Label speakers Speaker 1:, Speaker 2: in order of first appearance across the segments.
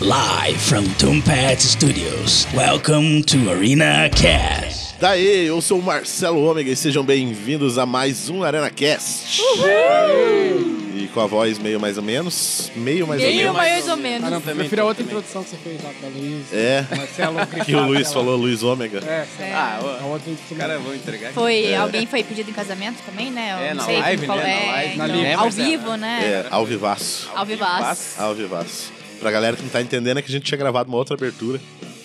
Speaker 1: Live from Tombat Studios. Welcome to Arena Cast.
Speaker 2: Daí, eu sou o Marcelo Ômega e sejam bem-vindos a mais um Arena Cast. E com a voz meio mais ou menos, meio mais
Speaker 3: Meio
Speaker 2: ou menos.
Speaker 3: mais ou menos.
Speaker 4: Ah, não, prefiro a outra introdução que você fez lá pra Luiz.
Speaker 2: É.
Speaker 4: Marcelo Grifado,
Speaker 2: Que o Luiz
Speaker 4: sei lá.
Speaker 2: falou, Luiz Ômega.
Speaker 4: É,
Speaker 5: Ah,
Speaker 4: a
Speaker 5: ô,
Speaker 4: outra introdução.
Speaker 5: cara, eu vou entregar aqui.
Speaker 3: Foi, alguém foi pedido em casamento também, né? Eu
Speaker 5: É,
Speaker 3: não
Speaker 5: na
Speaker 3: sei
Speaker 5: live,
Speaker 3: quem falou.
Speaker 5: né? Na
Speaker 3: É,
Speaker 5: live,
Speaker 3: então,
Speaker 4: na live.
Speaker 3: ao
Speaker 5: Lembra, Zé?
Speaker 3: vivo, né?
Speaker 2: É, ao vivaço.
Speaker 3: Ao vivaço.
Speaker 2: Ao vivaço. Pra galera que não tá entendendo, é que a gente tinha gravado uma outra abertura.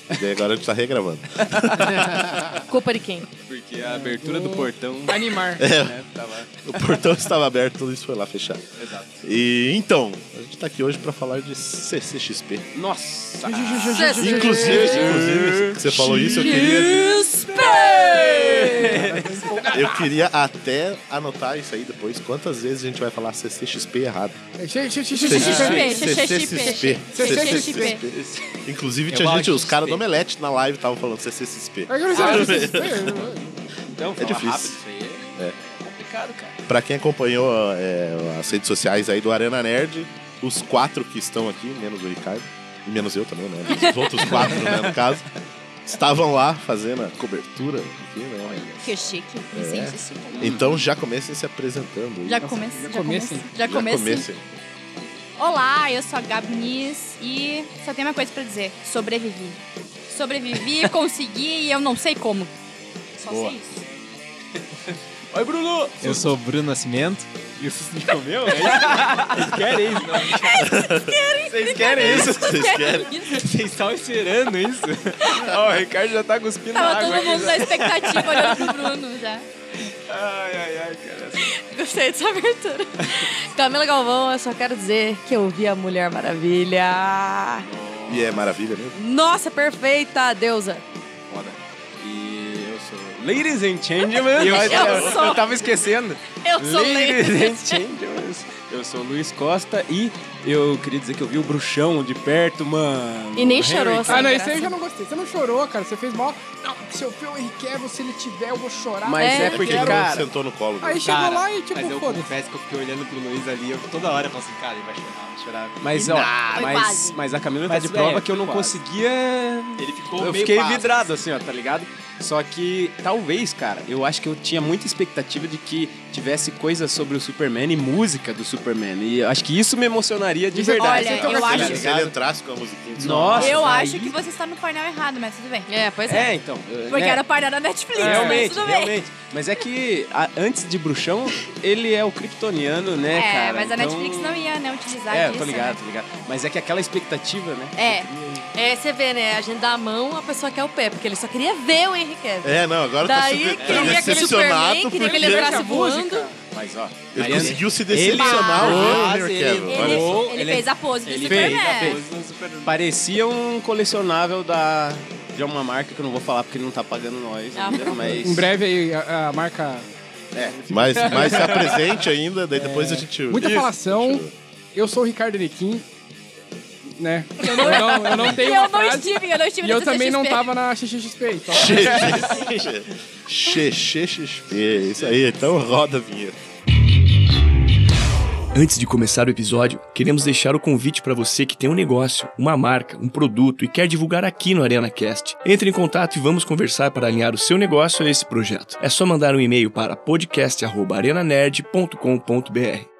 Speaker 2: E daí agora a gente tá regravando.
Speaker 3: Ah.
Speaker 6: Culpa de quem?
Speaker 5: Porque é a abertura do portão
Speaker 4: Animar.
Speaker 5: né, tava
Speaker 2: É. O portão estava aberto, o Luiz foi lá fechar.
Speaker 5: exato.
Speaker 2: E então, a gente tá aqui hoje pra falar de CCXP.
Speaker 5: Nossa!
Speaker 2: Inclusive, inclusive, que você falou isso, eu queria. Eu queria até anotar isso aí depois. Quantas vezes a gente vai falar CCXP errado?
Speaker 3: CCXP.
Speaker 2: CCXP.
Speaker 3: CCXP.
Speaker 2: Inclusive, tinha
Speaker 5: falo
Speaker 2: gente, os
Speaker 5: XP.
Speaker 2: caras do Omelete na live estavam falando CCXP.
Speaker 5: Então, fala
Speaker 2: difícil.
Speaker 5: rápido isso aí. É. complicado, cara.
Speaker 2: Pra quem acompanhou é, as redes sociais aí do Arena Nerd, os quatro que estão aqui, menos o Ricardo, e menos eu também, né? Os outros quatro, né, no caso, estavam lá fazendo a cobertura. Aqui, né?
Speaker 3: Que chique. Me sente chique.
Speaker 2: Então já comecem se
Speaker 5: É.
Speaker 2: apresentando. aí.
Speaker 3: Já comecei. Já
Speaker 4: comecei.
Speaker 3: comecei. Já comecei.
Speaker 2: comecem.
Speaker 3: Olá, eu sou a Gabi Nis e só tenho uma coisa pra dizer. Sobrevivi. Sobrevivi, consegui e eu não sei como. Só sei isso.
Speaker 5: Oi, Bruno!
Speaker 7: Eu sou o Bruno Nascimento.
Speaker 5: E o susto de comeu? É isso? Vocês querem isso? não? Vocês querem isso?
Speaker 2: Vocês querem?
Speaker 5: Vocês estavam esperando isso? Ó, o Ricardo já tá cuspindo
Speaker 3: Tava
Speaker 5: água
Speaker 3: todo
Speaker 5: aqui.
Speaker 3: mundo na expectativa olhando pro Bruno já.
Speaker 5: Ai, ai, ai, cara.
Speaker 6: Gostei dessa abertura. Camila Galvão, eu só quero dizer que eu vi a Mulher Maravilha.
Speaker 2: E é maravilha mesmo.
Speaker 6: Nossa, perfeita deusa.
Speaker 5: Foda. E eu sou... Ladies and gentlemen. eu,
Speaker 6: eu sou-
Speaker 5: eu tava esquecendo.
Speaker 6: Eu sou
Speaker 5: Ladies
Speaker 6: leiga.
Speaker 5: and gentlemen. Eu sou o Luiz Costa e eu queria dizer que eu vi o bruxão de perto, mano.
Speaker 6: E nem
Speaker 5: Henry
Speaker 6: chorou,
Speaker 5: Cavill.
Speaker 4: Ah, não,
Speaker 6: Sem
Speaker 4: isso aí
Speaker 6: graça.
Speaker 4: eu já não gostei. Você não chorou, cara. Você fez mal. Não, se eu ver o Henry Cavill, se ele tiver, eu vou chorar.
Speaker 5: Mas
Speaker 6: É,
Speaker 5: é, porque,
Speaker 4: quero-
Speaker 5: cara.
Speaker 2: sentou no colo.
Speaker 4: Aí
Speaker 2: dele.
Speaker 4: chegou
Speaker 7: Cara,
Speaker 4: lá e
Speaker 7: mas eu
Speaker 4: tipo, foda-se.
Speaker 7: confesso que eu fiquei olhando pro Luiz ali, eu toda hora eu falo assim, cara, ele vai chorar, vai chorar.
Speaker 5: Mas, ó,
Speaker 3: Foi
Speaker 5: mas,
Speaker 3: quase.
Speaker 5: mas a Camila tá
Speaker 7: Mas
Speaker 5: de prova
Speaker 7: é,
Speaker 5: que eu não
Speaker 7: quase.
Speaker 5: conseguia
Speaker 7: Ele ficou
Speaker 5: Eu
Speaker 7: meio
Speaker 5: fiquei
Speaker 7: pasmo.
Speaker 5: vidrado, assim, ó, tá ligado? Só que, talvez, cara, eu acho que eu tinha muita expectativa de que tivesse coisa sobre o Superman e música do Superman. E eu acho que isso me emocionaria de
Speaker 4: Isso é-
Speaker 5: verdade.
Speaker 3: Olha,
Speaker 5: tá
Speaker 3: eu acho-
Speaker 2: Se
Speaker 5: ligado?
Speaker 2: ele entrasse com a musiquinha. do
Speaker 5: Nossa,
Speaker 3: eu
Speaker 5: aí-
Speaker 3: acho que você está no painel errado, mas tudo bem.
Speaker 6: É, pois é.
Speaker 5: É, então. eu-
Speaker 3: Porque
Speaker 5: né?
Speaker 3: era painel da Netflix, mas
Speaker 5: Realmente,
Speaker 3: tudo bem.
Speaker 5: realmente. Mas é que a- antes de bruxão, ele é o kryptoniano, né,
Speaker 3: É,
Speaker 5: cara?
Speaker 3: mas a
Speaker 5: Então-
Speaker 3: Netflix não ia né, utilizar
Speaker 5: É,
Speaker 3: disso.
Speaker 5: eu tô ligado,
Speaker 3: né?
Speaker 5: tô ligado. Mas é que aquela expectativa, né?
Speaker 3: É,
Speaker 6: É, você vê, né? A gente dá a mão, a pessoa quer o pé, porque ele só queria ver o Henry Cavill.
Speaker 2: É, não, agora
Speaker 6: Daí
Speaker 2: eu tô super tá
Speaker 6: queria aquele
Speaker 2: decepcionado
Speaker 6: Superman, queria
Speaker 2: porque
Speaker 6: aquele braço
Speaker 4: Essa música,
Speaker 5: Mas ó,
Speaker 2: ele
Speaker 5: Mariana-
Speaker 2: conseguiu se decepcionar
Speaker 5: Ele-
Speaker 2: o
Speaker 5: Ah,
Speaker 2: Henry
Speaker 5: ele-
Speaker 2: Cavill.
Speaker 3: ele,
Speaker 2: Olha só.
Speaker 5: Ou
Speaker 3: ele
Speaker 5: ele-
Speaker 3: fez a pose do
Speaker 5: ele
Speaker 3: Superman.
Speaker 5: fez, Parecia um colecionável da, de uma marca que eu não vou falar porque ele não tá pagando nós
Speaker 3: Ah,
Speaker 5: ainda, mas...
Speaker 4: Em breve aí a, a marca.
Speaker 2: Mas, mas se apresente ainda, daí depois a gente.
Speaker 4: Muita
Speaker 2: Isso,
Speaker 4: falação.
Speaker 2: deixa eu-
Speaker 4: Eu sou o Ricardo Enequim. Né? Eu não, eu não, tenho uma
Speaker 3: Eu não
Speaker 4: frase.
Speaker 3: estive, eu não estive
Speaker 4: E eu
Speaker 3: nessa
Speaker 4: também não
Speaker 3: CXP.
Speaker 4: tava na XXXP. Então,
Speaker 2: Xê, xê, xê, xê. Isso aí, então roda a vinheta.
Speaker 8: Antes de começar o episódio, queremos deixar o convite para você que tem um negócio, uma marca, um produto e quer divulgar aqui no ArenaCast. Entre em contato e vamos conversar para alinhar o seu negócio a esse projeto. É só mandar um e-mail para podcast@arenanerd.com.br.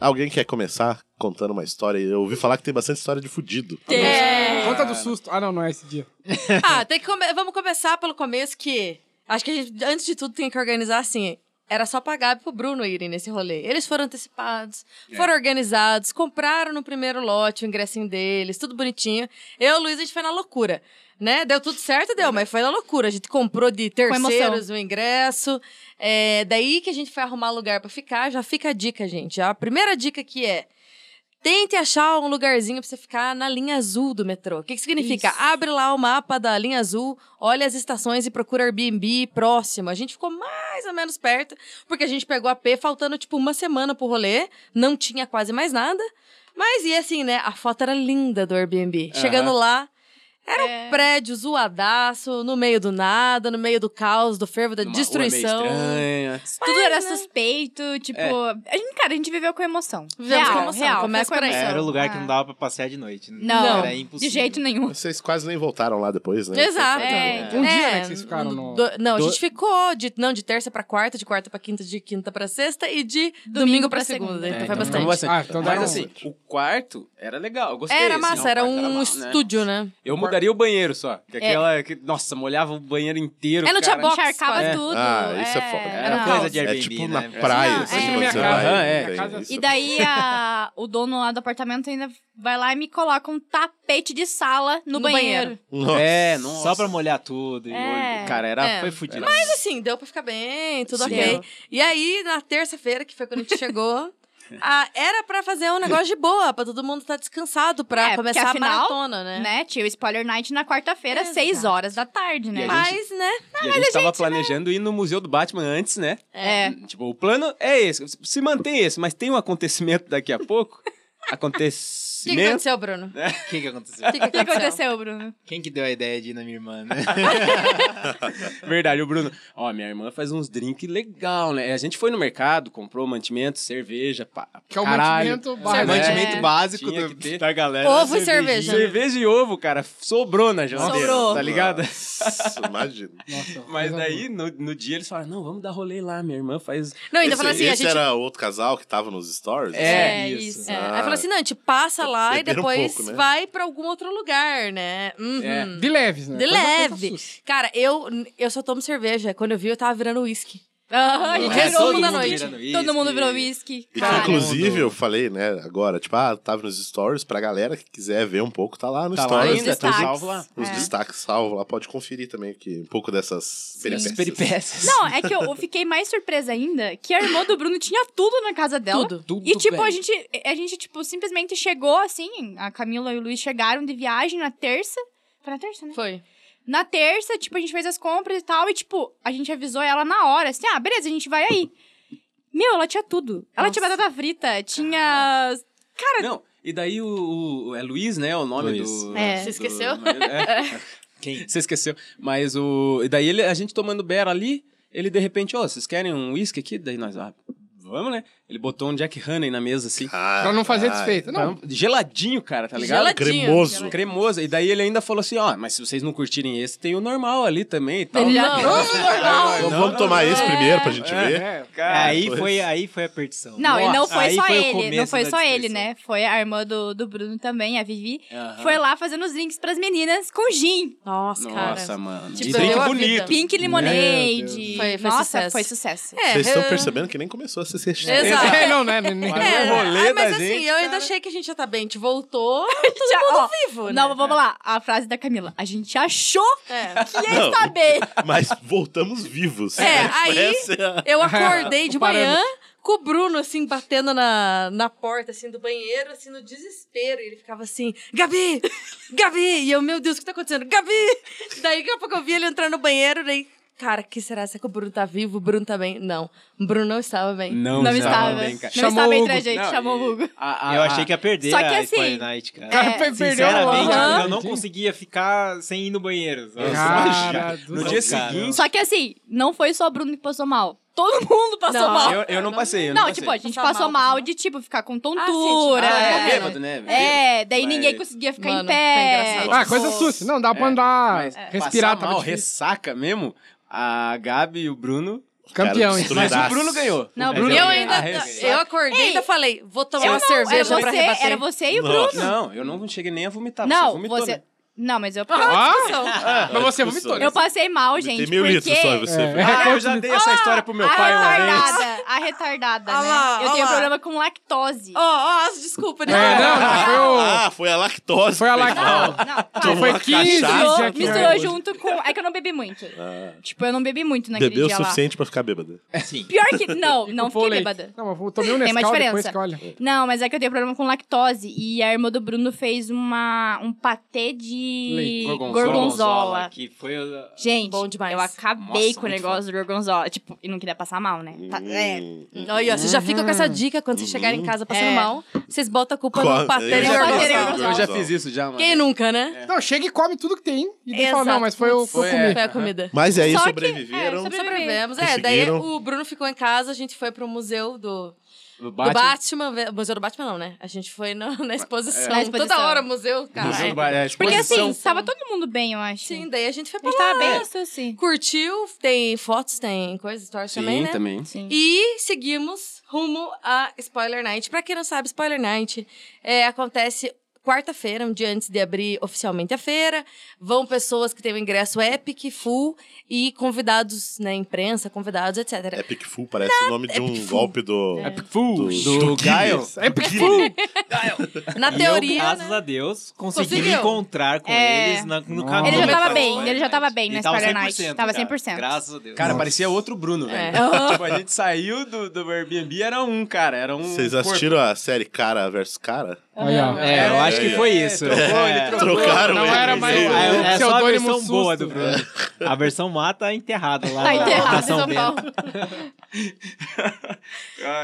Speaker 2: Alguém quer começar contando uma história? Eu ouvi falar que tem bastante história de fudido.
Speaker 6: É.
Speaker 4: conta do susto. Ah, não, não é esse dia.
Speaker 6: Ah, tem que come- vamos começar pelo começo que acho que a gente, antes de tudo, tem que organizar assim. Era só pra Gabi e pro Bruno irem nesse rolê. Eles foram antecipados, foram organizados, compraram no primeiro lote o ingressinho deles, tudo bonitinho. Eu e o Luiz, a gente foi na loucura, né? Deu tudo certo, deu, mas foi na loucura. A gente comprou de
Speaker 3: emoção.
Speaker 6: terceiros o ingresso. É, daí que a gente foi arrumar lugar pra ficar. Já fica a dica, gente. A primeira dica que é Tente achar um lugarzinho pra você ficar na linha azul do metrô. O que, que significa? Abre lá o mapa da linha azul, olha as estações e procura Airbnb próximo. A gente ficou mais ou menos perto, porque a gente pegou a P faltando tipo uma semana pro rolê, não tinha quase mais nada. Mas e assim, né? A foto era linda do Airbnb. Chegando lá, era
Speaker 3: É.
Speaker 6: um prédio zoadaço, no meio do nada, no meio do caos, do fervo, da
Speaker 5: Numa rua meio
Speaker 6: destruição.
Speaker 5: estranha.
Speaker 3: Tudo era suspeito, tipo. A gente, cara, a gente viveu com emoção.
Speaker 6: Vivemos
Speaker 3: real,
Speaker 6: com emoção,
Speaker 3: Real,
Speaker 6: começa
Speaker 3: foi com
Speaker 6: por aí.
Speaker 3: emoção.
Speaker 7: É,
Speaker 5: um
Speaker 7: Era o lugar que
Speaker 3: Ah.
Speaker 7: não dava pra passear de noite. né?
Speaker 3: Não,
Speaker 7: Era
Speaker 3: de
Speaker 7: impossível.
Speaker 3: jeito nenhum.
Speaker 2: Vocês quase nem voltaram lá depois, né?
Speaker 6: Exato.
Speaker 3: É,
Speaker 4: Um dia, né, que vocês ficaram no-
Speaker 6: do- não, a
Speaker 4: do-
Speaker 6: gente ficou de, não, de terça pra quarta, de quarta pra quinta, de quinta pra sexta e de domingo, pra
Speaker 3: pra
Speaker 6: segunda.
Speaker 3: segunda.
Speaker 6: Então
Speaker 5: É,
Speaker 6: foi
Speaker 5: então
Speaker 6: bastante.
Speaker 5: ficou bastante.
Speaker 4: Ah, então dá
Speaker 5: Mas
Speaker 4: um-
Speaker 5: assim, o quarto era legal, eu gostei.
Speaker 6: Era
Speaker 5: assim,
Speaker 6: massa,
Speaker 5: o
Speaker 6: era
Speaker 5: quarto
Speaker 6: um
Speaker 5: massa, né?
Speaker 6: estúdio, né?
Speaker 5: Eu mudaria o banheiro só. Que aquela, que- nossa, molhava o banheiro inteiro.
Speaker 6: É, não tinha
Speaker 5: cara.
Speaker 6: box,
Speaker 3: Encharcava
Speaker 5: É.
Speaker 3: tudo.
Speaker 2: Ah, isso é foda.
Speaker 5: Era
Speaker 3: não.
Speaker 5: coisa de
Speaker 2: É
Speaker 5: Airbnb,
Speaker 2: tipo
Speaker 5: né?
Speaker 2: na praia,
Speaker 3: Não,
Speaker 2: assim,
Speaker 3: é.
Speaker 2: quando
Speaker 4: Minha
Speaker 2: você
Speaker 4: casa,
Speaker 2: vai.
Speaker 5: é,
Speaker 2: tem
Speaker 4: casa-
Speaker 2: isso.
Speaker 3: E daí a- o dono lá do apartamento ainda vai lá e me coloca um tapete de sala no,
Speaker 6: No
Speaker 3: banheiro.
Speaker 6: banheiro.
Speaker 2: Nossa.
Speaker 5: É, nossa.
Speaker 7: Só pra molhar tudo. e
Speaker 3: É.
Speaker 7: olho. Cara, era,
Speaker 6: É.
Speaker 7: foi fudido.
Speaker 6: Mas assim, deu pra ficar bem, tudo
Speaker 5: Sim.
Speaker 6: ok. E aí, na terça-feira, que foi quando a gente chegou, a- era pra fazer um negócio de boa, pra todo mundo estar descansado, pra
Speaker 3: É, porque
Speaker 6: começar
Speaker 3: afinal,
Speaker 6: a maratona, né?
Speaker 3: Né? Tinha o Spoiler Night na quarta-feira,
Speaker 6: Exato.
Speaker 3: 6 horas da tarde,
Speaker 5: E
Speaker 3: né?
Speaker 5: a
Speaker 3: Mas-
Speaker 6: Mas, né?
Speaker 5: e a gente tava planejando ir no Museu do Batman antes, né?
Speaker 3: É.
Speaker 5: Tipo, o plano é esse. Se mantém esse, mas tem um acontecimento daqui a pouco.
Speaker 6: O que, que
Speaker 5: acontecimento.
Speaker 6: aconteceu, Bruno?
Speaker 7: O que, que aconteceu?
Speaker 6: O que,
Speaker 3: O que aconteceu, Bruno?
Speaker 7: Quem que deu a ideia de ir na minha irmã, né?
Speaker 5: Verdade, o Bruno. Ó, minha irmã faz uns drinks legal, né? A gente foi no mercado, comprou mantimento, cerveja, pá.
Speaker 4: Que é o
Speaker 5: caralho.
Speaker 4: mantimento
Speaker 7: É,
Speaker 4: barra.
Speaker 7: mantimento
Speaker 3: É.
Speaker 7: básico
Speaker 5: Tinha
Speaker 7: do-
Speaker 5: que ter.
Speaker 7: da galera.
Speaker 6: Ovo e
Speaker 5: Cerveja.
Speaker 6: cerveja.
Speaker 5: Cerveja e ovo, cara. Sobrou na geladeira.
Speaker 6: Sobrou.
Speaker 5: Tá ligado?
Speaker 2: Nossa, imagina.
Speaker 4: Nossa,
Speaker 5: Mas
Speaker 4: coisa
Speaker 5: daí, no, no dia, eles falaram: não, vamos dar rolê lá. Minha irmã faz.
Speaker 6: Não, ainda
Speaker 2: Esse,
Speaker 6: falou assim, a
Speaker 2: esse
Speaker 6: gente...
Speaker 2: era outro casal que tava nos stories?
Speaker 5: É,
Speaker 6: É,
Speaker 5: isso.
Speaker 6: É.
Speaker 2: Ah.
Speaker 6: Aí falou assim: não, a gente passa lá e
Speaker 2: Beberam um
Speaker 6: depois
Speaker 2: pouco, né?
Speaker 6: vai pra algum outro lugar, né? Uhum.
Speaker 5: É.
Speaker 4: boa. De leves, né?
Speaker 6: De
Speaker 4: Coisa- coisa
Speaker 6: leve.
Speaker 4: sussa.
Speaker 6: Cara, eu, eu só tomo cerveja. Quando eu vi, eu tava virando uísque.
Speaker 3: Ah, a gente
Speaker 6: Não,
Speaker 5: é
Speaker 3: virou
Speaker 5: todo
Speaker 3: mundo da
Speaker 5: mundo
Speaker 3: noite.
Speaker 5: virando uísque.
Speaker 3: Todo mundo virou uísque.
Speaker 2: E que,
Speaker 3: cara.
Speaker 2: inclusive, eu falei, né, agora, tipo, ah, tava nos stories, pra galera que quiser ver um pouco, tá lá no
Speaker 5: Tá lá
Speaker 2: stories.
Speaker 5: ainda, tá
Speaker 3: destaques. É.
Speaker 5: salvo lá.
Speaker 6: É.
Speaker 2: Os destaques salvo lá, pode conferir também aqui um pouco dessas peripécias.
Speaker 5: Peripécias.
Speaker 3: Não, é que eu, eu fiquei mais surpresa ainda que a irmã do Bruno tinha tudo na casa dela.
Speaker 6: Tudo.
Speaker 5: Tudo,
Speaker 3: E, tipo, a
Speaker 5: velho.
Speaker 3: gente, a gente, tipo, simplesmente chegou, assim, a Camila e o Luiz chegaram de viagem na terça. Foi na terça, né?
Speaker 6: Foi.
Speaker 3: Na terça, tipo, a gente fez as compras e tal, e, tipo, a gente avisou ela na hora, assim, ah, beleza, a gente vai aí. Meu, ela tinha tudo. Ela tinha batata frita,
Speaker 7: Ah.
Speaker 3: tinha...
Speaker 5: Não, e daí o, o- É Luiz, né? O nome
Speaker 2: Luiz.
Speaker 5: do.
Speaker 3: É.
Speaker 5: do-
Speaker 6: Você esqueceu?
Speaker 5: do marido. É. Quem? Você esqueceu. Mas o. E daí ele, a gente tomando beira ali, ele de repente, ó, vocês querem um uísque aqui? Daí nós, ah, vamos, né? Ele botou um Jack Honey na mesa, assim.
Speaker 2: Pra
Speaker 4: Pra não fazer desfeita. Não,
Speaker 5: Geladinho, cara, tá ligado?
Speaker 6: Geladinho.
Speaker 2: Cremoso.
Speaker 5: Cremoso. E daí ele ainda falou assim, ó, mas se vocês não curtirem esse, tem o normal ali também e tal.
Speaker 6: Ele já-
Speaker 2: Vamos- Vamos tomar
Speaker 6: É.
Speaker 2: esse Ah, primeiro pra gente ver.
Speaker 4: é,
Speaker 7: aí, foi, aí foi a perdição.
Speaker 3: Não, e não
Speaker 7: Nossa,
Speaker 3: foi
Speaker 7: aí
Speaker 3: só
Speaker 7: o
Speaker 3: ele, não
Speaker 7: começo
Speaker 3: foi
Speaker 7: da
Speaker 3: só ele,
Speaker 7: destruição.
Speaker 3: né? Foi a irmã do, do Bruno também, a Vivi,
Speaker 5: Aham.
Speaker 3: foi lá fazendo os drinks pras meninas com gin.
Speaker 6: Nossa, cara.
Speaker 5: Nossa, mano.
Speaker 6: Tipo,
Speaker 5: e
Speaker 6: deu
Speaker 5: drink
Speaker 6: a
Speaker 5: bonito.
Speaker 6: vida.
Speaker 3: Pink Lemonade.
Speaker 6: Foi- foi
Speaker 3: Nossa,
Speaker 6: sucesso.
Speaker 3: foi sucesso.
Speaker 6: É,
Speaker 2: Vocês estão
Speaker 6: eu-
Speaker 2: percebendo que nem começou a ser assistir.
Speaker 6: Exato.
Speaker 4: É, não, né? nem- nem-
Speaker 6: É,
Speaker 5: Mas o rolê
Speaker 6: ah, mas
Speaker 5: da
Speaker 6: assim,
Speaker 5: gente,
Speaker 6: eu ainda achei que a gente já tá bem. A gente voltou, tá
Speaker 3: Já-
Speaker 6: todo
Speaker 3: ó,
Speaker 6: mundo vivo, né?
Speaker 3: Não, vamos lá. A frase da Camila. A gente achou
Speaker 6: É.
Speaker 3: que ia
Speaker 2: Não.
Speaker 3: saber.
Speaker 2: Mas voltamos vivos.
Speaker 6: É, aí-
Speaker 2: Essa é a-
Speaker 6: Eu acordei de
Speaker 4: O parâmetro.
Speaker 6: manhã com o Bruno, assim, batendo na, na porta, assim, do banheiro, assim, no desespero. E ele ficava assim, Gabi! Gabi! E eu, meu Deus, o que tá acontecendo? Gabi! Daí, daqui a pouco eu vi ele entrar no banheiro, daí... Cara, que será? Será que o Bruno tá vivo? O Bruno tá bem? Não. O Bruno não estava bem.
Speaker 5: Não,
Speaker 3: Não
Speaker 5: estava.
Speaker 3: estava.
Speaker 5: bem, cara.
Speaker 3: Não estava
Speaker 5: o
Speaker 3: entre
Speaker 5: Hugo.
Speaker 3: a gente,
Speaker 5: Não,
Speaker 3: chamou o
Speaker 5: e-
Speaker 3: Hugo. É,
Speaker 5: a- a-
Speaker 7: Eu
Speaker 5: a-
Speaker 7: achei que ia perder
Speaker 3: Só que
Speaker 7: a
Speaker 3: assim,
Speaker 7: Spoiler Night, cara.
Speaker 4: Cara, perdeu
Speaker 7: Sinceramente,
Speaker 4: a-
Speaker 7: eu não
Speaker 4: Entendi.
Speaker 7: conseguia ficar sem ir no banheiro. sabe?
Speaker 4: Cara do
Speaker 5: No
Speaker 4: céu.
Speaker 5: dia
Speaker 7: Cara.
Speaker 5: seguinte,
Speaker 3: Só que assim, não foi só o Bruno que passou mal. Todo mundo passou
Speaker 6: Não.
Speaker 3: mal.
Speaker 5: eu, eu não passei. Eu
Speaker 3: não,
Speaker 5: não passei.
Speaker 3: tipo, a gente
Speaker 6: Passar
Speaker 3: passou
Speaker 6: mal,
Speaker 3: mal,
Speaker 6: passar
Speaker 3: de, tipo, ficar com
Speaker 6: Ah,
Speaker 3: tontura.
Speaker 6: sim, tipo,
Speaker 5: É,
Speaker 6: ah,
Speaker 3: é.
Speaker 5: bêbado, né?
Speaker 3: daí
Speaker 5: Mas-
Speaker 3: ninguém conseguia ficar
Speaker 6: Mano,
Speaker 3: em
Speaker 6: foi
Speaker 3: pé.
Speaker 6: engraçado.
Speaker 4: Ah, coisa sussa. Não, dá pra andar,
Speaker 3: é.
Speaker 5: Mas
Speaker 4: respirar. tá tipo,
Speaker 5: passar
Speaker 4: Tava
Speaker 5: mal,
Speaker 4: difícil.
Speaker 5: ressaca mesmo, a Gabi e o Bruno.
Speaker 4: Campeão, então.
Speaker 2: Cara, destruiu.
Speaker 4: hein?
Speaker 5: Mas o
Speaker 2: Doidaço.
Speaker 5: Bruno ganhou.
Speaker 3: Não,
Speaker 5: Mas
Speaker 3: Bruno
Speaker 6: Eu
Speaker 3: ganhou.
Speaker 5: ganhei.
Speaker 6: ainda...
Speaker 5: A ressaca-
Speaker 6: Eu acordei e ainda
Speaker 3: Ei,
Speaker 6: falei, vou tomar
Speaker 3: Eu
Speaker 6: uma
Speaker 3: não,
Speaker 6: cerveja
Speaker 3: era
Speaker 6: pra
Speaker 3: você,
Speaker 6: rebater.
Speaker 3: era você e o Bruno.
Speaker 2: Nossa.
Speaker 5: Não, eu não cheguei nem a vomitar.
Speaker 3: Não,
Speaker 5: você vomitou,
Speaker 3: você-
Speaker 5: né?
Speaker 3: Não, mas eu,
Speaker 4: Ah, mas você
Speaker 2: Discussões.
Speaker 4: vomitou. né?
Speaker 3: eu passei mal,
Speaker 2: Tem
Speaker 3: gente.
Speaker 2: meio
Speaker 3: porque
Speaker 2: litro só, você.
Speaker 4: É.
Speaker 5: Ah, eu já dei essa história pro meu
Speaker 3: a
Speaker 5: pai uma vez.
Speaker 3: retardada, a retardada,
Speaker 6: Ah
Speaker 3: né?
Speaker 6: lá,
Speaker 3: eu
Speaker 6: ah
Speaker 3: tenho
Speaker 6: lá.
Speaker 3: problema com lactose.
Speaker 6: Ó, ó, as desculpas. né?
Speaker 4: É, não, não, foi o...
Speaker 2: Ah, Foi a lactose.
Speaker 4: Foi a
Speaker 2: que fez
Speaker 4: lactose.
Speaker 2: mal.
Speaker 3: Não,
Speaker 4: Não, foi
Speaker 2: uma
Speaker 4: 15
Speaker 2: cachaça,
Speaker 4: de
Speaker 3: misturou,
Speaker 4: aqui. né,
Speaker 3: misturou junto com. É que eu não bebi muito. Tipo, eu não bebi muito naquele
Speaker 2: Bebeu o
Speaker 3: dia
Speaker 2: suficiente pra ficar bêbada.
Speaker 7: Sim.
Speaker 3: lá. Pior que. Não, não
Speaker 4: Pô,
Speaker 3: fiquei
Speaker 4: leite.
Speaker 3: bêbada.
Speaker 4: Não, mas eu tomei um
Speaker 3: Tem uma
Speaker 4: Nescau depois
Speaker 3: diferença.
Speaker 4: que olha.
Speaker 3: Não, mas é que eu tenho problema com lactose. E a irmã do Bruno fez uma, um patê de
Speaker 4: Leite.
Speaker 3: gorgonzola.
Speaker 7: Que foi a-
Speaker 3: Gente,
Speaker 6: Bom demais.
Speaker 3: eu acabei
Speaker 7: Nossa,
Speaker 3: com o
Speaker 7: muito
Speaker 3: negócio do gorgonzola. Tipo, e não queria passar mal, né? Tá-
Speaker 6: Hum.
Speaker 3: é.
Speaker 6: Olha, você já fica com essa dica quando vocês chegarem em casa passando
Speaker 3: É.
Speaker 6: mal, vocês botam a culpa
Speaker 2: Qual-
Speaker 6: no patê
Speaker 2: Eu
Speaker 6: de
Speaker 2: já
Speaker 3: gorgonzola.
Speaker 2: gostei do
Speaker 6: gorgonzola.
Speaker 3: gorgonzola.
Speaker 5: Eu já fiz isso já, mano.
Speaker 6: Quem nunca, né?
Speaker 4: Não, chega e come tudo que tem. E daí fala,
Speaker 6: Exato.
Speaker 4: não, mas foi o que eu
Speaker 5: Foi,
Speaker 4: comi.
Speaker 6: Foi a comida.
Speaker 2: Mas aí
Speaker 3: Só que-
Speaker 2: sobreviveram.
Speaker 3: é,
Speaker 6: Sobrevivemos. É, daí
Speaker 2: Conseguiram.
Speaker 6: o Bruno ficou em casa, a gente foi pro museu do,
Speaker 5: Do
Speaker 6: do
Speaker 5: Batman.
Speaker 6: Batman. ver- Museu do Batman não, né? A gente foi no- na,
Speaker 4: É.
Speaker 6: exposição.
Speaker 3: Na exposição.
Speaker 6: Toda hora museu, cara.
Speaker 5: Museu
Speaker 6: é.
Speaker 5: do Ba- é,
Speaker 3: Porque
Speaker 5: exposição.
Speaker 3: assim, tava todo mundo bem, eu acho.
Speaker 6: Sim, daí a gente foi
Speaker 3: A
Speaker 6: pra
Speaker 3: gente
Speaker 6: lá.
Speaker 3: tava bem assim.
Speaker 6: Curtiu, tem fotos, tem coisas, stories também,
Speaker 5: Sim,
Speaker 6: né?
Speaker 5: também.
Speaker 3: Sim.
Speaker 6: E seguimos rumo a Spoiler Night. Pra quem não sabe, Spoiler Night é, acontece quarta-feira, um dia antes de abrir oficialmente a feira. Vão pessoas que têm o ingresso Epic, Full e convidados, né, imprensa, convidados, etc.
Speaker 2: Epic Full É parece o
Speaker 3: é
Speaker 2: nome de um golpe do.
Speaker 5: Epic Fool.
Speaker 2: Do,
Speaker 5: Do Gaio.
Speaker 2: Guinness. Epic Full.
Speaker 6: Na
Speaker 7: E eu,
Speaker 6: teoria,
Speaker 7: graças
Speaker 6: né?
Speaker 7: a Deus, consegui me
Speaker 6: Conseguiu.
Speaker 7: encontrar com
Speaker 3: É.
Speaker 7: eles na- no
Speaker 5: Ele
Speaker 7: caminho.
Speaker 5: já
Speaker 7: pra
Speaker 5: tava
Speaker 7: Spoiler
Speaker 3: bem, ele já tava
Speaker 7: Night.
Speaker 3: bem
Speaker 7: E
Speaker 3: na
Speaker 7: tava
Speaker 3: Spoiler Night,
Speaker 7: 100%,
Speaker 3: tava
Speaker 7: cara.
Speaker 3: 100%.
Speaker 7: Graças a Deus.
Speaker 5: Cara, parecia outro Bruno, velho. tipo, a gente saiu do, do Airbnb, era um, cara. Era um.
Speaker 2: Vocês
Speaker 5: corpo.
Speaker 2: assistiram a série Cara versus Cara?
Speaker 4: Aí, ó.
Speaker 7: É, eu acho que foi isso.
Speaker 5: Trocou,
Speaker 7: É.
Speaker 5: ele trocou.
Speaker 2: Trocaram
Speaker 4: Não
Speaker 2: ele,
Speaker 4: era
Speaker 2: mas
Speaker 4: mais
Speaker 2: ele-
Speaker 4: o-
Speaker 7: É, é só a
Speaker 4: pseudônimo
Speaker 7: versão
Speaker 4: susto.
Speaker 7: boa do Bruno. A versão má tá enterrada lá.
Speaker 3: Tá enterrado em
Speaker 7: São
Speaker 3: São Paulo.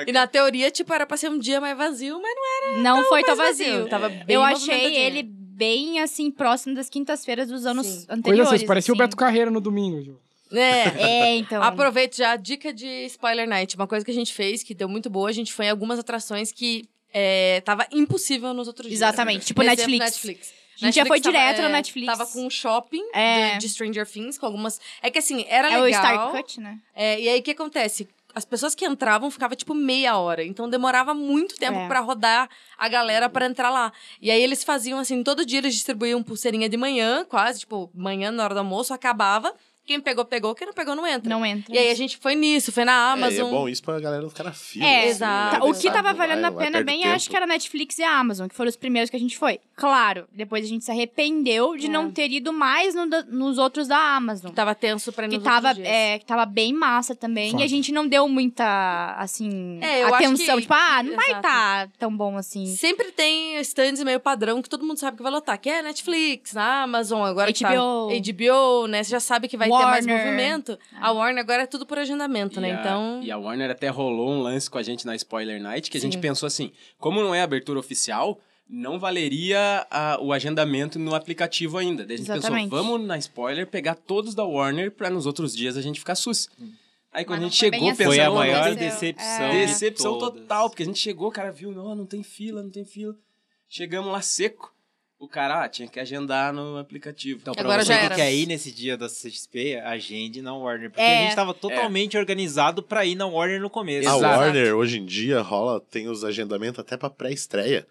Speaker 6: E na teoria, tipo, era pra ser um dia mais vazio, mas não
Speaker 3: Não foi tão
Speaker 6: mais
Speaker 3: vazio.
Speaker 6: Tava bem
Speaker 3: eu achei
Speaker 6: movimentadinho.
Speaker 3: ele bem, assim, próximo das quintas-feiras dos anos
Speaker 6: Sim.
Speaker 4: Coisa
Speaker 3: anteriores.
Speaker 4: assim, parecia o
Speaker 3: assim.
Speaker 4: Beto Carreiro no domingo. Ju.
Speaker 6: É.
Speaker 3: É, então.
Speaker 6: Aproveito já a dica de Spoiler Night. Uma coisa que a gente fez, que deu muito boa, a gente foi em algumas atrações que é, tava impossível nos outros dias. né?
Speaker 3: Exatamente, tipo
Speaker 6: Por exemplo,
Speaker 3: Netflix.
Speaker 6: é Netflix.
Speaker 3: A gente já foi
Speaker 6: tava,
Speaker 3: direto
Speaker 6: é,
Speaker 3: na Netflix.
Speaker 6: Tava com o shopping
Speaker 3: É.
Speaker 6: de, de Stranger Things, com algumas... É que assim, era
Speaker 3: É o Star
Speaker 6: legal.
Speaker 3: Cut, né?
Speaker 6: é, e aí, o que acontece? As pessoas que entravam ficava tipo meia hora. Então demorava muito tempo
Speaker 3: É.
Speaker 6: pra rodar a galera pra entrar lá. E aí eles faziam assim, todo dia eles distribuíam pulseirinha de manhã, quase, tipo, manhã na hora do almoço, acabava. Quem pegou, pegou, quem não pegou, não entra.
Speaker 3: Não entra.
Speaker 6: E aí a gente foi nisso, foi na
Speaker 2: É, e é
Speaker 6: Amazon.
Speaker 2: bom isso pra galera não ficar na fila.
Speaker 3: É,
Speaker 2: assim,
Speaker 6: exato.
Speaker 2: né?
Speaker 3: O que
Speaker 2: Sabe,
Speaker 3: tava
Speaker 2: não vai-
Speaker 3: valendo a
Speaker 2: não vai
Speaker 3: pena
Speaker 2: perder
Speaker 3: bem,
Speaker 2: tempo.
Speaker 3: acho que era a Netflix e a Amazon, que foram os primeiros que a gente foi. Claro, depois a gente se arrependeu de
Speaker 6: É.
Speaker 3: não ter ido mais no da- nos outros da Amazon.
Speaker 6: Tava tenso pra
Speaker 3: que
Speaker 6: nos
Speaker 3: tava,
Speaker 6: outros dias.
Speaker 3: é, que tava bem massa também.
Speaker 4: Foda.
Speaker 3: E a gente não deu muita, assim,
Speaker 6: É, eu acho
Speaker 3: atenção.
Speaker 6: que-
Speaker 3: Tipo, ah, não vai
Speaker 6: Exato.
Speaker 3: estar tá tão bom assim.
Speaker 6: Sempre tem stands meio padrão que todo mundo sabe que vai lotar, que é Netflix, Amazon, agora que tá-
Speaker 3: HBO.
Speaker 6: HBO, né? Você já sabe que vai ter mais
Speaker 3: Warner.
Speaker 6: movimento. A Warner agora é tudo por agendamento, né?
Speaker 5: E a-
Speaker 6: então.
Speaker 5: E a Warner até rolou um lance com a gente na Spoiler Night, que a gente
Speaker 6: Sim.
Speaker 5: pensou assim, como não é abertura oficial, não valeria a- o agendamento no aplicativo ainda. Daí a gente
Speaker 3: Exatamente.
Speaker 5: pensou, vamos na Spoiler pegar todos da Warner pra nos outros dias a gente ficar sus.
Speaker 7: Hum.
Speaker 5: Aí
Speaker 3: Mas
Speaker 5: quando a
Speaker 3: não
Speaker 5: gente
Speaker 3: foi bem
Speaker 5: chegou,
Speaker 3: assim.
Speaker 5: pensando,
Speaker 7: Foi a
Speaker 3: Não
Speaker 7: maior
Speaker 3: aconteceu.
Speaker 7: decepção. de
Speaker 5: Decepção
Speaker 7: todas.
Speaker 5: total, porque a gente chegou, o cara viu, não, não tem fila, não tem fila. Chegamos lá seco. O cara, ah, tinha que agendar no aplicativo.
Speaker 7: Então, pra
Speaker 6: Agora
Speaker 7: você
Speaker 6: já
Speaker 7: que
Speaker 6: era.
Speaker 5: é
Speaker 7: quer ir nesse dia da CXP, agende na Warner. Porque
Speaker 3: É.
Speaker 7: a gente tá tava totalmente organizado pra ir na Warner no começo. Ah,
Speaker 2: A
Speaker 5: Exato.
Speaker 2: Warner, hoje em dia, rola, tem os agendamentos até pra pré-estreia.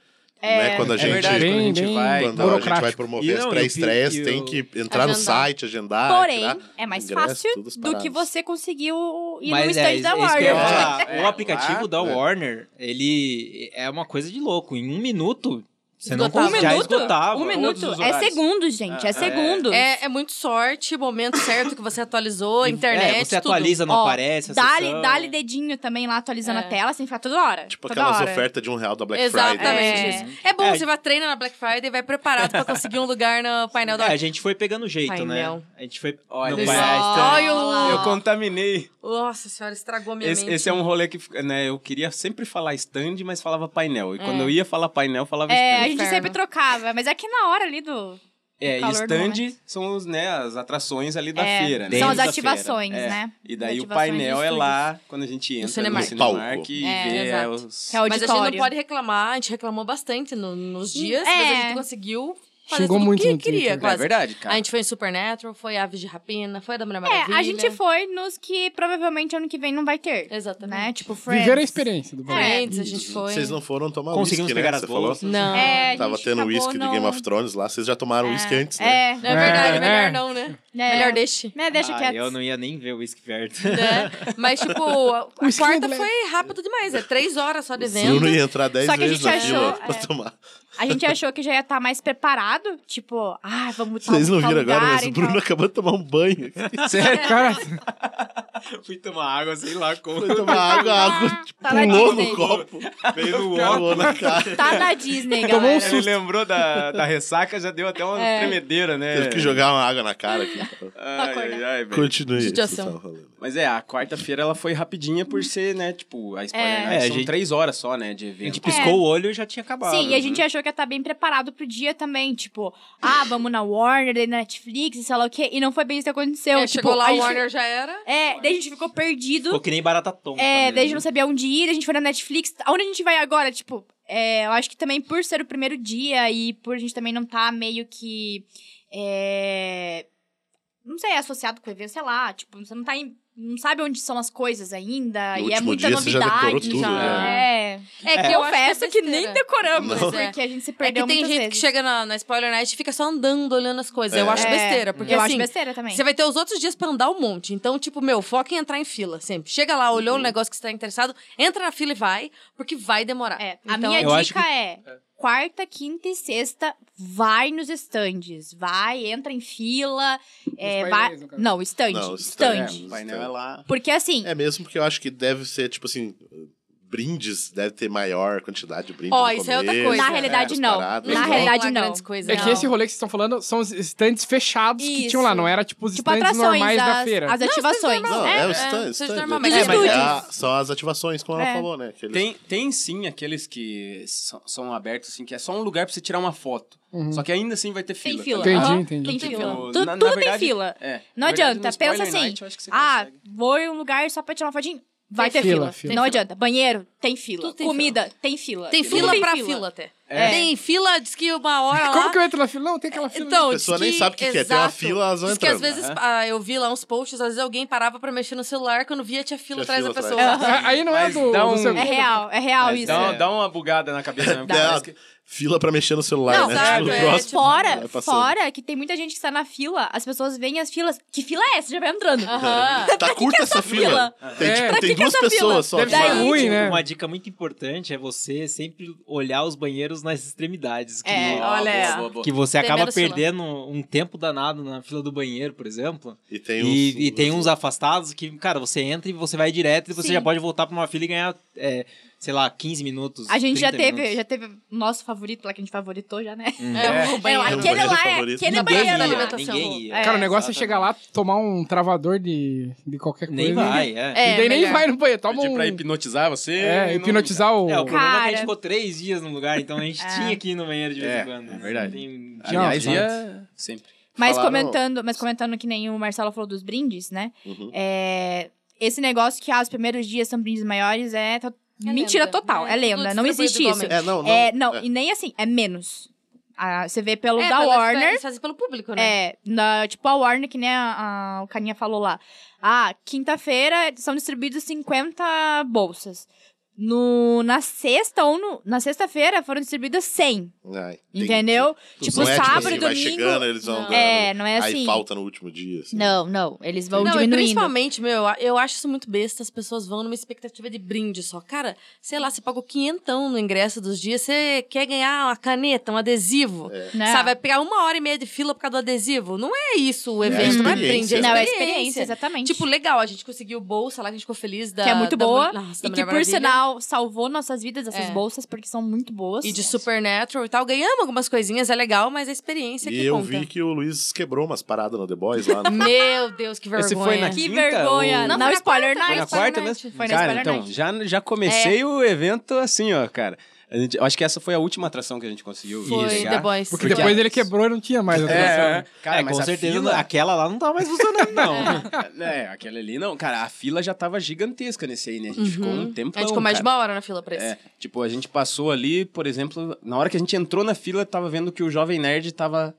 Speaker 3: É.
Speaker 2: né? Quando a
Speaker 5: é
Speaker 2: gente,
Speaker 5: verdade, quando a
Speaker 4: Bem,
Speaker 5: gente
Speaker 4: bem
Speaker 5: vai...
Speaker 2: quando a gente vai
Speaker 4: burocrático.
Speaker 2: promover
Speaker 5: E não,
Speaker 2: as
Speaker 5: e o
Speaker 2: pré-estreias,
Speaker 5: pi- e
Speaker 2: tem
Speaker 5: o-
Speaker 2: que entrar no
Speaker 6: Agendar.
Speaker 2: site, agendar.
Speaker 3: Porém,
Speaker 2: tirar
Speaker 3: é mais
Speaker 2: Ah, ingresso,
Speaker 3: fácil
Speaker 2: tudo as
Speaker 3: do que
Speaker 2: paradas.
Speaker 3: você conseguiu ir no
Speaker 7: Mas
Speaker 3: stand
Speaker 7: é,
Speaker 3: da
Speaker 7: isso- isso que eu
Speaker 3: Warner. Tá.
Speaker 7: ia falar.
Speaker 5: É.
Speaker 7: o aplicativo da
Speaker 2: É.
Speaker 7: Warner, ele é uma coisa de louco. Em um minuto, você não
Speaker 6: Esgotava.
Speaker 7: consegue. Já
Speaker 6: Um minuto?
Speaker 7: esgotava.
Speaker 6: Um minuto?
Speaker 5: todos os
Speaker 3: É
Speaker 5: horários.
Speaker 3: segundo, gente. É
Speaker 5: Ah, é.
Speaker 3: segundo.
Speaker 6: É, é muito sorte, momento certo que você atualizou,
Speaker 7: É,
Speaker 6: internet.
Speaker 7: você
Speaker 6: tudo.
Speaker 7: atualiza, não
Speaker 3: Ó,
Speaker 7: aparece. a
Speaker 3: Dá-lhe
Speaker 7: sessão.
Speaker 3: dá-lhe dedinho também lá atualizando
Speaker 6: É.
Speaker 3: a tela, sem ficar toda hora.
Speaker 2: Tipo
Speaker 3: toda
Speaker 2: aquelas
Speaker 3: hora.
Speaker 2: ofertas de um real da Black Friday.
Speaker 6: Exatamente.
Speaker 3: É.
Speaker 6: isso. É, bom,
Speaker 7: É.
Speaker 6: você vai treinar na Black Friday e vai preparado pra conseguir um lugar no painel da
Speaker 7: É, a gente foi pegando jeito,
Speaker 6: Painel.
Speaker 7: né? A gente foi.
Speaker 5: Olha
Speaker 7: Não
Speaker 5: só.
Speaker 7: vai- então.
Speaker 6: Olha o-
Speaker 5: Eu contaminei.
Speaker 6: Nossa senhora, estragou minha
Speaker 5: Esse,
Speaker 6: mente.
Speaker 5: esse é um rolê que, né, eu queria sempre falar stand, mas falava painel. E quando eu ia falar painel, falava
Speaker 3: É, a
Speaker 5: stand.
Speaker 3: gente
Speaker 6: Inferno.
Speaker 3: sempre trocava, mas é que na hora ali do.
Speaker 5: É, e
Speaker 3: calor do
Speaker 5: stand
Speaker 3: momento.
Speaker 5: são os, né, as atrações ali da
Speaker 3: É,
Speaker 5: feira, né?
Speaker 3: são as
Speaker 5: Da
Speaker 3: ativações,
Speaker 5: feira. É.
Speaker 3: né?
Speaker 5: E daí o
Speaker 3: Ativações
Speaker 5: painel
Speaker 3: de
Speaker 5: é lá quando a gente entra no
Speaker 6: Cinemark.
Speaker 5: Cinemark,
Speaker 2: Palco.
Speaker 5: e
Speaker 6: É,
Speaker 5: vê
Speaker 6: exato.
Speaker 5: os...
Speaker 3: Que é o
Speaker 6: Mas a gente
Speaker 3: auditório.
Speaker 6: não pode reclamar, a gente reclamou bastante no- nos dias,
Speaker 3: É.
Speaker 6: mas a gente conseguiu fazer
Speaker 4: Xingou
Speaker 6: tudo
Speaker 4: muito
Speaker 6: o que
Speaker 4: no Twitter,
Speaker 6: queria,
Speaker 4: né?
Speaker 5: É
Speaker 6: quase.
Speaker 5: verdade,
Speaker 6: a
Speaker 5: cara.
Speaker 6: gente foi em Supernatural, foi Aves de Rapina, foi a da Mulher
Speaker 3: É,
Speaker 6: Maravilha.
Speaker 3: a gente foi nos que provavelmente ano que vem não vai ter.
Speaker 6: Exatamente.
Speaker 3: Né? Tipo, é. Friends.
Speaker 4: Viveram a experiência do Bruno.
Speaker 6: Friends, a
Speaker 3: Uhum.
Speaker 6: gente foi.
Speaker 2: Vocês não foram tomar
Speaker 7: Conseguimos
Speaker 2: whisky, né?
Speaker 7: pegar as
Speaker 2: Você falou?
Speaker 7: bolsas.
Speaker 6: Não.
Speaker 3: É, a gente
Speaker 2: Tava tendo
Speaker 3: acabou
Speaker 2: whisky de
Speaker 3: não-
Speaker 2: Game of Thrones lá. Vocês já tomaram whisky antes, né?
Speaker 3: É,
Speaker 6: É verdade,
Speaker 4: É,
Speaker 6: melhor
Speaker 4: é.
Speaker 6: não, né?
Speaker 3: É.
Speaker 6: Melhor deixe.
Speaker 3: né? Deixa
Speaker 7: Ah,
Speaker 3: quieto.
Speaker 7: eu não ia nem ver o Whisky perto.
Speaker 6: Né? Mas, tipo, a, a
Speaker 4: Whisky
Speaker 6: quarta
Speaker 4: inglês.
Speaker 6: foi rápido demais. É três horas só de
Speaker 2: Bruno
Speaker 6: evento.
Speaker 2: ia entrar 10
Speaker 3: Só que a
Speaker 2: vezes
Speaker 3: gente
Speaker 2: na fila
Speaker 3: achou,
Speaker 2: pra
Speaker 3: é.
Speaker 2: tomar.
Speaker 3: A gente achou que já ia estar mais preparado. Tipo, ah, vamos tal,
Speaker 2: Vocês não
Speaker 3: tal
Speaker 2: viram agora,
Speaker 3: lugar
Speaker 2: mas
Speaker 3: e
Speaker 2: o Bruno
Speaker 3: tal.
Speaker 2: acabou de tomar um banho.
Speaker 5: Sério,
Speaker 4: é,
Speaker 5: cara? Fui tomar água, sei lá como.
Speaker 2: Foi tomar água, a água tipo,
Speaker 3: Tá na
Speaker 2: pulou
Speaker 3: Disney.
Speaker 2: no copo.
Speaker 5: Veio no
Speaker 2: Pulou na cara.
Speaker 3: Tá na Disney, galera.
Speaker 4: Tomou um
Speaker 5: Ele lembrou da, da ressaca, já deu até uma
Speaker 3: É.
Speaker 5: tremedeira, né?
Speaker 2: Teve que jogar uma água na cara aqui.
Speaker 3: Tá
Speaker 5: Ai, ai, ai, velho.
Speaker 2: Continue. isso que eu
Speaker 6: Judiação.
Speaker 2: tava falando.
Speaker 5: Mas é, a quarta-feira ela foi rapidinha por ser, né, tipo, a spoiler
Speaker 3: É.
Speaker 5: night
Speaker 7: É, a
Speaker 5: são
Speaker 7: gente-
Speaker 5: três horas só, né, de
Speaker 7: A
Speaker 5: evento.
Speaker 7: gente piscou o olho e já tinha acabado.
Speaker 3: Sim, e a
Speaker 4: né?
Speaker 3: gente achou que ia estar bem preparado pro dia também. Tipo, ah, vamos na Warner, daí na Netflix, e sei lá o quê. E não foi bem isso que aconteceu.
Speaker 6: É,
Speaker 3: tipo,
Speaker 6: chegou lá,
Speaker 3: a
Speaker 6: o
Speaker 3: gente-
Speaker 6: Warner já era.
Speaker 3: É, daí a gente ficou perdido.
Speaker 7: Ficou que nem barata tonta.
Speaker 3: É,
Speaker 7: mesmo.
Speaker 3: daí a gente não sabia onde ir, daí a gente foi na Netflix. Aonde a gente vai agora? Tipo, é, eu acho que também por ser o primeiro dia e por a gente também não estar meio que. é, não sei, associado com o evento, sei lá. Tipo, você não tá em- Não sabe onde são as coisas ainda.
Speaker 2: No
Speaker 3: e é
Speaker 2: último
Speaker 3: muita
Speaker 2: dia você já
Speaker 3: novidade.
Speaker 2: decorou tudo, né?
Speaker 3: É.
Speaker 6: É que
Speaker 3: Eu
Speaker 6: eu acho
Speaker 3: Confesso
Speaker 6: é
Speaker 3: que, nem
Speaker 6: besteira.
Speaker 3: decoramos,
Speaker 6: Não.
Speaker 3: porque a gente se
Speaker 6: É
Speaker 3: perdeu
Speaker 6: que tem
Speaker 3: muitas
Speaker 6: gente que
Speaker 3: vezes.
Speaker 6: chega na, na Spoiler Night e fica só andando, olhando as coisas. Eu acho
Speaker 3: É.
Speaker 6: besteira, porque
Speaker 3: eu
Speaker 6: assim,
Speaker 3: acho besteira também.
Speaker 6: Você vai ter os outros dias pra andar um monte. Então, tipo, meu, foca em entrar em fila sempre. Chega lá, olhou o
Speaker 3: Uhum.
Speaker 6: negócio que você tá interessado, entra na fila e vai, porque vai demorar.
Speaker 3: É, a
Speaker 6: Então,
Speaker 3: minha
Speaker 7: Eu acho
Speaker 3: dica é, quarta, quinta e sexta, vai nos estandes. Vai, entra em fila. é,
Speaker 4: painéis,
Speaker 3: vai...
Speaker 4: no caso.
Speaker 3: Não, estande.
Speaker 2: Não,
Speaker 3: estande.
Speaker 2: stand.
Speaker 5: O painel é lá.
Speaker 3: Porque assim,
Speaker 2: É mesmo porque eu acho que deve ser, tipo assim, brindes, deve ter maior quantidade de brindes.
Speaker 6: Ó,
Speaker 2: no
Speaker 6: isso é outra
Speaker 2: começo, né?
Speaker 6: coisa.
Speaker 3: na
Speaker 6: é,
Speaker 3: realidade
Speaker 2: as
Speaker 3: não.
Speaker 2: paradas,
Speaker 3: Na
Speaker 2: né?
Speaker 3: realidade
Speaker 6: Não,
Speaker 3: não.
Speaker 6: grandes coisas,
Speaker 4: É
Speaker 6: não.
Speaker 4: que esse rolê que vocês estão falando são os stands fechados que tinham lá, não era tipo os
Speaker 3: tipo
Speaker 4: stands
Speaker 3: atrações,
Speaker 4: normais
Speaker 3: as,
Speaker 4: da feira.
Speaker 3: as ativações.
Speaker 2: Não,
Speaker 3: é,
Speaker 2: é, o
Speaker 6: É,
Speaker 2: stand,
Speaker 6: é,
Speaker 2: stand.
Speaker 6: seja
Speaker 2: né?
Speaker 6: normal,
Speaker 3: mas
Speaker 2: É,
Speaker 3: é
Speaker 2: mas é a-
Speaker 3: estúdios.
Speaker 2: são as ativações, como ela
Speaker 3: É.
Speaker 2: falou, né? Aqueles-
Speaker 5: Tem, tem sim aqueles que são, são abertos, assim, que é só um lugar pra você tirar uma foto. Só que ainda assim vai ter
Speaker 3: Tem
Speaker 5: fila. tá
Speaker 3: fila.
Speaker 5: ligado?
Speaker 4: Entendi,
Speaker 3: aham,
Speaker 4: entendi.
Speaker 3: Tem
Speaker 5: Tipo,
Speaker 3: fila. Tu-
Speaker 5: na- na
Speaker 3: Tudo tem
Speaker 5: verdade-
Speaker 3: fila.
Speaker 5: É,
Speaker 3: Não
Speaker 5: na verdade,
Speaker 3: adianta,
Speaker 5: no spoiler
Speaker 3: pensa assim,
Speaker 5: night, eu acho que você
Speaker 3: Ah,
Speaker 5: consegue.
Speaker 3: vou em um lugar só pra tirar uma fotinha. Vai
Speaker 6: Tem
Speaker 3: ter fila.
Speaker 4: fila, fila.
Speaker 3: Não
Speaker 6: Tem fila.
Speaker 3: adianta. Banheiro, tem fila.
Speaker 6: Tudo tem
Speaker 3: Comida, tem fila.
Speaker 6: Tem
Speaker 3: Tudo
Speaker 6: fila pra fila, até.
Speaker 5: É.
Speaker 6: Tem fila, diz que uma hora lá.
Speaker 4: Como que eu entro na fila? Não, tem aquela fila.
Speaker 6: Então,
Speaker 2: A pessoa
Speaker 6: diz que,
Speaker 2: nem sabe o que que é, tem uma
Speaker 6: exato.
Speaker 2: fila, elas vão
Speaker 6: Diz que às
Speaker 2: entrando. né?
Speaker 6: vezes ah, eu vi lá uns posts, às vezes alguém parava pra mexer no celular, quando via tinha fila
Speaker 2: Tinha
Speaker 6: atrás da
Speaker 2: fila
Speaker 6: pessoa.
Speaker 2: atrás.
Speaker 4: Ah, Aí não é
Speaker 5: Mas
Speaker 4: do,
Speaker 5: dá um-
Speaker 4: do segundo.
Speaker 3: É real, é real
Speaker 5: Mas
Speaker 3: isso.
Speaker 5: dá,
Speaker 2: é.
Speaker 5: dá uma bugada na cabeça. Né?
Speaker 2: Dá.
Speaker 5: Parece que-
Speaker 2: Fila pra mexer no celular,
Speaker 6: Não,
Speaker 2: né?
Speaker 6: exato,
Speaker 2: Tipo,
Speaker 6: é,
Speaker 2: próximo,
Speaker 6: tipo,
Speaker 2: vai
Speaker 3: Fora,
Speaker 2: passando.
Speaker 3: fora que tem muita gente que está na fila, as pessoas veem as filas. Que fila é essa? Já vai entrando.
Speaker 6: Aham.
Speaker 2: Tá curta essa fila. Tem,
Speaker 4: É.
Speaker 2: tipo,
Speaker 4: Pra
Speaker 2: tem
Speaker 3: que que
Speaker 2: duas
Speaker 3: essa fila?
Speaker 2: pessoas só.
Speaker 4: Deve
Speaker 2: que
Speaker 4: ser
Speaker 2: vai.
Speaker 4: ruim, né?
Speaker 7: tipo, Uma dica muito importante é você sempre olhar os banheiros nas extremidades. Que,
Speaker 6: É,
Speaker 5: Boa,
Speaker 6: olha.
Speaker 5: boa, boa, boa.
Speaker 7: que você
Speaker 6: Tem
Speaker 7: acaba
Speaker 6: menos fila.
Speaker 7: perdendo um tempo danado na fila do banheiro, por exemplo.
Speaker 2: E tem uns,
Speaker 7: e, e tem uns afastados que, cara, você entra e você vai direto e você
Speaker 3: Sim.
Speaker 7: já pode voltar pra uma fila e ganhar, é, sei lá, 15 minutos.
Speaker 3: A gente já
Speaker 7: 30
Speaker 3: teve,
Speaker 7: minutos.
Speaker 3: já teve o nosso favorito lá que a gente favoritou já, né?
Speaker 6: É, o
Speaker 3: É, aquele
Speaker 6: banheiro.
Speaker 2: banheiro
Speaker 3: lá é,
Speaker 2: favorito.
Speaker 3: aquele
Speaker 7: Ninguém
Speaker 3: banheiro
Speaker 7: ia,
Speaker 3: lá.
Speaker 6: alimentação.
Speaker 7: ninguém ia.
Speaker 3: É,
Speaker 4: Cara, o negócio é chegar lá, tomar um travador de, de qualquer coisa.
Speaker 7: Nem
Speaker 4: né?
Speaker 7: vai, é.
Speaker 4: E daí nem
Speaker 6: melhor.
Speaker 4: vai no banheiro, toma
Speaker 5: Pedir
Speaker 4: um...
Speaker 5: pra hipnotizar você.
Speaker 4: É,
Speaker 5: não-
Speaker 4: hipnotizar o...
Speaker 7: É, o problema é que a
Speaker 3: Cara. É.
Speaker 7: gente ficou três dias no lugar, então a gente tinha que ir no banheiro de vez
Speaker 5: É,
Speaker 7: em quando.
Speaker 5: é verdade.
Speaker 7: Tem-
Speaker 5: Aliás,
Speaker 4: Não,
Speaker 5: ia sempre.
Speaker 3: Mas
Speaker 2: Falaram-
Speaker 3: comentando, mas comentando que nem o Marcelo falou dos brindes, né?
Speaker 2: Uhum.
Speaker 3: É, esse negócio que ah, os primeiros dias são brindes maiores é, to- mentira
Speaker 6: lenda,
Speaker 3: total,
Speaker 6: né?
Speaker 3: é lenda,
Speaker 6: Tudo
Speaker 3: não
Speaker 6: distribuído
Speaker 3: existe isso.
Speaker 6: igualmente.
Speaker 2: É, não, não.
Speaker 3: É, não,
Speaker 2: É.
Speaker 3: e nem assim, é menos. Ah, você vê pelo
Speaker 6: É,
Speaker 3: da
Speaker 6: pelo-
Speaker 3: Warner,
Speaker 6: Eles fazem pelo público, né?
Speaker 3: É, na- tipo a Warner, que nem a- a- o Caninha falou lá. Ah, quinta-feira são distribuídos 50 bolsas. No, na sexta ou no, na sexta-feira foram distribuídas 100,
Speaker 2: Ai, tem-
Speaker 3: entendeu?
Speaker 2: Não
Speaker 3: Tipo,
Speaker 2: é, tipo
Speaker 3: sábado
Speaker 2: assim, vai
Speaker 3: e domingo.
Speaker 2: chegando, eles vão
Speaker 6: Não.
Speaker 2: andando.
Speaker 3: é, não é
Speaker 2: Ah. Aí
Speaker 3: assim.
Speaker 2: falta no último dia, assim.
Speaker 3: Não, não, eles vão
Speaker 6: Não,
Speaker 3: diminuindo.
Speaker 6: e principalmente, meu, eu acho isso muito besta. As pessoas vão numa expectativa de brinde só. Cara, sei lá, você pagou quinhentão no ingresso dos dias, você quer ganhar uma caneta, um adesivo.
Speaker 3: né?
Speaker 6: Sabe, vai pegar uma hora e meia de fila por causa do adesivo. Não é isso o
Speaker 2: É a
Speaker 6: evento, não é
Speaker 2: experiência,
Speaker 6: brinde, é
Speaker 2: né?
Speaker 3: Não, é
Speaker 6: experiência.
Speaker 3: experiência, exatamente.
Speaker 6: Tipo, legal, a gente conseguiu bolsa lá, que a gente ficou feliz da.
Speaker 3: que é muito
Speaker 6: da
Speaker 3: boa.
Speaker 6: Mulher- Nossa, da
Speaker 3: e que,
Speaker 6: Mulher
Speaker 3: por
Speaker 6: Maravilha.
Speaker 3: sinal, salvou nossas vidas, essas
Speaker 6: É.
Speaker 3: bolsas, porque são muito boas.
Speaker 6: E de Supernatural e tal. Ganhamos algumas coisinhas, é legal, mas a experiência
Speaker 2: E
Speaker 6: que
Speaker 2: eu
Speaker 6: conta.
Speaker 2: vi que o Luiz quebrou umas paradas no The Boys lá. né? No...
Speaker 6: Meu Deus, que vergonha.
Speaker 5: Esse foi na
Speaker 3: Que
Speaker 5: quinta,
Speaker 3: vergonha.
Speaker 5: ou-
Speaker 3: Não, spoiler
Speaker 5: Foi na
Speaker 3: night.
Speaker 5: quarta
Speaker 6: Night.
Speaker 5: mesmo?
Speaker 3: Foi na
Speaker 5: cara,
Speaker 3: Spoiler
Speaker 5: então,
Speaker 3: Night. É.
Speaker 5: já, já comecei o evento assim, ó, cara. A gente- eu acho que essa foi a última atração que a gente conseguiu
Speaker 6: Foi
Speaker 5: pegar.
Speaker 6: The Boys.
Speaker 4: Porque depois ele quebrou e não tinha mais atração.
Speaker 5: É, é. Cara,
Speaker 7: é,
Speaker 5: mas
Speaker 7: com
Speaker 5: a
Speaker 7: certeza
Speaker 5: fila-
Speaker 7: aquela lá não tava mais funcionando, não.
Speaker 5: É, aquela ali não. Cara, a fila já tava gigantesca nesse aí, né? A gente ficou um tempo.
Speaker 6: a gente ficou mais de uma hora na fila pra isso.
Speaker 5: É, tipo, a gente passou ali, por exemplo, na hora que a gente entrou na fila, tava vendo que o Jovem Nerd tava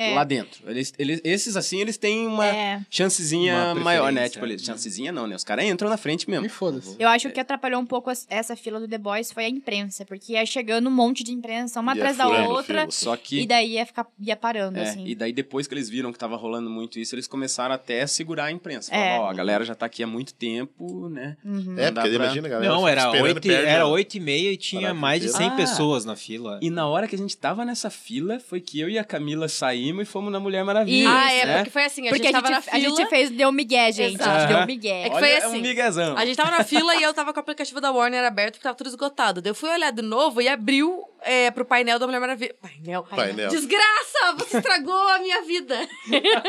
Speaker 3: É.
Speaker 5: lá dentro. Eles, eles- esses, assim, eles têm uma
Speaker 3: É.
Speaker 5: chancezinha
Speaker 2: Uma
Speaker 5: maior, né?
Speaker 2: preferência. é.
Speaker 5: Tipo, eles, chancezinha não, né? Os caras entram na frente mesmo.
Speaker 4: Me foda-se.
Speaker 3: Eu acho que o que atrapalhou um pouco as- essa fila do The Boys foi a imprensa, porque ia chegando um monte de imprensa, uma
Speaker 2: Ia
Speaker 3: atrás da
Speaker 2: furando o
Speaker 3: outra,
Speaker 2: fio.
Speaker 5: Só que.
Speaker 3: e daí ia, ficar, ia parando,
Speaker 5: é,
Speaker 3: assim.
Speaker 5: e daí depois que eles viram que tava rolando muito isso, eles começaram até a segurar a imprensa.
Speaker 3: É.
Speaker 5: Falaram, ó, a galera já tá aqui há muito tempo, né?
Speaker 3: Uhum.
Speaker 2: É,
Speaker 5: Não dá
Speaker 2: porque
Speaker 5: pra-
Speaker 2: imagina, galera.
Speaker 7: Não,
Speaker 2: fica
Speaker 7: era
Speaker 2: esperando né? e
Speaker 7: 8,
Speaker 2: perde
Speaker 7: era
Speaker 2: a-
Speaker 7: 8 e meia e tinha
Speaker 2: Parada
Speaker 7: mais de
Speaker 2: inteira.
Speaker 7: 100
Speaker 5: Ah.
Speaker 7: pessoas na fila.
Speaker 5: E na hora que a gente tava nessa fila, foi que eu e a Camila saímos e fomos na Mulher Maravilha.
Speaker 3: Isso.
Speaker 6: Ah, é,
Speaker 5: né?
Speaker 6: porque foi assim, a
Speaker 3: Porque
Speaker 6: gente tava
Speaker 3: a
Speaker 6: na
Speaker 3: gente, a
Speaker 6: fila.
Speaker 3: gente fez, deu um migué, gente. A gente
Speaker 5: Exato.
Speaker 3: deu um migué.
Speaker 6: É que
Speaker 5: Olha,
Speaker 6: foi
Speaker 5: É
Speaker 6: assim.
Speaker 5: um miguezão.
Speaker 6: A gente tava na fila e eu tava com o aplicativo da Warner aberto, porque tava tudo esgotado. Daí eu fui olhar de novo e abriu é, pro painel da Mulher Maravilha. Painel.
Speaker 2: Painel.
Speaker 6: Desgraça! Você estragou a minha vida!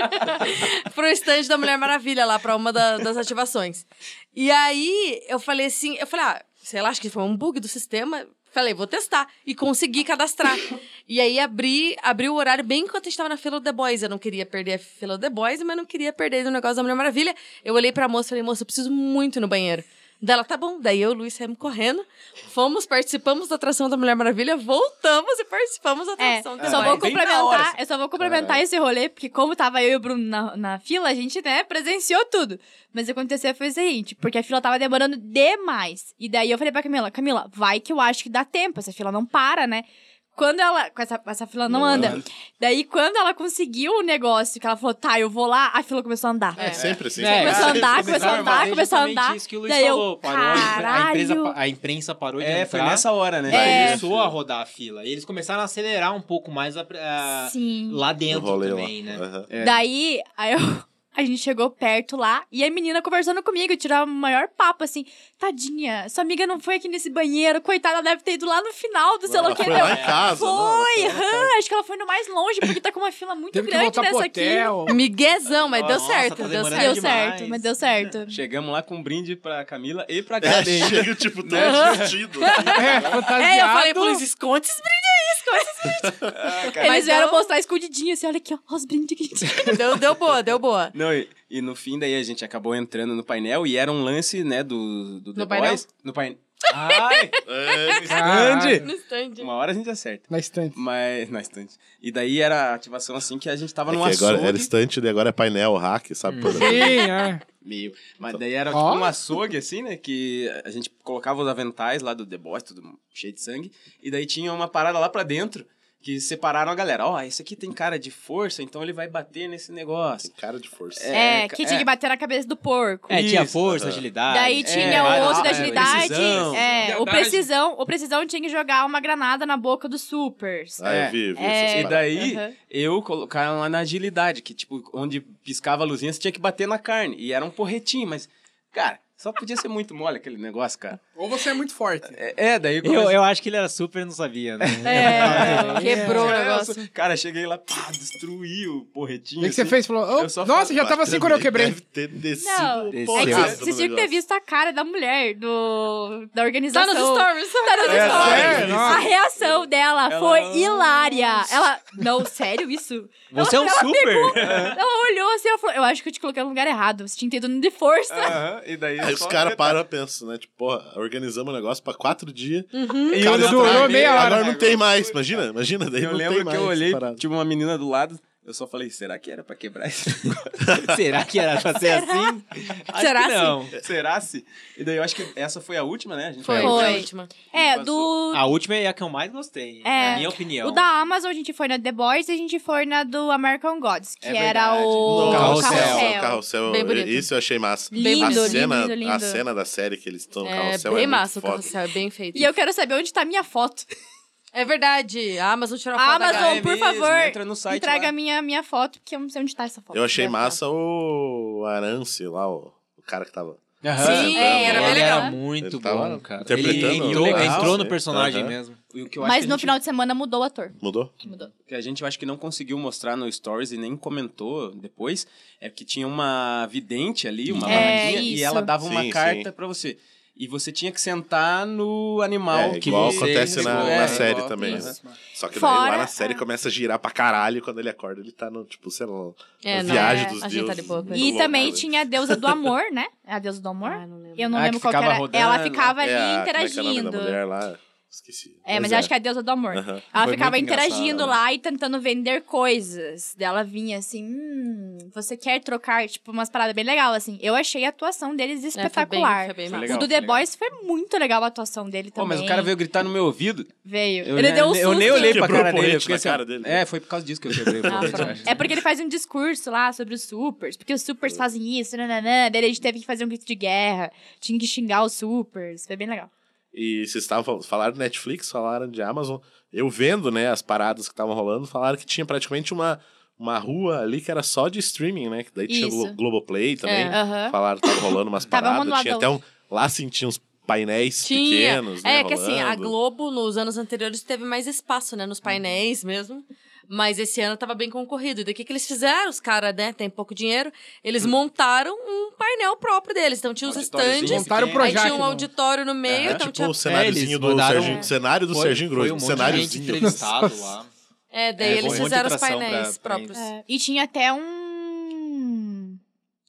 Speaker 6: pro estande da Mulher Maravilha lá, pra uma da- das ativações. E aí eu falei assim, eu falei, ah, sei lá, acho que foi um bug do sistema. Falei, vou testar. E consegui cadastrar. e aí abri, abri o horário bem enquanto a gente tava na fila do The Boys. Eu não queria perder a fila do The Boys, mas não queria perder do negócio da Mulher Maravilha. Eu olhei pra moça e falei, moça, eu preciso muito ir no banheiro. Dela, tá bom. Daí eu e o Luiz saímos correndo. Fomos, participamos da atração da Mulher Maravilha, voltamos e participamos da
Speaker 3: É,
Speaker 6: atração.
Speaker 3: só
Speaker 5: é,
Speaker 3: vou
Speaker 5: bem na hora,
Speaker 3: complementar,
Speaker 5: assim.
Speaker 3: eu só vou complementar esse rolê, porque como tava eu e o Bruno na, na fila, a gente, né, presenciou tudo. Mas o que aconteceu foi o seguinte, porque a fila tava demorando demais. E daí eu falei pra Camila, Camila, vai que eu acho que dá tempo, essa fila não para, né? Quando ela. Com essa, essa fila não, anda. Daí, quando ela conseguiu o negócio, que ela falou, tá, eu vou lá, a fila começou a andar.
Speaker 2: É sempre assim.
Speaker 7: É,
Speaker 3: Começou a
Speaker 7: é,
Speaker 3: andar,
Speaker 7: é,
Speaker 3: começou a
Speaker 7: normal.
Speaker 3: andar,
Speaker 7: É
Speaker 3: começou a
Speaker 7: justamente
Speaker 3: andar.
Speaker 7: Isso que o Luiz
Speaker 3: Daí eu,
Speaker 7: falou. parou, a,
Speaker 3: caralho.
Speaker 7: empresa, a imprensa parou de
Speaker 5: É,
Speaker 7: entrar.
Speaker 5: foi nessa hora, né?
Speaker 3: É.
Speaker 7: Começou a rodar a fila. E eles começaram a acelerar um pouco mais a- a-
Speaker 3: Sim.
Speaker 7: lá
Speaker 2: Eu
Speaker 7: dentro
Speaker 2: rolei
Speaker 7: também,
Speaker 2: lá.
Speaker 7: né?
Speaker 2: Aham.
Speaker 5: É.
Speaker 3: Daí, aí eu- a gente chegou perto lá e a menina conversando comigo, tirava o maior papo assim: tadinha, sua amiga não foi aqui nesse banheiro, coitada, ela deve ter ido lá no final do sei lá o
Speaker 2: Ela
Speaker 3: que.
Speaker 2: foi lá em casa. não,
Speaker 3: Foi, hã, acho que ela foi no mais longe, porque tá com uma fila muito
Speaker 4: Teve que
Speaker 3: grande
Speaker 4: voltar pro
Speaker 3: nessa aqui.
Speaker 4: hotel. né,
Speaker 6: Miguezão, mas deu
Speaker 7: Nossa,
Speaker 6: certo,
Speaker 7: tá
Speaker 6: deu
Speaker 7: demorando
Speaker 3: Deu
Speaker 6: certo.
Speaker 7: demais.
Speaker 3: certo, mas deu certo.
Speaker 5: Chegamos lá com um brinde pra Camila e pra
Speaker 2: É,
Speaker 5: Gabi.
Speaker 2: chega, tipo, assim. tão divertido.
Speaker 4: É,
Speaker 6: É, eu
Speaker 4: fantasiado.
Speaker 6: falei pro Luiz, esconde esses
Speaker 3: Eles
Speaker 7: É,
Speaker 6: Mas
Speaker 3: vieram
Speaker 6: não-
Speaker 3: mostrar escondidinho assim: olha aqui, ó, os brindes que a gente
Speaker 6: brindes. deu, deu boa, deu boa.
Speaker 5: Não, e, e no fim daí a gente acabou entrando no painel e era um lance, né, do, do The
Speaker 6: No painel?
Speaker 5: Boys. No painel? Ai,
Speaker 2: É,
Speaker 4: Caralho.
Speaker 6: No stand.
Speaker 5: uma hora a gente acerta.
Speaker 4: Na estante.
Speaker 5: Mas, na estante. E daí era a ativação assim que a gente tava
Speaker 2: É
Speaker 5: num
Speaker 2: que
Speaker 5: açougue.
Speaker 2: agora era estante, daí agora é painel, hack, sabe? por aí.
Speaker 4: Sim, é.
Speaker 5: Meio. Mas daí era
Speaker 4: Ó.
Speaker 5: tipo um açougue, assim, né? Que a gente colocava os aventais lá do The Boys, tudo cheio de sangue. E daí tinha uma parada lá pra dentro que separaram a galera. Ó, esse aqui tem cara de força, então ele vai bater nesse negócio.
Speaker 2: Tem cara de força.
Speaker 3: É,
Speaker 5: É,
Speaker 3: que
Speaker 5: é.
Speaker 3: tinha que bater na cabeça do porco.
Speaker 7: É, tinha
Speaker 5: Isso,
Speaker 7: força,
Speaker 2: aham.
Speaker 7: agilidade.
Speaker 3: Daí
Speaker 7: é,
Speaker 3: tinha
Speaker 7: várias
Speaker 3: o outro da
Speaker 5: é,
Speaker 7: coisas.
Speaker 3: agilidade.
Speaker 5: precisão.
Speaker 3: é, o
Speaker 7: Verdade.
Speaker 3: precisão, o precisão tinha que jogar uma granada na boca do super.
Speaker 2: Ah,
Speaker 5: É.
Speaker 2: eu vi, vi.
Speaker 3: É.
Speaker 2: essas
Speaker 5: E
Speaker 2: paradas.
Speaker 5: daí eu colocaram lá na agilidade, que tipo, onde piscava a luzinha, você tinha que bater na carne. E era um porretinho, mas, cara, só podia ser muito mole aquele negócio, cara.
Speaker 4: Ou você é muito forte.
Speaker 5: É, é, daí
Speaker 7: Eu, eu acho que ele era super, não sabia, né?
Speaker 6: É, quebrou o
Speaker 5: É,
Speaker 6: negócio.
Speaker 5: Cara, cheguei lá, pá, destruí o porretinho.
Speaker 4: O que que você
Speaker 5: assim.
Speaker 4: fez? Falou, oh,
Speaker 5: Eu só
Speaker 4: nossa,
Speaker 5: falo,
Speaker 4: já tava assim quando eu quebrei.
Speaker 2: Deve ter descido
Speaker 3: Não,
Speaker 2: um
Speaker 3: é que
Speaker 2: pouco
Speaker 3: É que
Speaker 2: errado
Speaker 3: vocês
Speaker 2: no
Speaker 3: vocês tinham que ter
Speaker 2: negócio.
Speaker 3: visto a cara da mulher, do, da
Speaker 6: Tá
Speaker 3: organização.
Speaker 6: nos stories.
Speaker 3: Tá nos
Speaker 5: É,
Speaker 3: stories.
Speaker 4: sério? Nossa.
Speaker 3: A reação dela
Speaker 5: Ela-
Speaker 3: foi hilária. Ela, não, sério isso?
Speaker 7: Você é um super!
Speaker 3: Ela olhou assim, ela falou, eu acho que eu te coloquei no lugar errado, você tinha que ter ido de força.
Speaker 5: Aham, e daí
Speaker 2: Aí os
Speaker 5: só-
Speaker 2: caras param e pensam, né? Tipo, porra, organizamos o negócio pra quatro dias.
Speaker 5: E
Speaker 4: Cara,
Speaker 5: eu não-
Speaker 4: durou meia hora.
Speaker 2: Agora não tem mais. Imagina, imagina. Daí
Speaker 5: Eu
Speaker 2: não
Speaker 5: lembro
Speaker 2: tem
Speaker 5: que
Speaker 2: mais
Speaker 5: eu olhei, tipo,
Speaker 2: parada.
Speaker 5: tinha uma menina do lado, eu só falei, será que era pra quebrar esse
Speaker 7: Será que era pra ser assim? Acho
Speaker 6: Será
Speaker 7: que
Speaker 6: assim?
Speaker 7: não.
Speaker 5: Será se? E daí eu acho que essa foi a última, né? A gente
Speaker 6: Foi,
Speaker 3: Foi.
Speaker 6: foi a última.
Speaker 3: É,
Speaker 5: Passou.
Speaker 3: do...
Speaker 7: A última é a que eu mais gostei,
Speaker 3: É.
Speaker 7: na minha opinião.
Speaker 3: O da Amazon a gente foi na The Boys e a gente foi na do American Gods, que
Speaker 5: É
Speaker 3: era
Speaker 5: verdade.
Speaker 3: o
Speaker 7: Nossa,
Speaker 2: é o
Speaker 3: carrossel.
Speaker 2: carrossel.
Speaker 6: Bem bonito.
Speaker 2: Isso eu achei massa.
Speaker 3: Lindo,
Speaker 2: a
Speaker 3: lindo,
Speaker 2: cena,
Speaker 3: lindo,
Speaker 2: A
Speaker 3: lindo.
Speaker 2: cena da série que eles estão no
Speaker 6: É
Speaker 2: carrossel
Speaker 6: bem
Speaker 2: é muito
Speaker 6: massa o
Speaker 2: foda.
Speaker 6: carrossel, é bem feito.
Speaker 3: E eu quero saber onde tá minha foto.
Speaker 6: É verdade, a Amazon tirou a
Speaker 3: A
Speaker 6: foto da
Speaker 3: Amazon,
Speaker 6: galera.
Speaker 5: é
Speaker 3: por
Speaker 5: mesmo,
Speaker 3: favor,
Speaker 5: entra no site
Speaker 3: Entrega
Speaker 5: lá.
Speaker 3: a minha, minha foto, porque eu não sei onde tá essa foto.
Speaker 2: Eu achei
Speaker 3: Dessa.
Speaker 2: massa o Arance lá, o, o cara que tava...
Speaker 6: Sim,
Speaker 2: É,
Speaker 6: era bem
Speaker 7: ele
Speaker 6: legal.
Speaker 7: era muito
Speaker 2: Ele tava
Speaker 7: bom, cara. Ele
Speaker 2: interpretando
Speaker 7: entrou,
Speaker 2: legal,
Speaker 7: entrou no
Speaker 2: né?
Speaker 7: personagem
Speaker 2: Aham.
Speaker 7: mesmo. E o que eu acho
Speaker 3: Mas
Speaker 7: que a
Speaker 3: no
Speaker 7: gente-
Speaker 3: final de semana mudou o ator.
Speaker 2: Mudou?
Speaker 3: Mudou.
Speaker 5: que a gente eu acho que não conseguiu mostrar no Stories e nem comentou depois, é que tinha uma vidente ali, uma
Speaker 3: É,
Speaker 5: varadinha, e
Speaker 3: isso.
Speaker 5: ela dava
Speaker 2: Sim,
Speaker 5: uma
Speaker 2: sim.
Speaker 5: carta pra você. E você tinha que sentar no animal
Speaker 2: É,
Speaker 5: que
Speaker 2: igual
Speaker 5: você
Speaker 2: acontece na-
Speaker 5: escolheu.
Speaker 2: na
Speaker 5: É,
Speaker 2: série
Speaker 5: igual-
Speaker 2: também,
Speaker 5: Isso.
Speaker 2: né? Só que daí
Speaker 3: Fora-
Speaker 2: lá na série começa a girar pra caralho. Quando ele acorda, ele tá no, tipo, sei lá,
Speaker 6: É, não,
Speaker 2: viagem
Speaker 6: é,
Speaker 2: dos
Speaker 6: a gente
Speaker 2: deuses.
Speaker 6: tá de boa com
Speaker 2: Muito
Speaker 6: isso.
Speaker 3: E
Speaker 2: louco,
Speaker 3: também
Speaker 2: né?
Speaker 3: tinha a deusa do amor, né? A deusa do amor.
Speaker 6: Ah, não lembro.
Speaker 3: Eu não
Speaker 5: Ah, que
Speaker 3: lembro qual que
Speaker 5: ficava
Speaker 3: era.
Speaker 5: rodando.
Speaker 3: Ela ficava ali
Speaker 2: É a- como é que é o nome da
Speaker 3: interagindo.
Speaker 2: mulher lá? Esqueci.
Speaker 3: É, mas eu acho que é a deusa do amor.
Speaker 2: Aham.
Speaker 3: Ela
Speaker 2: Foi
Speaker 3: ficava
Speaker 2: muito engraçado.
Speaker 3: interagindo lá e tentando vender coisas. Dela vinha assim, hum, você quer trocar? Tipo, umas paradas bem legal, assim. Eu achei a atuação deles espetacular.
Speaker 6: É, Foi
Speaker 5: Foi
Speaker 6: bem, foi bem
Speaker 5: legal.
Speaker 6: mal.
Speaker 3: o do The Boys foi muito legal a atuação dele
Speaker 5: Pô,
Speaker 3: também.
Speaker 5: mas o cara veio gritar no meu ouvido.
Speaker 3: Veio.
Speaker 5: Eu,
Speaker 3: ele
Speaker 5: ne-
Speaker 3: deu um
Speaker 5: ne-
Speaker 3: susto.
Speaker 5: Eu nem olhei pra
Speaker 2: Quebrou
Speaker 5: cara
Speaker 2: o
Speaker 5: dele.
Speaker 2: porrete
Speaker 5: eu fiquei
Speaker 2: na
Speaker 5: assim,
Speaker 2: cara dele.
Speaker 5: É, foi por causa disso que eu quebrei o
Speaker 6: Ah,
Speaker 5: porrete, eu
Speaker 6: pronto.
Speaker 5: acho.
Speaker 3: É porque ele faz um discurso lá sobre os supers, porque os supers fazem isso, nananã. Daí a gente teve que fazer um grito de guerra, tinha que xingar os supers. Foi bem legal.
Speaker 2: E vocês estavam falando- falaram de Netflix, falaram de Amazon. Eu vendo, né, as paradas que estavam rolando, falaram que tinha praticamente uma, uma rua ali que era só de streaming, né? Que daí tinha
Speaker 3: Isso.
Speaker 2: Glo Globoplay também.
Speaker 6: É.
Speaker 3: Aham.
Speaker 2: Falaram que tava rolando umas
Speaker 3: Tava uma do
Speaker 2: paradas.
Speaker 3: lado
Speaker 2: Tinha
Speaker 3: da
Speaker 2: até um. Lá sim, tinha uns painéis
Speaker 6: Tinha.
Speaker 2: pequenos. né,
Speaker 6: É, que assim, a
Speaker 2: rolando.
Speaker 6: Globo nos anos anteriores teve mais espaço, né? Nos painéis mesmo. Mas esse ano tava bem concorrido. E daí o que, que eles fizeram? Os caras, né? Tem pouco dinheiro. Eles
Speaker 2: Hum.
Speaker 6: montaram um painel próprio deles. Então tinha os
Speaker 5: Auditóriozinho
Speaker 6: estandes.
Speaker 4: Montaram o
Speaker 5: pequeno.
Speaker 6: Aí
Speaker 4: Projac,
Speaker 6: tinha um
Speaker 4: não.
Speaker 6: auditório no
Speaker 2: É
Speaker 6: meio. então
Speaker 2: tipo
Speaker 6: tinha...
Speaker 2: o cenáriozinho do
Speaker 7: mandaram-
Speaker 2: Serginho. Cenário do Serginho Grosso. Um cenáriozinho.
Speaker 7: entrevistado lá.
Speaker 6: É, daí
Speaker 7: É,
Speaker 6: eles
Speaker 7: um monte de
Speaker 6: fizeram os
Speaker 7: atração pra-
Speaker 6: painéis
Speaker 7: pra
Speaker 6: próprios.
Speaker 3: É, E tinha até um.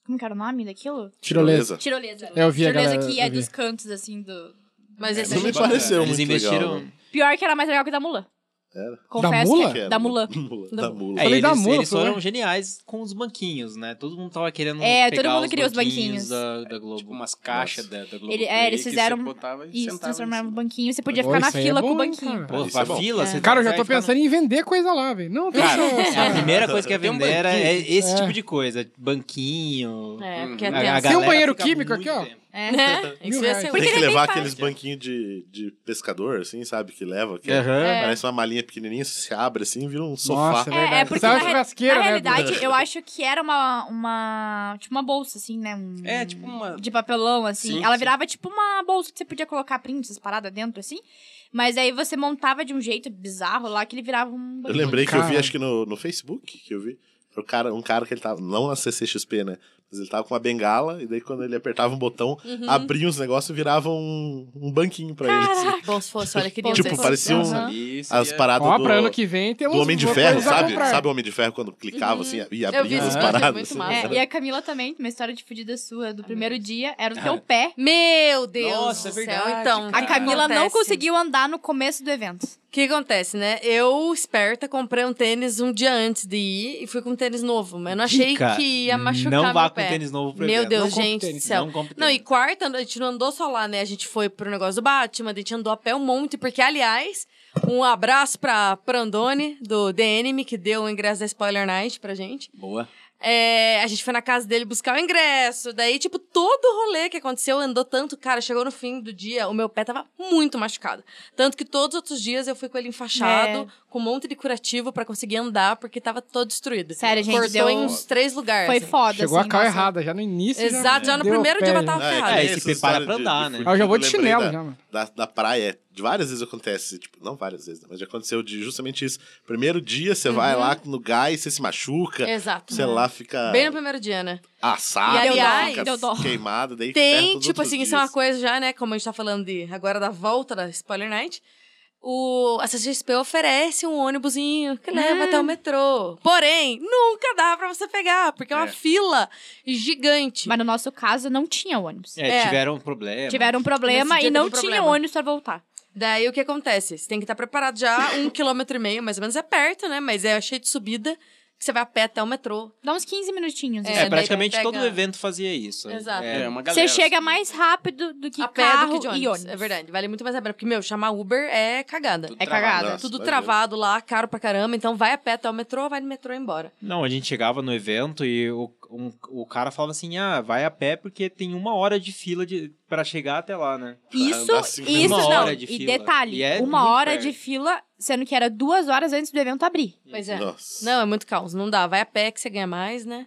Speaker 3: Como que era o nome daquilo?
Speaker 4: Tirolesa.
Speaker 3: Tirolesa.
Speaker 4: É, eu vi a
Speaker 3: Tirolesa
Speaker 4: galera-
Speaker 3: que é
Speaker 4: eu vi.
Speaker 3: dos cantos, assim, do.
Speaker 6: Mas esse
Speaker 2: Não me
Speaker 6: aqui-
Speaker 2: pareceu
Speaker 7: É, Eles
Speaker 2: é muito
Speaker 7: investiram.
Speaker 2: legal. né?
Speaker 3: Pior que era mais legal que o da Mulan.
Speaker 2: Era?
Speaker 3: Confesso
Speaker 4: Da Mulan?
Speaker 3: que é, da Mulan.
Speaker 2: Da Mula.
Speaker 7: É,
Speaker 4: Falei
Speaker 7: eles,
Speaker 4: da mula,
Speaker 7: eles
Speaker 4: foi,
Speaker 7: foram
Speaker 4: né?
Speaker 7: geniais com os banquinhos, né? Todo mundo tava querendo
Speaker 3: É, todo
Speaker 7: pegar
Speaker 3: mundo
Speaker 7: os
Speaker 3: queria os banquinhos.
Speaker 7: da, da Globo.
Speaker 5: Tipo, umas caixas da, da Globo.
Speaker 3: Ele- é, eles fizeram-
Speaker 5: Que você botava e
Speaker 3: Isso,
Speaker 5: sentava
Speaker 3: transformava
Speaker 5: em
Speaker 3: o
Speaker 5: cima.
Speaker 3: banquinho. Você podia
Speaker 4: Pô,
Speaker 3: ficar na
Speaker 4: isso aí é
Speaker 3: fila
Speaker 4: bom,
Speaker 3: com o
Speaker 4: hein,
Speaker 3: banquinho.
Speaker 4: cara?
Speaker 7: Pô,
Speaker 2: Isso
Speaker 7: a
Speaker 2: é bom.
Speaker 7: fila... você
Speaker 4: Cara, eu já
Speaker 7: vai
Speaker 4: tô
Speaker 7: ficar no-
Speaker 4: pensando em vender coisa lá, velho. Não, deixa
Speaker 7: Cara,
Speaker 4: essa.
Speaker 7: a primeira coisa que ia
Speaker 5: Tem um
Speaker 7: vender era é
Speaker 5: banquinho.
Speaker 7: esse
Speaker 4: É.
Speaker 7: tipo de coisa. Banquinho...
Speaker 6: É, porque
Speaker 5: Uhum.
Speaker 6: é
Speaker 5: A-
Speaker 7: A- a
Speaker 6: tenso.
Speaker 4: Tem um
Speaker 7: galera
Speaker 4: banheiro
Speaker 7: fica
Speaker 4: químico
Speaker 7: muito
Speaker 4: aqui, ó.
Speaker 7: tempo.
Speaker 3: É.
Speaker 6: É, isso ia ser
Speaker 3: Porque
Speaker 2: Tem que
Speaker 3: ele é
Speaker 2: levar
Speaker 3: bem
Speaker 2: aqueles banquinhos de, de pescador, assim, sabe? Que leva. Que é-
Speaker 7: Aham.
Speaker 2: Parece uma malinha pequenininha, se abre assim, vira um sofá.
Speaker 4: Nossa,
Speaker 3: É,
Speaker 4: verdade.
Speaker 3: é porque
Speaker 4: Você é uma
Speaker 3: na re-
Speaker 4: churrasqueira,
Speaker 3: Na
Speaker 4: né,
Speaker 3: realidade, eu acho que era uma, uma. Tipo uma bolsa, assim, né? Um-
Speaker 5: É, tipo uma...
Speaker 3: De papelão, assim.
Speaker 5: Sim,
Speaker 3: Ela
Speaker 5: sim.
Speaker 3: virava tipo uma bolsa que você podia colocar prints, essas paradas dentro, assim. Mas aí você montava de um jeito bizarro lá que ele virava um.
Speaker 2: Eu lembrei que eu vi,
Speaker 4: Cara.
Speaker 2: acho que no, no Facebook, que eu vi, o cara, um cara que ele tava, não na CCXP, né? Mas ele tava com uma bengala, e daí quando ele apertava um botão,
Speaker 6: Uhum.
Speaker 2: abria uns negócios e virava um, um banquinho pra ele. assim.
Speaker 6: Bom se fosse, olha, queria
Speaker 3: Bom,
Speaker 6: um
Speaker 2: tipo,
Speaker 6: desses.
Speaker 2: parecia um-
Speaker 3: assim. Aham.
Speaker 5: Isso,
Speaker 2: As
Speaker 5: e é-
Speaker 2: paradas
Speaker 4: Ó,
Speaker 2: do,
Speaker 4: pra ano que vem temos
Speaker 2: do Homem de Ferro, sabe? Sabe
Speaker 4: Sabe?
Speaker 2: o Homem de Ferro quando clicava assim e
Speaker 6: Uhum. Eu vi
Speaker 2: abria
Speaker 6: esse
Speaker 2: as
Speaker 6: vídeo, é
Speaker 2: paradas?
Speaker 6: muito
Speaker 2: assim.
Speaker 6: massa.
Speaker 3: É, e a Camila também, uma história de fudida sua do primeiro dia, era o teu
Speaker 5: Cara.
Speaker 3: pé.
Speaker 6: Meu Deus
Speaker 5: Nossa,
Speaker 6: do
Speaker 5: é verdade,
Speaker 6: céu. Então,
Speaker 5: cara.
Speaker 3: A
Speaker 6: o que
Speaker 3: Camila não
Speaker 6: acontece?
Speaker 3: conseguiu andar no começo do evento.
Speaker 6: O que acontece, né? Eu, esperta, comprei um tênis um dia antes de ir e fui com um tênis novo. Mas eu não achei
Speaker 7: Dica,
Speaker 6: que ia machucar
Speaker 7: Não
Speaker 6: meu
Speaker 7: vá
Speaker 6: pé.
Speaker 7: com tênis novo pro
Speaker 6: Meu
Speaker 7: evento.
Speaker 6: Deus,
Speaker 4: Não compre
Speaker 6: gente do
Speaker 4: tênis,
Speaker 6: céu.
Speaker 7: Não compre
Speaker 6: Não, e
Speaker 7: tênis.
Speaker 6: quarta, a gente não andou só lá, né? A gente foi pro negócio do Batman, a gente andou a pé um monte, porque, aliás, um abraço pra Prandone, do The Enemy, que deu o ingresso da Spoiler Night pra gente.
Speaker 5: Boa.
Speaker 6: É, a gente foi na casa dele buscar o ingresso. Daí, tipo, todo o rolê que aconteceu andou tanto, cara. Chegou no fim do dia, o meu pé tava muito machucado. Tanto que todos os outros dias eu fui com ele enfaixado,
Speaker 3: É.
Speaker 6: com um monte de curativo pra conseguir andar, porque tava todo destruído.
Speaker 3: Sério, gente,
Speaker 6: Cortou
Speaker 3: deu-
Speaker 6: em uns três lugares.
Speaker 3: Foi foda,
Speaker 4: Chegou
Speaker 3: assim,
Speaker 4: a cal
Speaker 3: nossa.
Speaker 4: errada, já no início.
Speaker 6: Exato, já no
Speaker 4: deu
Speaker 6: primeiro
Speaker 4: pé,
Speaker 6: dia eu já
Speaker 4: já.
Speaker 6: tava
Speaker 2: É,
Speaker 6: ferrada.
Speaker 2: que
Speaker 7: É,
Speaker 2: nem
Speaker 7: se
Speaker 2: essa
Speaker 7: prepara
Speaker 2: história
Speaker 7: pra
Speaker 2: de-
Speaker 7: andar,
Speaker 2: de
Speaker 7: né?
Speaker 2: fudido,
Speaker 4: Ah, eu já vou de
Speaker 2: lembrei
Speaker 4: chinelo,
Speaker 2: da-
Speaker 4: já, mano.
Speaker 2: da, da praia, de várias vezes acontece, tipo, não várias vezes, né? mas já aconteceu de justamente isso. Primeiro dia você vai lá no gás, você se machuca,
Speaker 6: Uhum. Exato.
Speaker 2: sei lá, fica
Speaker 6: Bem no primeiro dia, né?
Speaker 2: assado,
Speaker 6: E, aliás,
Speaker 2: fica
Speaker 3: deu dó.
Speaker 2: queimado, daí ferra
Speaker 6: Tem,
Speaker 2: todos os
Speaker 6: tipo
Speaker 2: outros
Speaker 6: assim,
Speaker 2: dias.
Speaker 6: isso é uma coisa já, né? Como a gente tá falando de agora da volta da Spoiler Night. O, a CCXP oferece um ônibusinho
Speaker 2: É.
Speaker 6: que leva até o metrô. Porém, nunca dá pra você pegar, porque é uma
Speaker 5: É.
Speaker 6: fila gigante.
Speaker 3: Mas no nosso caso, não tinha ônibus.
Speaker 7: É,
Speaker 6: É.
Speaker 7: tiveram um problema.
Speaker 3: Tiveram um problema
Speaker 6: Nesse dia
Speaker 3: e não
Speaker 6: teve
Speaker 3: tinha
Speaker 6: problema.
Speaker 3: ônibus pra voltar.
Speaker 6: Daí o que acontece? Você tem que estar preparado já, um quilômetro e meio, mais ou menos é perto, né? Mas é cheio de subida, que você vai a pé até o metrô.
Speaker 3: Dá uns 15 minutinhos.
Speaker 6: É,
Speaker 3: assim.
Speaker 7: É,
Speaker 6: daí
Speaker 7: praticamente
Speaker 6: pega-
Speaker 7: todo o evento fazia isso.
Speaker 6: Exato.
Speaker 5: É,
Speaker 7: É,
Speaker 5: uma galera.
Speaker 3: Você chega mais rápido do que
Speaker 6: a pé
Speaker 3: carro
Speaker 6: do que de ônibus.
Speaker 3: e ônibus.
Speaker 6: É verdade, vale muito mais a pena. Porque, meu, chamar Uber é cagada.
Speaker 5: Tudo
Speaker 3: É
Speaker 5: travado.
Speaker 3: cagada.
Speaker 2: Nossa,
Speaker 6: tudo
Speaker 2: vai ver.
Speaker 6: travado lá, caro pra caramba. Então vai a pé até o metrô, vai no metrô e embora.
Speaker 7: Não, a gente chegava no evento e o, um- o cara falava assim: ah, vai a pé porque tem uma hora de fila de, pra chegar até lá, né?
Speaker 3: Isso,
Speaker 2: Andar
Speaker 5: assim,
Speaker 2: cinco
Speaker 3: isso
Speaker 7: minutos.
Speaker 3: não.
Speaker 7: Uma hora de
Speaker 3: E
Speaker 7: fila.
Speaker 3: detalhe,
Speaker 7: E é
Speaker 3: uma
Speaker 7: muito
Speaker 3: hora
Speaker 7: perto.
Speaker 3: de fila, sendo que era duas horas antes do evento abrir.
Speaker 6: Pois é.
Speaker 2: Nossa.
Speaker 6: Não, é muito caos. Não dá. Vai a pé que você ganha mais, né?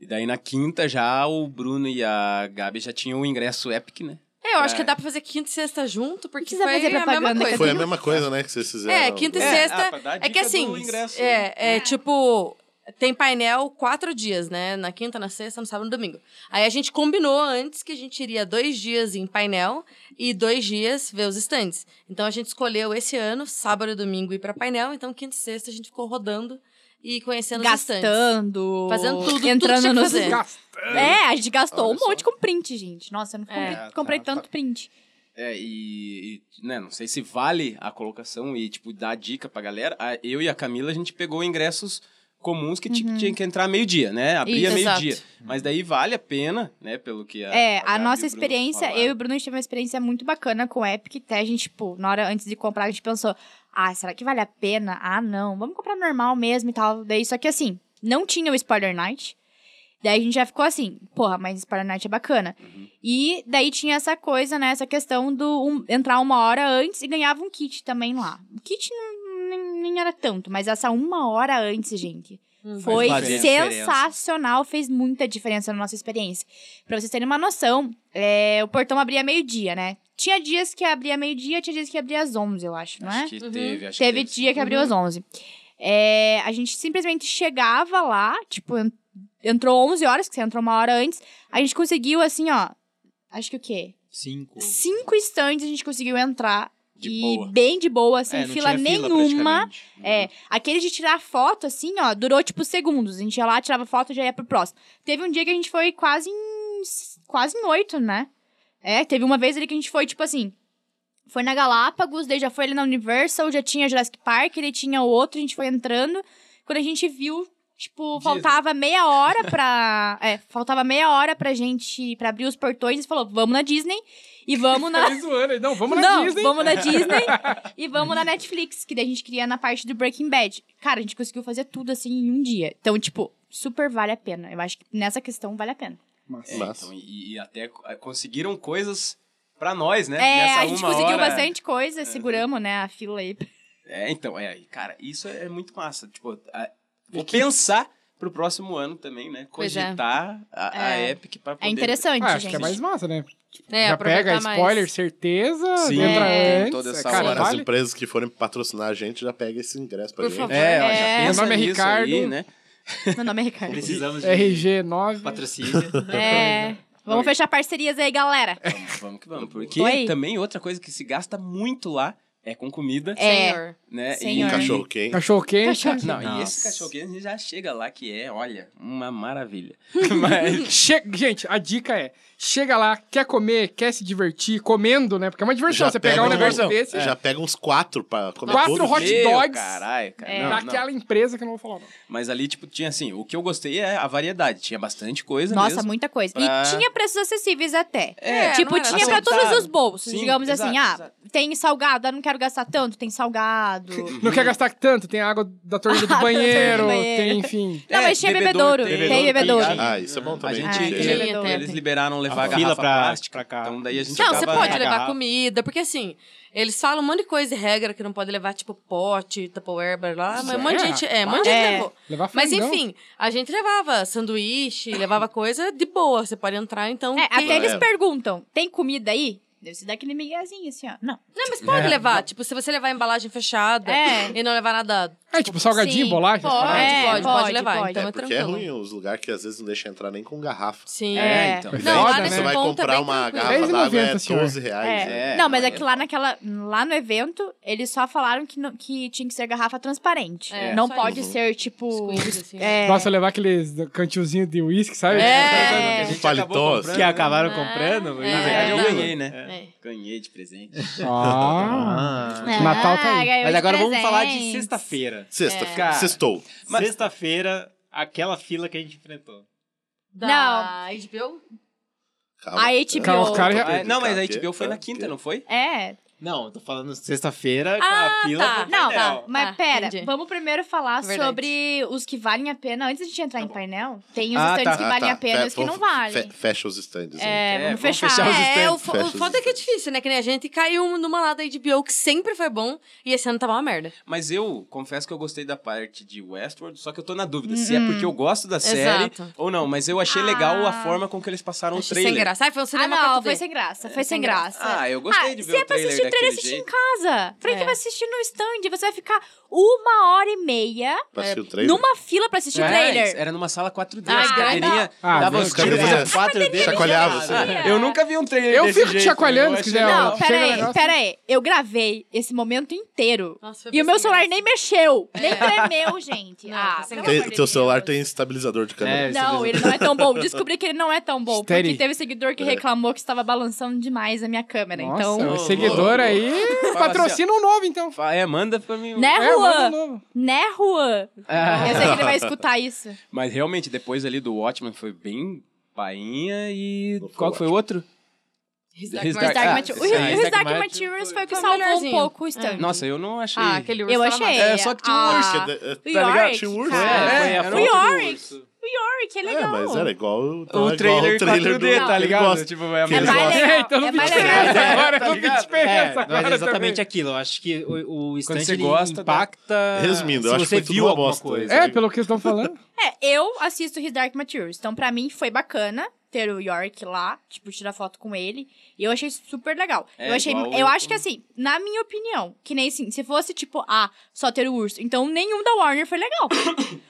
Speaker 5: E daí na quinta já o Bruno e a Gabi já tinham o ingresso Epic, né?
Speaker 6: É, eu acho
Speaker 5: É.
Speaker 6: que dá pra fazer quinta e sexta junto, porque
Speaker 3: precisa
Speaker 6: foi
Speaker 3: fazer
Speaker 6: a mesma
Speaker 3: propaganda,
Speaker 6: coisa.
Speaker 2: Foi a mesma coisa, né, que vocês fizeram.
Speaker 6: É, quinta e
Speaker 7: É,
Speaker 6: sexta.
Speaker 7: ah, pra dar
Speaker 6: é que
Speaker 7: dica do
Speaker 6: assim,
Speaker 7: ingresso.
Speaker 2: né?
Speaker 6: é, é tipo, tem painel quatro dias, né? Na quinta, na sexta, no sábado e no domingo. Aí a gente combinou antes que a gente iria dois dias em painel e dois dias ver os stands. Então a gente escolheu esse ano, sábado e domingo, ir pra painel. Então quinta e sexta a gente ficou rodando e conhecendo os stands.
Speaker 3: Gastando.
Speaker 6: Fazendo tudo, tudo
Speaker 3: entrando
Speaker 6: tinha que
Speaker 3: nos-
Speaker 6: fazer.
Speaker 3: É, a gente gastou
Speaker 5: Olha
Speaker 3: um
Speaker 5: só.
Speaker 3: monte com print, gente. Nossa, eu não comprei,
Speaker 6: É,
Speaker 7: tá,
Speaker 3: comprei
Speaker 7: tá.
Speaker 3: tanto print.
Speaker 5: É, e, e, né, não sei se vale a colocação e, tipo, dar dica pra galera. A- Eu e a Camila, a gente pegou ingressos comuns que
Speaker 3: Uhum.
Speaker 5: tipo, tinha que entrar meio-dia, né? Abria
Speaker 6: Isso,
Speaker 5: meio-dia.
Speaker 6: exato.
Speaker 5: Mas daí vale a pena, né, pelo que a
Speaker 3: É,
Speaker 5: Gabi e
Speaker 3: a
Speaker 5: o
Speaker 3: nossa
Speaker 5: Bruno
Speaker 3: experiência,
Speaker 5: falaram.
Speaker 3: eu e o Bruno, a gente teve uma experiência muito bacana com o Epic, até a gente, tipo, na hora antes de comprar, a gente pensou, ah, será que vale a pena? Ah, não, vamos comprar normal mesmo e tal. Daí, só que assim, não tinha o Spoiler Night. Daí a gente já ficou assim, porra, mas Spoiler Night é bacana. E daí tinha essa coisa, né, essa questão do um- entrar uma hora antes e ganhava um kit também lá. O kit não, nem, nem era tanto, mas essa uma hora antes, gente, foi
Speaker 5: Hum, Faz diferença.
Speaker 3: sensacional, fez muita diferença na nossa experiência. Pra vocês terem uma noção, é, o portão abria meio-dia, né? Tinha dias que abria meio-dia, tinha dias que abria às 11, eu acho, não é?
Speaker 5: Acho que
Speaker 6: Uhum.
Speaker 5: teve, acho
Speaker 3: Teve
Speaker 5: que
Speaker 3: dia que abriu às 11. É, a gente simplesmente chegava lá, tipo, en- entrou 11 horas, que você entrou uma hora antes. A gente conseguiu, assim, ó, acho que o quê?
Speaker 7: Cinco.
Speaker 3: Cinco stands a gente conseguiu entrar.
Speaker 5: De
Speaker 3: e
Speaker 5: boa.
Speaker 3: bem de boa, sem
Speaker 7: É, não
Speaker 3: fila
Speaker 7: tinha
Speaker 3: nenhuma.
Speaker 7: praticamente.
Speaker 3: é, aquele de tirar foto, assim, ó, durou, tipo, segundos. A gente ia lá, tirava foto, já ia pro próximo. Teve um dia que a gente foi quase em... Quase em oito, né? É, teve uma vez ali que a gente foi, tipo assim... Foi na Galápagos, daí já foi ali na Universal, já tinha Jurassic Park, daí tinha o outro, a gente foi entrando. Quando a gente viu, tipo,
Speaker 5: Disney.
Speaker 3: faltava meia hora pra... É, faltava meia hora pra gente... Pra abrir os portões, e falou, vamos na Disney e vamos na...
Speaker 4: Tá zoando aí. Não, vamos na
Speaker 3: não,
Speaker 4: Disney.
Speaker 3: vamos na Disney e vamos na Netflix, que daí a gente queria na parte do Breaking Bad. Cara, a gente conseguiu fazer tudo assim em um dia. Então, tipo, super vale a pena. Eu acho que nessa questão vale a pena.
Speaker 5: É,
Speaker 2: Massa.
Speaker 5: então, e, e até co- conseguiram coisas pra nós, né?
Speaker 3: é,
Speaker 5: Nessa
Speaker 3: a gente
Speaker 5: uma
Speaker 3: conseguiu
Speaker 5: hora. Uhum.
Speaker 3: bastante coisa, seguramos, né, a fila aí.
Speaker 5: É, então, é, e, cara, isso é muito massa. Tipo, a- vou pensar pro próximo ano também, né?
Speaker 6: Pois é.
Speaker 5: Cogitar a, a
Speaker 6: É.
Speaker 5: Epic pra poder...
Speaker 3: É interessante,
Speaker 4: Ah, acho
Speaker 3: gente.
Speaker 4: que é mais massa, né?
Speaker 6: É,
Speaker 4: Já
Speaker 6: aproveitar
Speaker 4: pega
Speaker 6: mais.
Speaker 4: spoiler, certeza.
Speaker 7: Sim.
Speaker 4: Entra
Speaker 6: É.
Speaker 4: antes.
Speaker 5: Toda essa
Speaker 4: cara,
Speaker 5: hora,
Speaker 2: As
Speaker 4: vale.
Speaker 2: empresas que forem patrocinar a gente já pega esse ingresso pra
Speaker 6: Por
Speaker 2: gente. Um
Speaker 6: favor.
Speaker 5: É, ó, já
Speaker 3: É.
Speaker 5: pensa
Speaker 4: Meu nome é
Speaker 5: nisso
Speaker 4: Ricardo.
Speaker 5: aí, né?
Speaker 3: Meu nome é Ricardo.
Speaker 5: Precisamos de
Speaker 4: RG9.
Speaker 5: patrocínio.
Speaker 3: é. Vamos fechar parcerias aí, galera.
Speaker 5: vamos, vamos que vamos. Porque
Speaker 3: Oi.
Speaker 5: também outra coisa que se gasta muito lá é com comida,
Speaker 3: É.
Speaker 6: Senhor.
Speaker 5: né?
Speaker 3: Senhor.
Speaker 2: Um cachorro quente.
Speaker 4: Cachorro quente.
Speaker 5: Não, e esse cachorro quente a gente já chega lá que é, olha, uma maravilha. Mas
Speaker 4: Che- Gente, a dica é: chega lá, quer comer, quer se divertir, comendo, né? Porque é uma diversão.
Speaker 2: Já
Speaker 4: você pegar
Speaker 2: pega
Speaker 4: um
Speaker 2: uma
Speaker 4: negócio
Speaker 2: diversão. É.
Speaker 4: desse,
Speaker 3: é.
Speaker 2: Já pega uns quatro pra comer
Speaker 4: Quatro
Speaker 2: todos.
Speaker 4: hot
Speaker 5: Meu,
Speaker 4: dogs.
Speaker 5: Caralho, cara.
Speaker 3: É.
Speaker 5: Não, não.
Speaker 4: daquela empresa que eu não vou falar. Não.
Speaker 5: Mas ali, tipo, tinha assim, o que eu gostei é a variedade. Tinha bastante coisa
Speaker 3: Nossa,
Speaker 5: mesmo.
Speaker 3: muita coisa.
Speaker 5: Pra-
Speaker 3: E tinha preços acessíveis até.
Speaker 5: É,
Speaker 3: tipo,
Speaker 6: não era
Speaker 3: tinha pra todos
Speaker 5: aceitável.
Speaker 3: os bolsos.
Speaker 5: Sim,
Speaker 3: digamos assim,
Speaker 5: exato,
Speaker 3: ah, tem salgado, eu não quero gastar tanto, tem salgado.
Speaker 4: Não quer gastar tanto, tem água da torneira do
Speaker 3: Água da torneira
Speaker 4: banheiro,
Speaker 3: do banheiro.
Speaker 4: tem, enfim.
Speaker 3: Não, mas tinha bebedouro. Tem bebedouro.
Speaker 5: tá ligado?
Speaker 2: Ah, isso é bom
Speaker 5: A
Speaker 2: também.
Speaker 5: gente,
Speaker 3: Ah, tem
Speaker 5: ele-
Speaker 6: bebedouro.
Speaker 5: eles liberaram levar
Speaker 7: A
Speaker 5: a garrafa
Speaker 7: fila pra-
Speaker 5: plástica.
Speaker 7: pra cá.
Speaker 5: Então daí a gente
Speaker 6: Não,
Speaker 5: acaba...
Speaker 6: você pode
Speaker 7: É,
Speaker 6: levar
Speaker 7: garrafa.
Speaker 6: comida, porque assim, eles falam um monte de coisa e regra que não pode levar, tipo pote, Tupperware, blá blá, mas um monte de gente, é, um monte de gente
Speaker 3: É.
Speaker 6: levou.
Speaker 4: Levar
Speaker 6: Mas
Speaker 4: frangão.
Speaker 6: enfim, a gente levava sanduíche, levava coisa de boa, você pode entrar então.
Speaker 3: É,
Speaker 6: quem-
Speaker 3: até eles
Speaker 2: É.
Speaker 3: perguntam: tem comida aí? Deve ser daquele miguezinho assim, ó. Não.
Speaker 6: Não, mas
Speaker 4: É.
Speaker 6: pode levar, tipo, se você levar a embalagem fechada
Speaker 3: É.
Speaker 6: e não levar nada.
Speaker 4: É tipo salgadinho,
Speaker 3: Sim,
Speaker 4: bolacha. essas
Speaker 6: Pode,
Speaker 4: paradas.
Speaker 3: É,
Speaker 6: pode, pode,
Speaker 3: pode,
Speaker 6: levar,
Speaker 3: pode.
Speaker 6: então é,
Speaker 2: É porque é
Speaker 6: tranquilo.
Speaker 2: ruim os lugares que às vezes não deixa entrar nem com garrafa.
Speaker 6: Sim.
Speaker 5: É,
Speaker 3: É.
Speaker 5: então.
Speaker 6: Não, lá
Speaker 4: Você
Speaker 6: nesse
Speaker 2: né? Você vai
Speaker 6: ponto é
Speaker 2: comprar
Speaker 6: bem
Speaker 2: uma
Speaker 6: tranquilo.
Speaker 2: garrafa d'água é
Speaker 4: 10,90, senhor.
Speaker 2: 12 reais.
Speaker 3: É.
Speaker 5: é,
Speaker 3: não, mas
Speaker 5: não,
Speaker 3: é que lá naquela. Lá no evento, eles só falaram que, não- que tinha que ser garrafa transparente.
Speaker 6: É,
Speaker 3: não
Speaker 6: só
Speaker 3: pode
Speaker 2: isso.
Speaker 3: ser, tipo.
Speaker 6: Squeeze, assim.
Speaker 3: É,
Speaker 4: Nossa, levar aqueles cantilzinhos de uísque, sabe?
Speaker 5: A
Speaker 6: É.
Speaker 5: gente
Speaker 2: Paletós.
Speaker 5: acabou comprando,
Speaker 7: Que
Speaker 5: né?
Speaker 7: acabaram comprando.
Speaker 6: é.
Speaker 5: Na verdade, eu
Speaker 6: É.
Speaker 5: ganhei, né?
Speaker 6: É.
Speaker 5: Ganhei de presente.
Speaker 4: Ah,
Speaker 7: Ah.
Speaker 3: Ah,
Speaker 4: Natal tá aí.
Speaker 6: É,
Speaker 3: ganhou
Speaker 7: Mas
Speaker 3: de
Speaker 7: agora vamos falar de
Speaker 3: presente.
Speaker 7: sexta-feira.
Speaker 2: Sexta,
Speaker 5: É.
Speaker 2: sextou.
Speaker 5: Mas-
Speaker 7: Sexta-feira, aquela fila que a gente enfrentou.
Speaker 6: Da HBO?
Speaker 2: Calma.
Speaker 3: A
Speaker 4: Calma, os
Speaker 3: HBO.
Speaker 4: caras já...
Speaker 5: Ah, não, mas a
Speaker 2: Tá,
Speaker 5: HBO foi
Speaker 2: tá,
Speaker 5: na quinta,
Speaker 2: tá.
Speaker 5: não foi?
Speaker 3: É.
Speaker 7: Não, eu tô falando sexta-feira com a
Speaker 6: Ah,
Speaker 7: fila.
Speaker 6: tá.
Speaker 7: do
Speaker 3: Não,
Speaker 7: painel.
Speaker 3: mas
Speaker 6: Ah,
Speaker 3: pera,
Speaker 6: entendi.
Speaker 3: vamos primeiro falar
Speaker 6: Verdade.
Speaker 3: sobre os que valem a pena. Antes da gente entrar em painel, tem os
Speaker 5: Ah,
Speaker 3: estantes
Speaker 5: tá,
Speaker 3: que valem a pena e
Speaker 2: Fe-
Speaker 3: os que não
Speaker 2: vamos-
Speaker 3: valem.
Speaker 2: fe- Fecha os stands.
Speaker 3: É,
Speaker 2: hein?
Speaker 3: vamos
Speaker 5: vamos
Speaker 3: fechar.
Speaker 5: fechar os
Speaker 6: É, o,
Speaker 5: stands.
Speaker 6: fo-
Speaker 2: fecha
Speaker 6: o
Speaker 2: os
Speaker 6: foda é que é
Speaker 2: stands.
Speaker 6: difícil, né? Que nem a gente caiu numa lá da HBO que sempre foi bom e esse ano tava uma merda.
Speaker 5: Mas eu confesso que eu gostei da parte de Westworld, só que eu tô na dúvida se é porque eu gosto da série
Speaker 6: Exato.
Speaker 5: ou não. Mas eu achei
Speaker 3: Ah.
Speaker 5: legal a forma com que eles passaram o
Speaker 6: Achei sem
Speaker 5: trailer.
Speaker 6: graça. Ai, foi um
Speaker 3: Ah,
Speaker 6: cinema
Speaker 3: não,
Speaker 6: 4D.
Speaker 3: foi sem graça. Foi sem
Speaker 6: sem
Speaker 3: graça.
Speaker 5: Ah, eu gostei de
Speaker 3: se
Speaker 5: ver o
Speaker 3: é pra
Speaker 5: trailer
Speaker 3: assistir
Speaker 5: é
Speaker 3: entrega e
Speaker 5: aquele
Speaker 3: assiste em
Speaker 5: jeito.
Speaker 3: casa. Pra
Speaker 6: É.
Speaker 3: que vai assistir no stand? Você vai ficar uma hora e meia
Speaker 2: Pra assistir o trailer.
Speaker 3: é, numa fila pra assistir o
Speaker 5: Mas
Speaker 3: trailer.
Speaker 5: era numa sala 4D,
Speaker 6: Ah,
Speaker 5: as
Speaker 6: não.
Speaker 5: cadeirinhas
Speaker 4: Ah,
Speaker 5: dava
Speaker 4: não,
Speaker 5: os tiros, fazia
Speaker 2: cadeirinha.
Speaker 5: 4D.
Speaker 2: Chacoalhava,
Speaker 5: não
Speaker 2: assim.
Speaker 5: dava. Eu nunca vi um trailer
Speaker 4: Eu
Speaker 5: desse
Speaker 4: fico
Speaker 5: jeito,
Speaker 4: chacoalhando,
Speaker 5: meu,
Speaker 4: se
Speaker 5: eu
Speaker 4: quiser,
Speaker 5: achei-
Speaker 4: ó.
Speaker 3: Não,
Speaker 4: Chega
Speaker 3: pera
Speaker 4: o
Speaker 3: aí,
Speaker 4: negócio.
Speaker 3: pera aí. Eu gravei esse momento inteiro.
Speaker 6: Nossa, foi
Speaker 3: E o meu
Speaker 6: sem
Speaker 3: celular
Speaker 6: graça.
Speaker 3: nem mexeu, nem tremeu, gente.
Speaker 6: Não,
Speaker 3: ah,
Speaker 6: foi sem
Speaker 3: pelo
Speaker 2: Tem-
Speaker 3: amor de
Speaker 2: teu
Speaker 3: Deus.
Speaker 2: celular tem estabilizador de câmera.
Speaker 7: É,
Speaker 3: Não, ele não é tão bom. Descobri que ele não é tão bom.
Speaker 4: Steady.
Speaker 3: Porque teve seguidor que
Speaker 2: É.
Speaker 3: reclamou que estava balançando demais a minha câmera.
Speaker 4: Nossa,
Speaker 3: então.
Speaker 4: o
Speaker 5: Ô,
Speaker 4: seguidor
Speaker 5: louco.
Speaker 4: aí
Speaker 5: Fala
Speaker 4: patrocina um novo, então.
Speaker 5: Fala, É, manda pra mim.
Speaker 3: Né,
Speaker 4: É, manda um
Speaker 3: Juan?
Speaker 4: novo.
Speaker 3: Né, Juan?
Speaker 5: Ah.
Speaker 3: Eu sei que ele vai escutar isso.
Speaker 5: Mas realmente, depois ali do Watchmen foi bem painha e...
Speaker 2: Não foi
Speaker 5: Qual que foi o outro?
Speaker 6: His
Speaker 5: Dark
Speaker 3: Os Dark
Speaker 5: Ah,
Speaker 3: Mate-
Speaker 5: esse
Speaker 3: o His-
Speaker 5: aí,
Speaker 3: His
Speaker 5: Dark
Speaker 3: Dark
Speaker 5: Mate
Speaker 3: Materials foi o que
Speaker 6: foi
Speaker 3: salvou um
Speaker 6: melhorzinho.
Speaker 3: pouco o stand.
Speaker 5: Nossa, eu não achei.
Speaker 6: Ah, aquele urso
Speaker 3: Eu
Speaker 6: tava
Speaker 3: achei.
Speaker 5: É, só que tinha um
Speaker 3: a-
Speaker 5: urso,
Speaker 3: O
Speaker 2: tá ligado?
Speaker 3: Yorick,
Speaker 2: Tinha um urso.
Speaker 3: Ah, cara.
Speaker 5: É,
Speaker 7: foi a
Speaker 5: era
Speaker 3: O
Speaker 7: foto do
Speaker 3: Yorick.
Speaker 7: urso.
Speaker 3: O Yorick, é legal.
Speaker 2: É, mas era igual
Speaker 5: O
Speaker 2: tava igual
Speaker 5: trailer,
Speaker 2: ao trailer
Speaker 5: 4D,
Speaker 2: do-
Speaker 5: tá
Speaker 2: ele
Speaker 5: ligado?
Speaker 2: gosta.
Speaker 5: Tipo, é então
Speaker 2: Ele
Speaker 3: É
Speaker 5: mesma-
Speaker 3: mais legal.
Speaker 4: Eita, eu então não
Speaker 3: é
Speaker 4: vi
Speaker 3: mais
Speaker 4: diferença
Speaker 3: legal.
Speaker 4: agora, eu
Speaker 5: Tá
Speaker 4: não vi
Speaker 5: ligado?
Speaker 7: É,
Speaker 4: diferença
Speaker 7: mas
Speaker 4: agora
Speaker 7: é exatamente
Speaker 4: também.
Speaker 7: aquilo. Eu acho que o, o stand
Speaker 5: Quando você
Speaker 7: ele
Speaker 5: gosta,
Speaker 7: impacta.
Speaker 2: Resumindo, eu
Speaker 7: se
Speaker 2: acho que
Speaker 7: você
Speaker 2: foi tudo
Speaker 7: viu
Speaker 2: uma
Speaker 7: alguma
Speaker 2: bosta.
Speaker 7: coisa.
Speaker 4: É, pelo que estão falando.
Speaker 3: É, eu assisto His Dark Materials. Então, pra mim, foi bacana ter o Yorick lá, tipo, tirar foto com ele. E eu achei super legal.
Speaker 5: É,
Speaker 3: eu achei.
Speaker 5: igual
Speaker 3: Eu
Speaker 5: eu-
Speaker 3: acho que assim, na minha opinião, que nem assim, se fosse, tipo, ah, só ter o urso, então nenhum da Warner foi legal.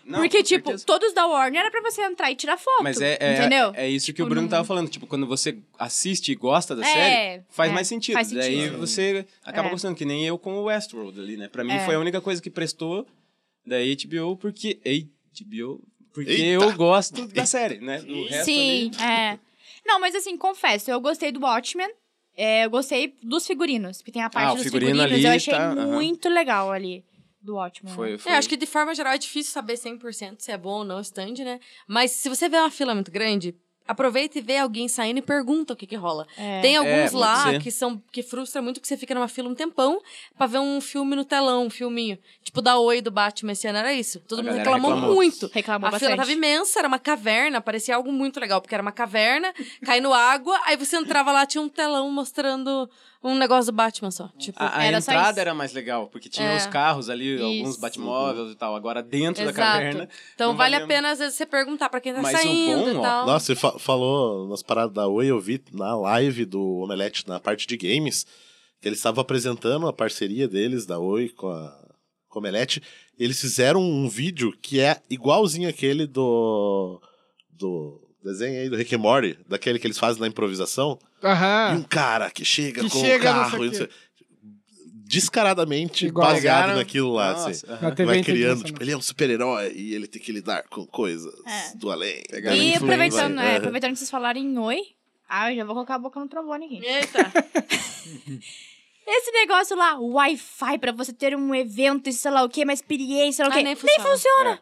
Speaker 5: Não,
Speaker 3: Porque,
Speaker 5: com
Speaker 3: tipo,
Speaker 5: certeza.
Speaker 3: todos da Warner era pra você entrar e tirar foto.
Speaker 5: Mas é, é,
Speaker 3: entendeu?
Speaker 5: é isso que
Speaker 3: Tipo,
Speaker 5: o Bruno
Speaker 3: não-
Speaker 5: tava falando. Tipo, quando você assiste e gosta da
Speaker 3: É,
Speaker 5: série, faz
Speaker 3: é,
Speaker 5: mais sentido.
Speaker 3: faz
Speaker 5: Daí
Speaker 3: sentido.
Speaker 5: você acaba
Speaker 3: É.
Speaker 5: gostando, que nem eu com o Westworld ali, né? Pra mim
Speaker 3: É.
Speaker 5: foi a única coisa que prestou da HBO, porque. ei, HBO. Porque
Speaker 2: Eita!
Speaker 5: eu gosto da série, né? O resto
Speaker 3: Sim, é. Não, mas assim, confesso, eu gostei do Watchmen. é, eu gostei dos figurinos, porque tem a parte
Speaker 5: Ah, o
Speaker 3: dos
Speaker 5: figurino
Speaker 3: figurinos.
Speaker 5: ali
Speaker 3: eu achei
Speaker 5: tá- aham.
Speaker 3: muito legal ali do Watchmen.
Speaker 5: ali
Speaker 3: né?
Speaker 5: foi. foi...
Speaker 6: É, acho que de forma geral é difícil saber 100% se é bom ou não o stand, né? Mas se você vê uma fila muito grande, aproveita e vê alguém saindo e pergunta o que que rola.
Speaker 3: É.
Speaker 6: Tem
Speaker 5: É,
Speaker 6: alguns
Speaker 5: pode
Speaker 6: lá
Speaker 5: ser.
Speaker 6: que são que frustra muito que você fica numa fila um tempão pra ver um filme no telão, um filminho. Tipo da Oi do Batman esse ano era isso. Todo
Speaker 5: A
Speaker 6: mundo
Speaker 5: galera
Speaker 6: reclamou,
Speaker 5: reclamou.
Speaker 6: muito.
Speaker 3: Reclamou
Speaker 6: A fila
Speaker 3: bastante.
Speaker 6: tava imensa, era uma caverna, parecia algo muito legal, porque era uma caverna, caindo água, aí você entrava lá, tinha um telão mostrando um negócio do Batman só. Tipo,
Speaker 5: A, a
Speaker 3: Era só
Speaker 5: entrada
Speaker 3: isso.
Speaker 5: era mais legal, porque tinha
Speaker 6: É.
Speaker 5: os carros ali, alguns
Speaker 3: Isso.
Speaker 5: batmóveis e tal. Agora dentro da
Speaker 6: Exato.
Speaker 5: caverna.
Speaker 6: Então
Speaker 5: não
Speaker 6: vale
Speaker 5: valia-
Speaker 6: a pena, às vezes, você perguntar pra quem tá
Speaker 5: Mas o
Speaker 6: saindo
Speaker 5: bom, ó,
Speaker 6: e tal.
Speaker 2: Nossa, você fa- falou nas paradas da Oi, eu vi na live do Omelete, na parte de games, que eles estavam apresentando a parceria deles, da Oi, com a com a Omelete. Eles fizeram um vídeo que é igualzinho aquele do. do desenho aí do Rick and Morty, daquele que eles fazem na improvisação. E um
Speaker 4: Aham.
Speaker 2: cara que chega
Speaker 4: Ah. Que
Speaker 2: com o
Speaker 4: chega, não
Speaker 2: carro.
Speaker 4: sei
Speaker 2: e
Speaker 4: o
Speaker 2: não sei- Descaradamente
Speaker 4: Igual.
Speaker 2: baseado
Speaker 5: Pegaram-
Speaker 2: naquilo lá,
Speaker 5: Nossa,
Speaker 2: assim.
Speaker 5: aham.
Speaker 4: Na TV
Speaker 2: Vai
Speaker 4: tem
Speaker 2: criando,
Speaker 4: isso,
Speaker 2: tipo,
Speaker 4: né?
Speaker 2: ele é um super-herói e ele tem que lidar com coisas
Speaker 3: É.
Speaker 2: do além.
Speaker 5: Pegar
Speaker 3: E
Speaker 5: influencer.
Speaker 3: aproveitando, é,
Speaker 2: Aham.
Speaker 3: aproveitando que vocês falarem em oi, ah, eu já vou colocar a boca no trovone aqui.
Speaker 6: Eita.
Speaker 3: Esse negócio lá, Wi-Fi, pra você ter um evento e sei lá o que, uma experiência, sei lá o
Speaker 6: Ah,
Speaker 3: que.
Speaker 6: nem funciona.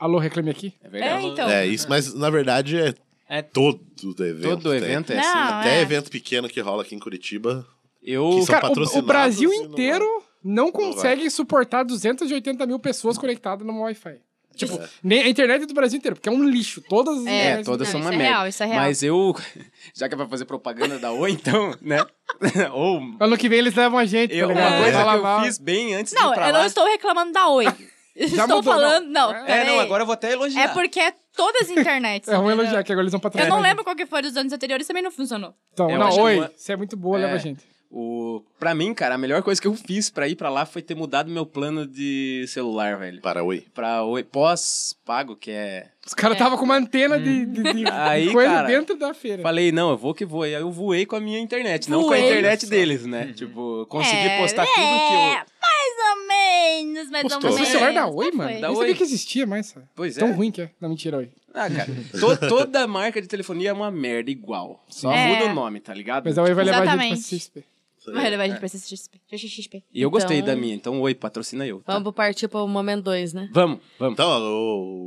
Speaker 4: Alô, reclame aqui.
Speaker 5: É verdade.
Speaker 3: É, então.
Speaker 2: É, isso, mas na verdade é,
Speaker 7: É.
Speaker 2: todo do evento.
Speaker 5: Todo
Speaker 2: né?
Speaker 5: evento é assim.
Speaker 3: Não,
Speaker 2: Até
Speaker 3: é.
Speaker 2: evento pequeno que rola aqui em Curitiba.
Speaker 5: Eu
Speaker 2: São
Speaker 4: Cara, o- o,
Speaker 2: patrocinados
Speaker 4: Brasil
Speaker 5: assim,
Speaker 2: e não-
Speaker 4: inteiro não
Speaker 2: vai.
Speaker 4: consegue suportar 280 mil pessoas conectadas no Wi-Fi. Tipo,
Speaker 2: É.
Speaker 4: nem a internet do Brasil inteiro, porque é um lixo. Todas as
Speaker 5: É,
Speaker 4: internets-
Speaker 5: todas
Speaker 3: Não,
Speaker 5: são
Speaker 3: isso
Speaker 5: uma
Speaker 3: é
Speaker 5: merda.
Speaker 3: real, isso é real.
Speaker 5: Mas eu, já que é pra fazer propaganda da Oi, então, né? Ou
Speaker 4: Ano que vem eles levam a gente,
Speaker 5: eu,
Speaker 4: tá
Speaker 5: uma
Speaker 4: ligado?
Speaker 5: coisa
Speaker 4: Vai
Speaker 5: que
Speaker 4: lavar.
Speaker 5: eu fiz bem antes
Speaker 3: Não,
Speaker 5: de ir pra
Speaker 3: eu
Speaker 5: lá.
Speaker 3: não estou reclamando da oi.
Speaker 4: Já
Speaker 3: estou
Speaker 4: mudou,
Speaker 3: falando, não.
Speaker 4: É,
Speaker 5: É, não,
Speaker 3: peraí.
Speaker 5: agora eu vou até elogiar.
Speaker 3: É porque é todas as internets.
Speaker 4: É um
Speaker 3: entendeu?
Speaker 4: elogiar, que agora eles vão
Speaker 3: Eu
Speaker 4: patrocinar.
Speaker 3: não
Speaker 4: a gente.
Speaker 3: lembro qual que foi dos anos anteriores, também não funcionou.
Speaker 4: Então,
Speaker 5: Eu
Speaker 4: não,
Speaker 5: acho que
Speaker 4: oi,
Speaker 5: uma-
Speaker 4: você é muito boa,
Speaker 5: É.
Speaker 4: leva a gente.
Speaker 5: O... Pra mim, cara, a melhor coisa que eu fiz pra ir pra lá foi ter mudado meu plano de celular, velho.
Speaker 2: Para oi.
Speaker 5: Pra Oi, pós-pago, que é...
Speaker 4: Os caras estavam com uma antena de, de- de
Speaker 5: Aí,
Speaker 4: coisa
Speaker 5: cara,
Speaker 4: dentro da feira.
Speaker 5: Falei, não, eu vou que vou. E aí eu voei com a minha internet, não com a
Speaker 3: Voei.
Speaker 5: internet deles, né? Tipo, consegui
Speaker 3: É,
Speaker 5: postar tudo que eu...
Speaker 3: é, Mais ou menos, mais
Speaker 2: Postou.
Speaker 3: ou
Speaker 4: Você
Speaker 3: menos.
Speaker 4: é celular da
Speaker 3: Até
Speaker 4: Oi,
Speaker 3: foi.
Speaker 4: mano?
Speaker 5: Da
Speaker 4: Eu
Speaker 5: Oi.
Speaker 4: sabia que existia mais, sabe?
Speaker 5: Pois é.
Speaker 4: Tão ruim que é. Não, mentira, Oi.
Speaker 5: Ah, cara, to- toda marca de telefonia é uma merda igual. Só
Speaker 3: É.
Speaker 5: muda o nome, tá ligado?
Speaker 4: Mas a Oi vai levar a gente
Speaker 3: Exatamente.
Speaker 4: pra CXP.
Speaker 3: Vai levar a gente pra CCXP. XXXP.
Speaker 5: E eu gostei
Speaker 6: Então-
Speaker 5: da minha, então oi, patrocina eu. tá?
Speaker 6: Vamos partir pro momento 2, né?
Speaker 5: Vamos, vamos.
Speaker 2: Então, ó,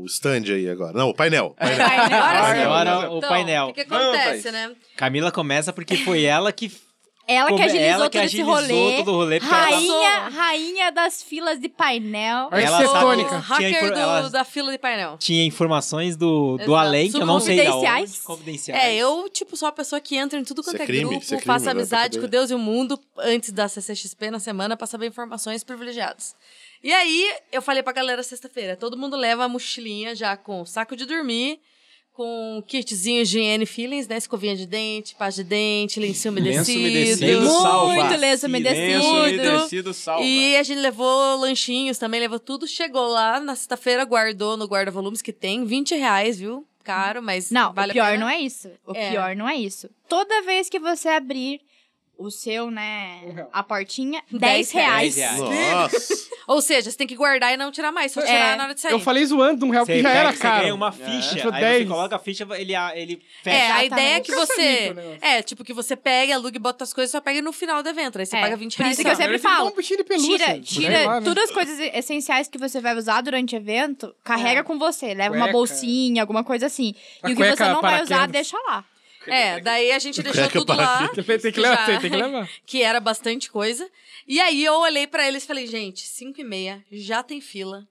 Speaker 2: o stand aí agora. Não, o painel. painel.
Speaker 6: né?
Speaker 3: né?
Speaker 6: Agora sim.
Speaker 7: Agora o
Speaker 6: Então,
Speaker 7: painel.
Speaker 6: O que, que
Speaker 5: Vamos,
Speaker 6: acontece,
Speaker 5: Thaís.
Speaker 6: né?
Speaker 7: Camila começa porque foi ela que
Speaker 3: Ela que
Speaker 7: Como- é
Speaker 3: agilizou
Speaker 7: ela
Speaker 3: todo
Speaker 7: que
Speaker 3: esse
Speaker 7: agilizou
Speaker 3: rolê.
Speaker 7: todo o rolê, porque ela-
Speaker 3: rainha, rainha das filas de painel.
Speaker 4: Olha
Speaker 7: Ela
Speaker 4: que
Speaker 6: Sou
Speaker 5: tá
Speaker 7: sabe-
Speaker 4: tônica.
Speaker 7: Tinha
Speaker 6: hacker
Speaker 7: infor-
Speaker 6: do-
Speaker 7: ela-
Speaker 6: da fila de painel.
Speaker 7: tinha informações do, do
Speaker 6: Exato.
Speaker 7: além, que eu não sei da onde.
Speaker 3: Confidenciais.
Speaker 7: Confidenciais.
Speaker 6: É, eu, tipo, sou a pessoa que entra em tudo quanto
Speaker 2: Isso é
Speaker 6: é,
Speaker 2: crime,
Speaker 6: grupo,
Speaker 2: isso é crime,
Speaker 6: faço
Speaker 2: vai pra
Speaker 6: amizade com
Speaker 2: cadeia.
Speaker 6: Deus e o mundo antes da CCXP na semana pra saber informações privilegiadas. E aí, eu falei pra galera sexta-feira, todo mundo leva a mochilinha já com saco de dormir, com kitzinhos de N Feelings, né? Escovinha de dente, pasta de dente, lenço
Speaker 5: Lenço
Speaker 6: umedecido.
Speaker 5: umedecido, salva.
Speaker 3: Muito lenço umedecido.
Speaker 5: Lenço umedecido,
Speaker 2: tá.
Speaker 5: salva.
Speaker 3: é
Speaker 6: E a gente levou lanchinhos também, levou tudo. Chegou lá na sexta-feira, guardou no guarda-volumes que tem, 20 reais, viu? Caro, mas
Speaker 3: Não,
Speaker 6: vale
Speaker 3: o pior
Speaker 6: a
Speaker 3: não
Speaker 6: pena.
Speaker 3: é isso. O
Speaker 6: É.
Speaker 3: pior não é isso. Toda vez que você abrir o seu, né,
Speaker 4: real.
Speaker 3: a portinha,
Speaker 6: Dez
Speaker 3: 10 reais.
Speaker 5: reais. Dez reais.
Speaker 2: Nossa!
Speaker 6: Ou seja, você tem que guardar e não tirar mais, só tirar na hora de sair.
Speaker 4: É, Eu falei zoando de um real,
Speaker 7: Você
Speaker 4: porque já
Speaker 7: pega-
Speaker 4: era
Speaker 7: você
Speaker 4: caro.
Speaker 7: ganha
Speaker 5: É.
Speaker 7: uma ficha,
Speaker 4: Tipo,
Speaker 7: aí você
Speaker 4: 10.
Speaker 7: coloca a ficha, ele, ele fecha.
Speaker 6: É, a
Speaker 3: Exatamente.
Speaker 6: ideia é que
Speaker 4: Nunca sabia
Speaker 6: você.
Speaker 4: que o negócio-
Speaker 6: É, tipo, que você pega, aluga e bota as coisas só pega no final do evento. Aí você
Speaker 3: É,
Speaker 6: paga 20
Speaker 3: por
Speaker 6: reais.
Speaker 3: isso que eu
Speaker 6: só.
Speaker 3: sempre
Speaker 4: Ele dá
Speaker 3: falo,
Speaker 4: Um bichinho de pelúcia.
Speaker 3: Tira,
Speaker 4: sei lá,
Speaker 3: tira
Speaker 4: né?
Speaker 3: todas as coisas essenciais que você vai usar durante o evento, carrega com você. Leva uma
Speaker 4: É. Cueca.
Speaker 3: bolsinha, alguma coisa assim.
Speaker 4: A
Speaker 3: e o que você
Speaker 4: cueca
Speaker 3: não vai usar,
Speaker 4: paraquedas.
Speaker 3: deixa lá.
Speaker 6: É, daí a gente deixou
Speaker 2: Cueca
Speaker 6: tudo lá.
Speaker 4: Tem que- tem que levar,
Speaker 6: Já.
Speaker 4: tem que levar.
Speaker 6: que era bastante coisa. E aí eu olhei pra eles e falei, gente, 5 e meia, já tem fila.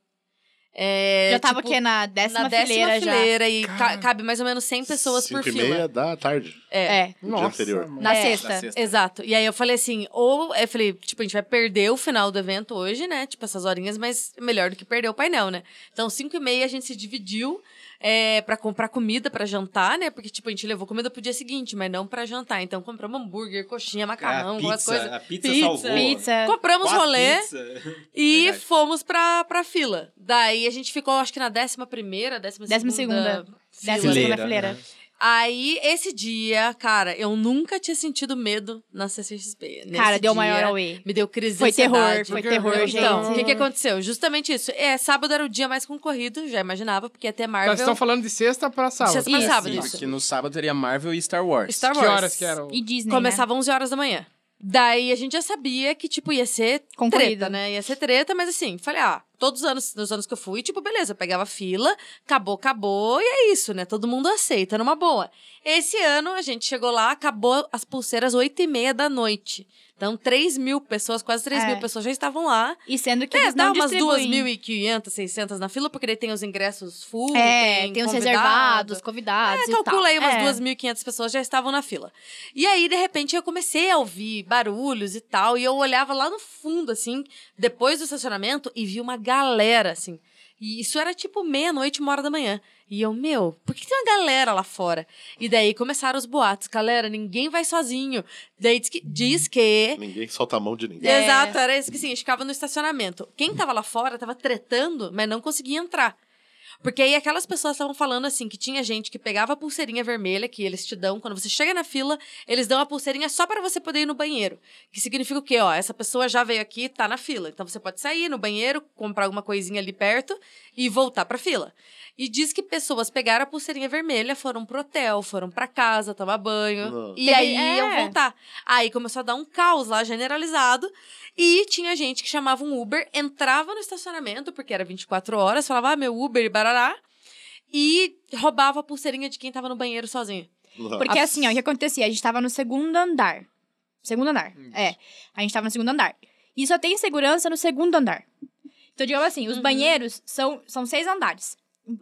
Speaker 6: É,
Speaker 3: já tava
Speaker 6: tipo,
Speaker 3: o quê? Na décima,
Speaker 6: na décima
Speaker 3: fileira,
Speaker 6: fileira, e ca-
Speaker 4: Cara.
Speaker 6: cabe mais ou menos 100 pessoas
Speaker 2: Cinco
Speaker 6: por
Speaker 2: e
Speaker 6: fila.
Speaker 2: meia da tarde.
Speaker 3: já.
Speaker 6: É.
Speaker 3: É.
Speaker 2: No dia anterior.
Speaker 4: mano.
Speaker 3: Na
Speaker 6: É.
Speaker 3: sexta.
Speaker 5: Na sexta.
Speaker 6: Exato. E aí eu falei assim, ou eu falei, tipo, a gente vai perder o final do evento hoje, né? Tipo, essas horinhas, mas é melhor do que perder o painel, né? Então, 5 e meia a gente se dividiu é, para comprar comida pra jantar, né? Porque, tipo, a gente levou comida pro dia seguinte, mas não pra jantar. Então compramos hambúrguer, coxinha, macarrão,
Speaker 7: a
Speaker 6: algumas
Speaker 7: pizza,
Speaker 6: coisas.
Speaker 7: a pizza, salvou.
Speaker 3: Pizza.
Speaker 6: Compramos
Speaker 7: Quatro
Speaker 6: rolê.
Speaker 7: pizza.
Speaker 6: E
Speaker 5: Verdade.
Speaker 6: fomos pra, pra fila. Daí a gente ficou, acho que na décima primeira, décima,
Speaker 3: Décima
Speaker 6: segunda.
Speaker 3: segunda. Décima
Speaker 6: fila.
Speaker 3: segunda
Speaker 7: Fileira, É,
Speaker 3: fileira.
Speaker 6: Aí, esse dia, cara, eu nunca tinha sentido medo na CCXP. Nesse
Speaker 3: Cara, deu
Speaker 6: dia,
Speaker 3: maior away.
Speaker 6: Me deu crise de
Speaker 3: Foi terror,
Speaker 6: ansiedade.
Speaker 3: foi
Speaker 4: Porque-
Speaker 3: terror, gente.
Speaker 6: Então, o que, que aconteceu? Justamente isso. É, sábado era o dia mais concorrido, já imaginava, porque até
Speaker 4: Então,
Speaker 6: Marvel.
Speaker 4: Vocês estão falando de sexta pra sábado.
Speaker 6: Sexta pra
Speaker 4: Isso.
Speaker 6: sábado,
Speaker 5: Sim,
Speaker 6: isso.
Speaker 5: porque no sábado teria Marvel e Star Wars.
Speaker 6: Star
Speaker 4: Que
Speaker 6: Wars.
Speaker 4: horas que eram?
Speaker 3: E Disney,
Speaker 6: Começava 11 horas da manhã. Daí a gente já sabia que, tipo, ia ser
Speaker 3: Concorrido.
Speaker 6: treta, né? Ia ser treta, mas assim, falei, ah, todos os anos, nos anos que eu fui, tipo, beleza, eu pegava fila, acabou, acabou, e é isso, né? Todo mundo aceita numa boa. Esse ano a gente chegou lá, acabou as pulseiras 8 e meia da noite. Então, 3 mil pessoas, quase 3
Speaker 3: É.
Speaker 6: mil pessoas já estavam lá.
Speaker 3: né? E sendo que
Speaker 6: É,
Speaker 3: eles
Speaker 6: dá
Speaker 3: não
Speaker 6: umas
Speaker 3: distribuem.
Speaker 6: 2.500, 600 na fila, porque daí tem os ingressos
Speaker 3: É,
Speaker 6: full, um, tem,
Speaker 3: tem os
Speaker 6: convidado.
Speaker 3: reservados, convidados
Speaker 6: É,
Speaker 3: e tal.
Speaker 6: calcula aí umas
Speaker 3: É.
Speaker 6: 2.500 pessoas já estavam na fila. E aí, de repente, eu comecei a ouvir barulhos e tal, e eu olhava lá no fundo, assim, depois do estacionamento, e vi uma galera, assim. E isso era tipo meia-noite, uma hora da manhã. E eu, meu, por que tem uma galera lá fora? E daí começaram os boatos. Galera, ninguém vai sozinho. Daí diz que. Diz que
Speaker 2: Ninguém solta a mão de ninguém.
Speaker 3: É.
Speaker 6: Exato, era isso que assim, a gente ficava no estacionamento. Quem tava lá fora tava tretando, mas não conseguia entrar. Porque aí aquelas pessoas estavam falando assim que tinha gente que pegava a pulseirinha vermelha que eles te dão quando você chega na fila, eles dão a pulseirinha só para você poder ir no banheiro. Que significa o quê? Ó, essa pessoa já veio aqui, tá na fila. Então você pode sair no banheiro, comprar alguma coisinha ali perto e voltar pra fila. E diz que pessoas pegaram a pulseirinha vermelha, foram pro hotel, foram pra casa tomar banho.
Speaker 2: Não.
Speaker 6: E
Speaker 3: Teve-
Speaker 6: aí
Speaker 3: é.
Speaker 6: iam voltar. Aí começou a dar um caos lá generalizado. E tinha gente que chamava um Uber, entrava no estacionamento, porque era 24 horas, falava, ah, meu Uber e barará. E roubava a pulseirinha de quem tava no banheiro sozinho.
Speaker 2: Nossa.
Speaker 3: Porque assim, ó, o que acontecia? A gente tava no segundo andar. Segundo andar, é. A gente tava no segundo andar. E só tem segurança no segundo andar. Então, digamos assim, os banheiros são, são seis andares.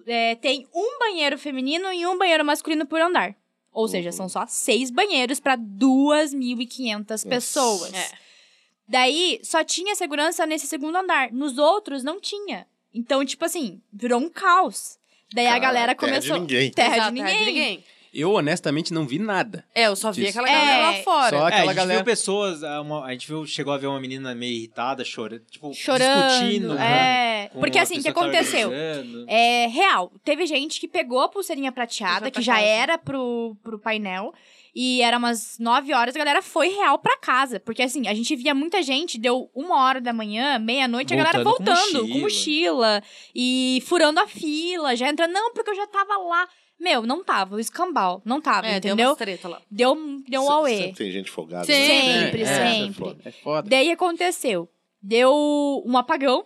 Speaker 3: É, tem um banheiro feminino e um banheiro masculino por andar. Ou seja,
Speaker 2: Uhum.
Speaker 3: são só seis banheiros pra 2.500 pessoas.
Speaker 6: É.
Speaker 3: Daí, só tinha segurança nesse segundo andar. Nos outros, não tinha. Então, tipo assim, virou um caos. Daí a
Speaker 2: Cara, terra
Speaker 3: galera
Speaker 2: de
Speaker 3: começou...
Speaker 2: ninguém.
Speaker 3: Terra
Speaker 6: Exato,
Speaker 3: de
Speaker 6: terra
Speaker 3: ninguém.
Speaker 5: Eu honestamente não vi nada.
Speaker 6: É, eu só vi
Speaker 5: Disso.
Speaker 6: aquela galera
Speaker 3: É,
Speaker 6: lá fora.
Speaker 5: Só
Speaker 7: É, a
Speaker 5: aquela
Speaker 7: gente viu
Speaker 5: galera.
Speaker 7: pessoas, ah, uma- a gente viu, chegou a ver uma menina meio irritada, chorando, tipo,
Speaker 3: chorando.
Speaker 7: discutindo. né,
Speaker 3: é.
Speaker 7: com
Speaker 3: Porque
Speaker 7: a
Speaker 3: assim, o que
Speaker 7: pessoa tava
Speaker 3: aconteceu?
Speaker 7: organizando.
Speaker 3: É real. Teve gente que pegou a pulseirinha
Speaker 6: E foi
Speaker 3: prateada,
Speaker 6: pra
Speaker 3: que já
Speaker 6: casa.
Speaker 3: era pro, pro painel, e era umas 9 horas, a galera foi real pra casa. Porque assim, a gente via muita gente, deu uma hora da manhã, meia-noite, a galera
Speaker 7: Voltando com
Speaker 3: voltando com mochila.
Speaker 7: mochila.
Speaker 3: e furando a fila, já entrando. Não, porque eu já tava lá. Meu, não tava, o escambau, não tava,
Speaker 6: É, deu
Speaker 3: entendeu?
Speaker 6: umas treta lá.
Speaker 3: Deu, deu um auê.
Speaker 2: Sempre tem gente folgada.
Speaker 6: Sim.
Speaker 2: né?
Speaker 3: Sempre,
Speaker 5: É,
Speaker 2: é
Speaker 3: sempre.
Speaker 2: foda.
Speaker 5: É foda.
Speaker 3: Daí aconteceu. Deu um apagão.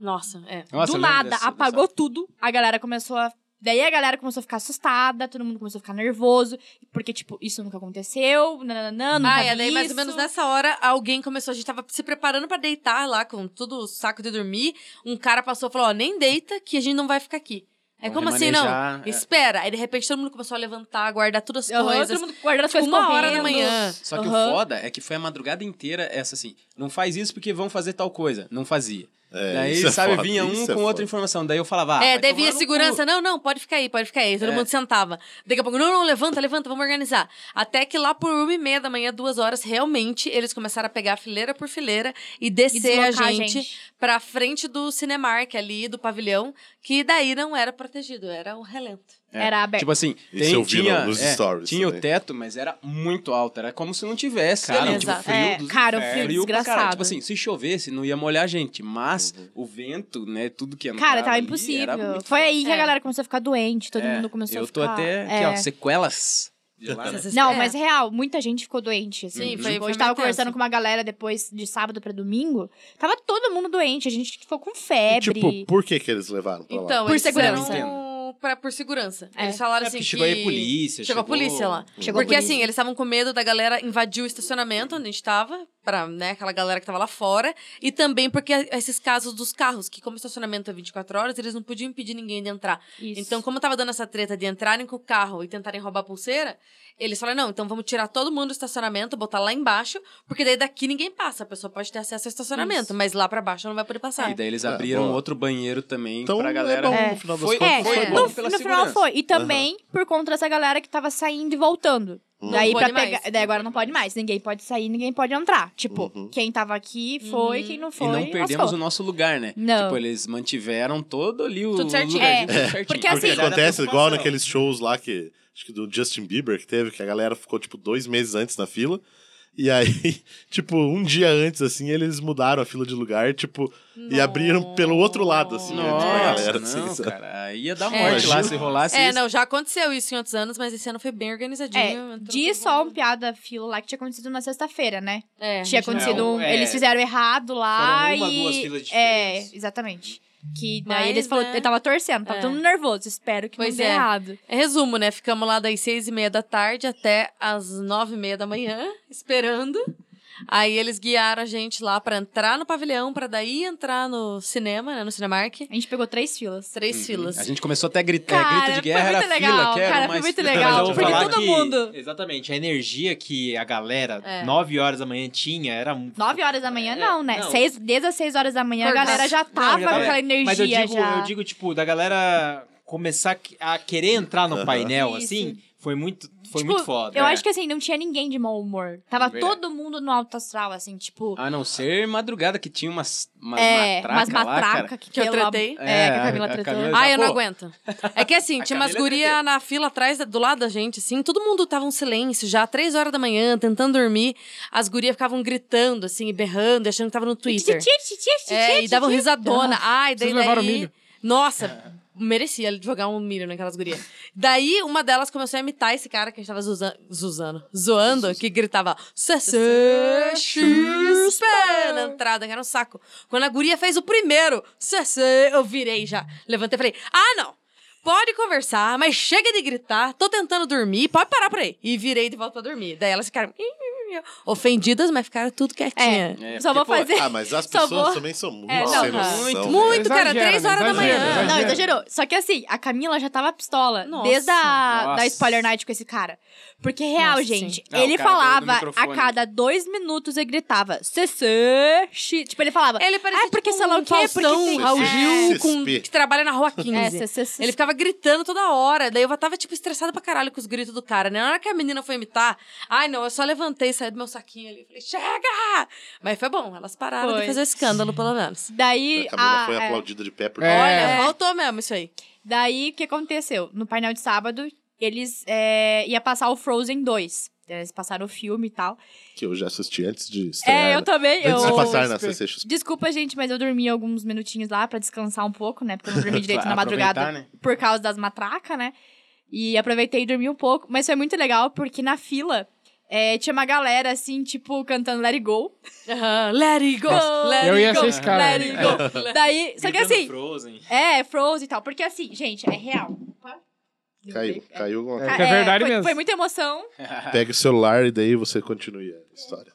Speaker 6: Nossa, é.
Speaker 5: Nossa,
Speaker 3: do
Speaker 5: eu lembro
Speaker 3: nada,
Speaker 5: dessa-
Speaker 3: apagou tudo. A galera começou a. Daí a galera começou a ficar assustada, todo mundo começou a ficar nervoso, porque, tipo, isso nunca aconteceu, nananã, nunca
Speaker 6: Ah,
Speaker 3: vi
Speaker 6: e daí mais ou
Speaker 3: isso.
Speaker 6: menos nessa hora, alguém começou, a gente tava se preparando pra deitar lá, com tudo o saco de dormir. Um cara passou e falou, ó, nem deita que a gente não vai ficar aqui. Aí,
Speaker 5: Vamos
Speaker 6: como assim, não?
Speaker 5: remanejar, é.
Speaker 6: Espera. Aí, de repente, todo mundo começou a levantar, guardar todas as
Speaker 3: Aham,
Speaker 6: coisas.
Speaker 3: todo mundo guardando as
Speaker 6: Tipo,
Speaker 3: coisas
Speaker 6: uma hora da
Speaker 3: correndo.
Speaker 6: manhã.
Speaker 5: Só que
Speaker 3: Aham.
Speaker 5: o foda é que foi a madrugada inteira essa assim. Não faz isso porque vão fazer tal coisa. Não fazia.
Speaker 2: É,
Speaker 5: daí,
Speaker 2: isso é
Speaker 5: sabe,
Speaker 2: foda,
Speaker 5: vinha
Speaker 2: isso
Speaker 5: um
Speaker 2: é
Speaker 5: com
Speaker 2: foda.
Speaker 5: outra informação. Daí eu falava, ah,
Speaker 6: é,
Speaker 5: vai
Speaker 6: daí
Speaker 5: tomar
Speaker 6: vinha
Speaker 5: no
Speaker 6: segurança,
Speaker 5: cu.
Speaker 6: não, não, pode ficar aí, pode ficar aí. Todo
Speaker 5: É.
Speaker 6: mundo sentava. Daqui a pouco, não, não, levanta, levanta, vamos organizar. Até que lá por uma e meia da manhã, duas horas, realmente, eles começaram a pegar fileira por fileira e descer a
Speaker 3: deslocar a
Speaker 6: gente,
Speaker 3: gente.
Speaker 6: pra frente do Cinemark ali, do pavilhão, que daí não era protegido, era o relento.
Speaker 5: É,
Speaker 3: Era aberto.
Speaker 5: Tipo assim,
Speaker 2: Isso
Speaker 5: tem-
Speaker 2: eu vi
Speaker 5: tinha,
Speaker 2: no- nos
Speaker 5: é,
Speaker 2: stories
Speaker 5: tinha o
Speaker 2: também.
Speaker 5: teto, mas era muito alto. Era como se não tivesse.
Speaker 6: Cara,
Speaker 5: ali, tipo,
Speaker 6: exato.
Speaker 5: frio
Speaker 3: É,
Speaker 5: dos
Speaker 3: cara, o frio
Speaker 5: infernos. pra caralho.
Speaker 3: desgraçado.
Speaker 5: Tipo assim, se chovesse, não ia molhar a gente. Mas
Speaker 2: Uhum.
Speaker 5: o vento, né, tudo que entrava
Speaker 3: Cara, tava
Speaker 5: ali, era
Speaker 3: impossível.
Speaker 5: muito
Speaker 3: Foi aí que a
Speaker 6: É.
Speaker 3: galera começou a ficar doente, todo
Speaker 5: É,
Speaker 3: mundo começou
Speaker 5: Eu
Speaker 3: a
Speaker 5: tô
Speaker 3: ficar...
Speaker 5: até aqui,
Speaker 3: é.
Speaker 5: ó, sequelas de
Speaker 7: Ah,
Speaker 5: lá, né?
Speaker 6: Essas-
Speaker 3: Não,
Speaker 6: é.
Speaker 3: mas real, muita gente ficou doente. Assim.
Speaker 6: Sim, foi-
Speaker 3: Tipo,
Speaker 6: foi
Speaker 3: a gente tava
Speaker 6: mais
Speaker 3: conversando
Speaker 6: tenso.
Speaker 3: com uma galera depois de sábado pra domingo. Tava todo mundo doente, a gente ficou com febre.
Speaker 2: Tipo, por que que eles levaram pra lá?
Speaker 6: Então,
Speaker 3: Por
Speaker 6: eles
Speaker 3: segurança.
Speaker 6: fizeram pra- por segurança.
Speaker 3: É.
Speaker 6: Eles falaram
Speaker 7: É
Speaker 6: assim
Speaker 7: porque chegou
Speaker 6: que...
Speaker 7: aí polícia.
Speaker 6: Chegou a polícia lá.
Speaker 3: Chegou
Speaker 6: Porque
Speaker 3: a polícia.
Speaker 6: assim, eles estavam com medo da galera invadir o estacionamento onde a gente tava, pra, né, aquela galera que tava lá fora, e também porque esses casos dos carros, que como o estacionamento é 24 horas, eles não podiam impedir ninguém de entrar.
Speaker 3: Isso.
Speaker 6: Então, como tava dando essa treta de entrarem com o carro e tentarem roubar a pulseira, eles falaram, não, então vamos tirar todo mundo do estacionamento, botar lá embaixo, porque daí daqui ninguém passa, a pessoa pode ter acesso ao estacionamento,
Speaker 3: Isso.
Speaker 6: mas lá pra baixo não vai poder passar.
Speaker 5: E daí eles
Speaker 2: Ah,
Speaker 5: abriram
Speaker 2: boa.
Speaker 5: outro banheiro também
Speaker 2: Então,
Speaker 5: pra
Speaker 2: é
Speaker 5: galera.
Speaker 2: bom, no É. final das
Speaker 5: foi,
Speaker 2: contas,
Speaker 3: É,
Speaker 5: foi
Speaker 6: foi
Speaker 5: bom
Speaker 3: no,
Speaker 5: pela
Speaker 3: no final
Speaker 5: segurança.
Speaker 3: foi. E também por conta dessa galera que tava saindo e voltando.
Speaker 2: Não
Speaker 3: daí,
Speaker 6: pode
Speaker 3: pra
Speaker 6: mais.
Speaker 3: pegar, daí agora não pode mais. Ninguém pode sair, ninguém pode entrar. Tipo,
Speaker 2: Uhum.
Speaker 3: quem tava aqui foi, quem não foi.
Speaker 5: e não perdemos
Speaker 3: lascou.
Speaker 5: o nosso lugar, né?
Speaker 3: Não.
Speaker 5: Tipo, eles mantiveram todo ali o
Speaker 6: Tudo certinho.
Speaker 5: lugarzinho,
Speaker 3: É.
Speaker 5: tudo certinho.
Speaker 2: Porque
Speaker 3: Porque assim-
Speaker 2: acontece
Speaker 7: Era
Speaker 2: igual
Speaker 7: preocupação.
Speaker 2: naqueles shows lá que. Acho que do Justin Bieber que teve, que a galera ficou, tipo, dois meses antes na fila. E aí, tipo, um dia antes, assim, eles mudaram a fila de lugar, tipo, e abriram pelo outro lado, assim, antes pra
Speaker 5: Nossa,
Speaker 2: galera.
Speaker 5: não,
Speaker 2: assim, sabe?
Speaker 5: cara. Aí ia dar
Speaker 6: É.
Speaker 5: morte lá
Speaker 2: Imagina.
Speaker 5: se rolasse
Speaker 6: É,
Speaker 5: isso.
Speaker 6: não, já aconteceu isso em outros anos, mas esse ano foi bem organizadinho.
Speaker 3: É,
Speaker 6: entrou
Speaker 3: diz
Speaker 6: todo
Speaker 3: só
Speaker 6: mundo.
Speaker 3: um piada fila lá que tinha acontecido na sexta-feira, né?
Speaker 6: É,
Speaker 3: tinha
Speaker 6: gente, não.
Speaker 3: acontecido
Speaker 7: não,
Speaker 3: um-
Speaker 7: é.
Speaker 3: Eles fizeram errado lá
Speaker 7: Foram uma,
Speaker 3: e...
Speaker 7: duas filas diferentes.
Speaker 3: É, exatamente. Que daí
Speaker 6: Mas,
Speaker 3: eles falou,
Speaker 6: né?
Speaker 3: ele tava torcendo, tava
Speaker 6: É.
Speaker 3: todo mundo nervoso. Espero que
Speaker 6: Pois
Speaker 3: não dê
Speaker 6: é.
Speaker 3: errado.
Speaker 6: É, Resumo, né? Ficamos lá das seis e meia da tarde até as nove e meia da manhã, esperando. Aí eles guiaram a gente lá pra entrar no pavilhão, pra daí entrar no cinema, né? No Cinemark.
Speaker 3: A gente pegou três filas.
Speaker 6: Três filas.
Speaker 5: Uhum. A gente começou até gritar,
Speaker 3: Cara,
Speaker 5: grito de
Speaker 3: foi
Speaker 5: guerra, era
Speaker 3: muito legal,
Speaker 5: fila, quero
Speaker 3: cara, foi
Speaker 5: mais
Speaker 3: muito
Speaker 5: fila.
Speaker 7: Mas
Speaker 3: legal,
Speaker 7: eu vou
Speaker 3: porque
Speaker 7: falar
Speaker 3: todo
Speaker 7: que-
Speaker 3: mundo-
Speaker 7: Exatamente, a energia que a galera,
Speaker 6: É.
Speaker 7: 9 horas da manhã, tinha era. mu-
Speaker 3: Nove horas da manhã,
Speaker 7: É,
Speaker 3: não, né?
Speaker 7: não.
Speaker 3: Seis, desde as seis horas da manhã, a
Speaker 6: Acordado.
Speaker 3: galera já
Speaker 7: Não,
Speaker 3: tava
Speaker 7: já
Speaker 3: com
Speaker 7: tava-
Speaker 3: aquela energia
Speaker 7: Mas eu digo,
Speaker 3: já.
Speaker 7: eu digo, tipo, da galera começar que- a querer entrar no
Speaker 2: Aham.
Speaker 7: painel,
Speaker 6: Isso.
Speaker 7: assim, foi muito, foi
Speaker 3: Tipo,
Speaker 7: muito foda.
Speaker 3: Eu
Speaker 7: É.
Speaker 3: acho que assim, não tinha ninguém de mau humor. Tava
Speaker 5: Verdade.
Speaker 3: todo mundo no alto astral, assim,
Speaker 7: Ah,
Speaker 3: tipo.
Speaker 5: A não ser madrugada, que tinha umas, umas
Speaker 3: é,
Speaker 5: matracas
Speaker 3: umas matracas
Speaker 5: cara.
Speaker 3: que,
Speaker 6: Que eu
Speaker 3: pelo am-
Speaker 6: tretei.
Speaker 3: É, que a
Speaker 5: É,
Speaker 3: Camila
Speaker 5: a
Speaker 3: tretou.
Speaker 5: Camila-
Speaker 6: Ah, eu não
Speaker 5: Pô.
Speaker 6: aguento. É que assim, tinha umas
Speaker 5: Camila é
Speaker 6: gurias
Speaker 5: treteira.
Speaker 6: na fila atrás, da- do lado da gente, assim. Todo mundo tava um silêncio já, três horas da manhã, tentando dormir. As gurias ficavam gritando, assim, e berrando, achando que tava no Twitter.
Speaker 3: Tchê, tchê, tchê, tchê,
Speaker 6: É,
Speaker 3: tchê,
Speaker 6: e davam
Speaker 3: tchê.
Speaker 6: risadona. Ai, daí,
Speaker 4: Vocês levaram
Speaker 6: daí-
Speaker 4: milho?
Speaker 6: Nossa, merecia jogar um milho naquelas gurias. Daí, uma delas começou a imitar esse cara que a gente tava zuzan- zuzando, zoando, que gritava CCXP na entrada, que era um saco. Quando a guria fez o primeiro CC, eu virei já. Levantei e falei, ah, não. Pode conversar, mas chega de gritar. Tô tentando dormir, pode parar por aí. E virei de volta pra dormir. Daí elas ficaram ofendidas, mas ficaram tudo quietinha.
Speaker 3: É,
Speaker 5: É,
Speaker 3: só vou
Speaker 5: porque, pô,
Speaker 3: fazer.
Speaker 7: tá,
Speaker 2: Ah, mas as
Speaker 3: Só
Speaker 2: pessoas
Speaker 3: vou-
Speaker 2: também são muito
Speaker 3: É, não,
Speaker 2: sem
Speaker 6: cara.
Speaker 2: noção.
Speaker 5: Muito.
Speaker 2: né?
Speaker 6: Muito, cara,
Speaker 4: Exagera,
Speaker 6: três horas da
Speaker 4: exagera,
Speaker 6: manhã.
Speaker 4: exagera.
Speaker 3: Não, exagerou. Só que assim, a Camila já tava pistola.
Speaker 6: Nossa.
Speaker 3: Desde a da
Speaker 5: Nossa.
Speaker 3: Spoiler Night com esse cara. Porque, real,
Speaker 6: Nossa,
Speaker 3: gente,
Speaker 6: sim.
Speaker 5: Não,
Speaker 3: ele
Speaker 5: o cara do- do
Speaker 3: falava a
Speaker 5: microfone.
Speaker 3: cada dois minutos e gritava CC. chi-". Tipo, ele falava.
Speaker 6: Ele parecia
Speaker 3: Ah, porque
Speaker 6: tipo
Speaker 3: sei lá o
Speaker 6: um
Speaker 3: quê, porque
Speaker 6: Faustão,
Speaker 3: tem-
Speaker 6: Raul
Speaker 2: É.
Speaker 6: Gil, com-
Speaker 2: CCXP.
Speaker 6: que trabalha na Rua
Speaker 3: É,
Speaker 6: 15.
Speaker 3: CC.
Speaker 6: Ele ficava gritando toda hora. Daí eu tava, tipo, estressada pra caralho com os gritos do cara, né? Na hora que a menina foi imitar, ai, não, eu só levantei, saí do meu saquinho ali. Falei, chega! Mas foi bom, elas pararam
Speaker 3: Foi.
Speaker 6: de fazer o escândalo, pelo menos.
Speaker 3: Daí.
Speaker 2: A Camila
Speaker 3: a-
Speaker 2: foi
Speaker 3: é.
Speaker 2: aplaudida de pé por
Speaker 4: É.
Speaker 6: Olha, faltou mesmo isso aí.
Speaker 3: Daí, o que aconteceu? No painel de sábado, eles é, ia passar o Frozen 2. Eles passaram o filme e tal.
Speaker 2: que eu já assisti antes de estrear.
Speaker 3: É, eu
Speaker 2: né?
Speaker 3: também.
Speaker 2: Antes de
Speaker 3: eu-
Speaker 2: passar na CCXP.
Speaker 3: Desculpa, gente, mas eu dormi alguns minutinhos lá pra descansar um pouco, né? Porque eu não dormi direito na
Speaker 5: Aproveitar,
Speaker 3: madrugada
Speaker 5: né?
Speaker 3: por causa das matracas, né? E aproveitei e dormi um pouco. Mas foi muito legal porque na fila é, tinha uma galera, assim, tipo, cantando Let It Go.
Speaker 6: Aham, let it go,
Speaker 3: Nossa,
Speaker 6: let
Speaker 4: eu
Speaker 6: it
Speaker 4: ia
Speaker 6: go,
Speaker 4: ser esse cara,
Speaker 6: let it
Speaker 4: né?
Speaker 6: go. let-
Speaker 3: Daí, só que
Speaker 7: Gritando
Speaker 3: assim,
Speaker 7: Frozen.
Speaker 3: é, Frozen e tal. Porque assim, gente, é real. Opa.
Speaker 2: Caiu, caiu alguma
Speaker 4: É
Speaker 2: coisa.
Speaker 4: que é verdade
Speaker 3: foi,
Speaker 4: mesmo.
Speaker 3: Foi muita emoção.
Speaker 2: Pega o celular e daí você continue a história.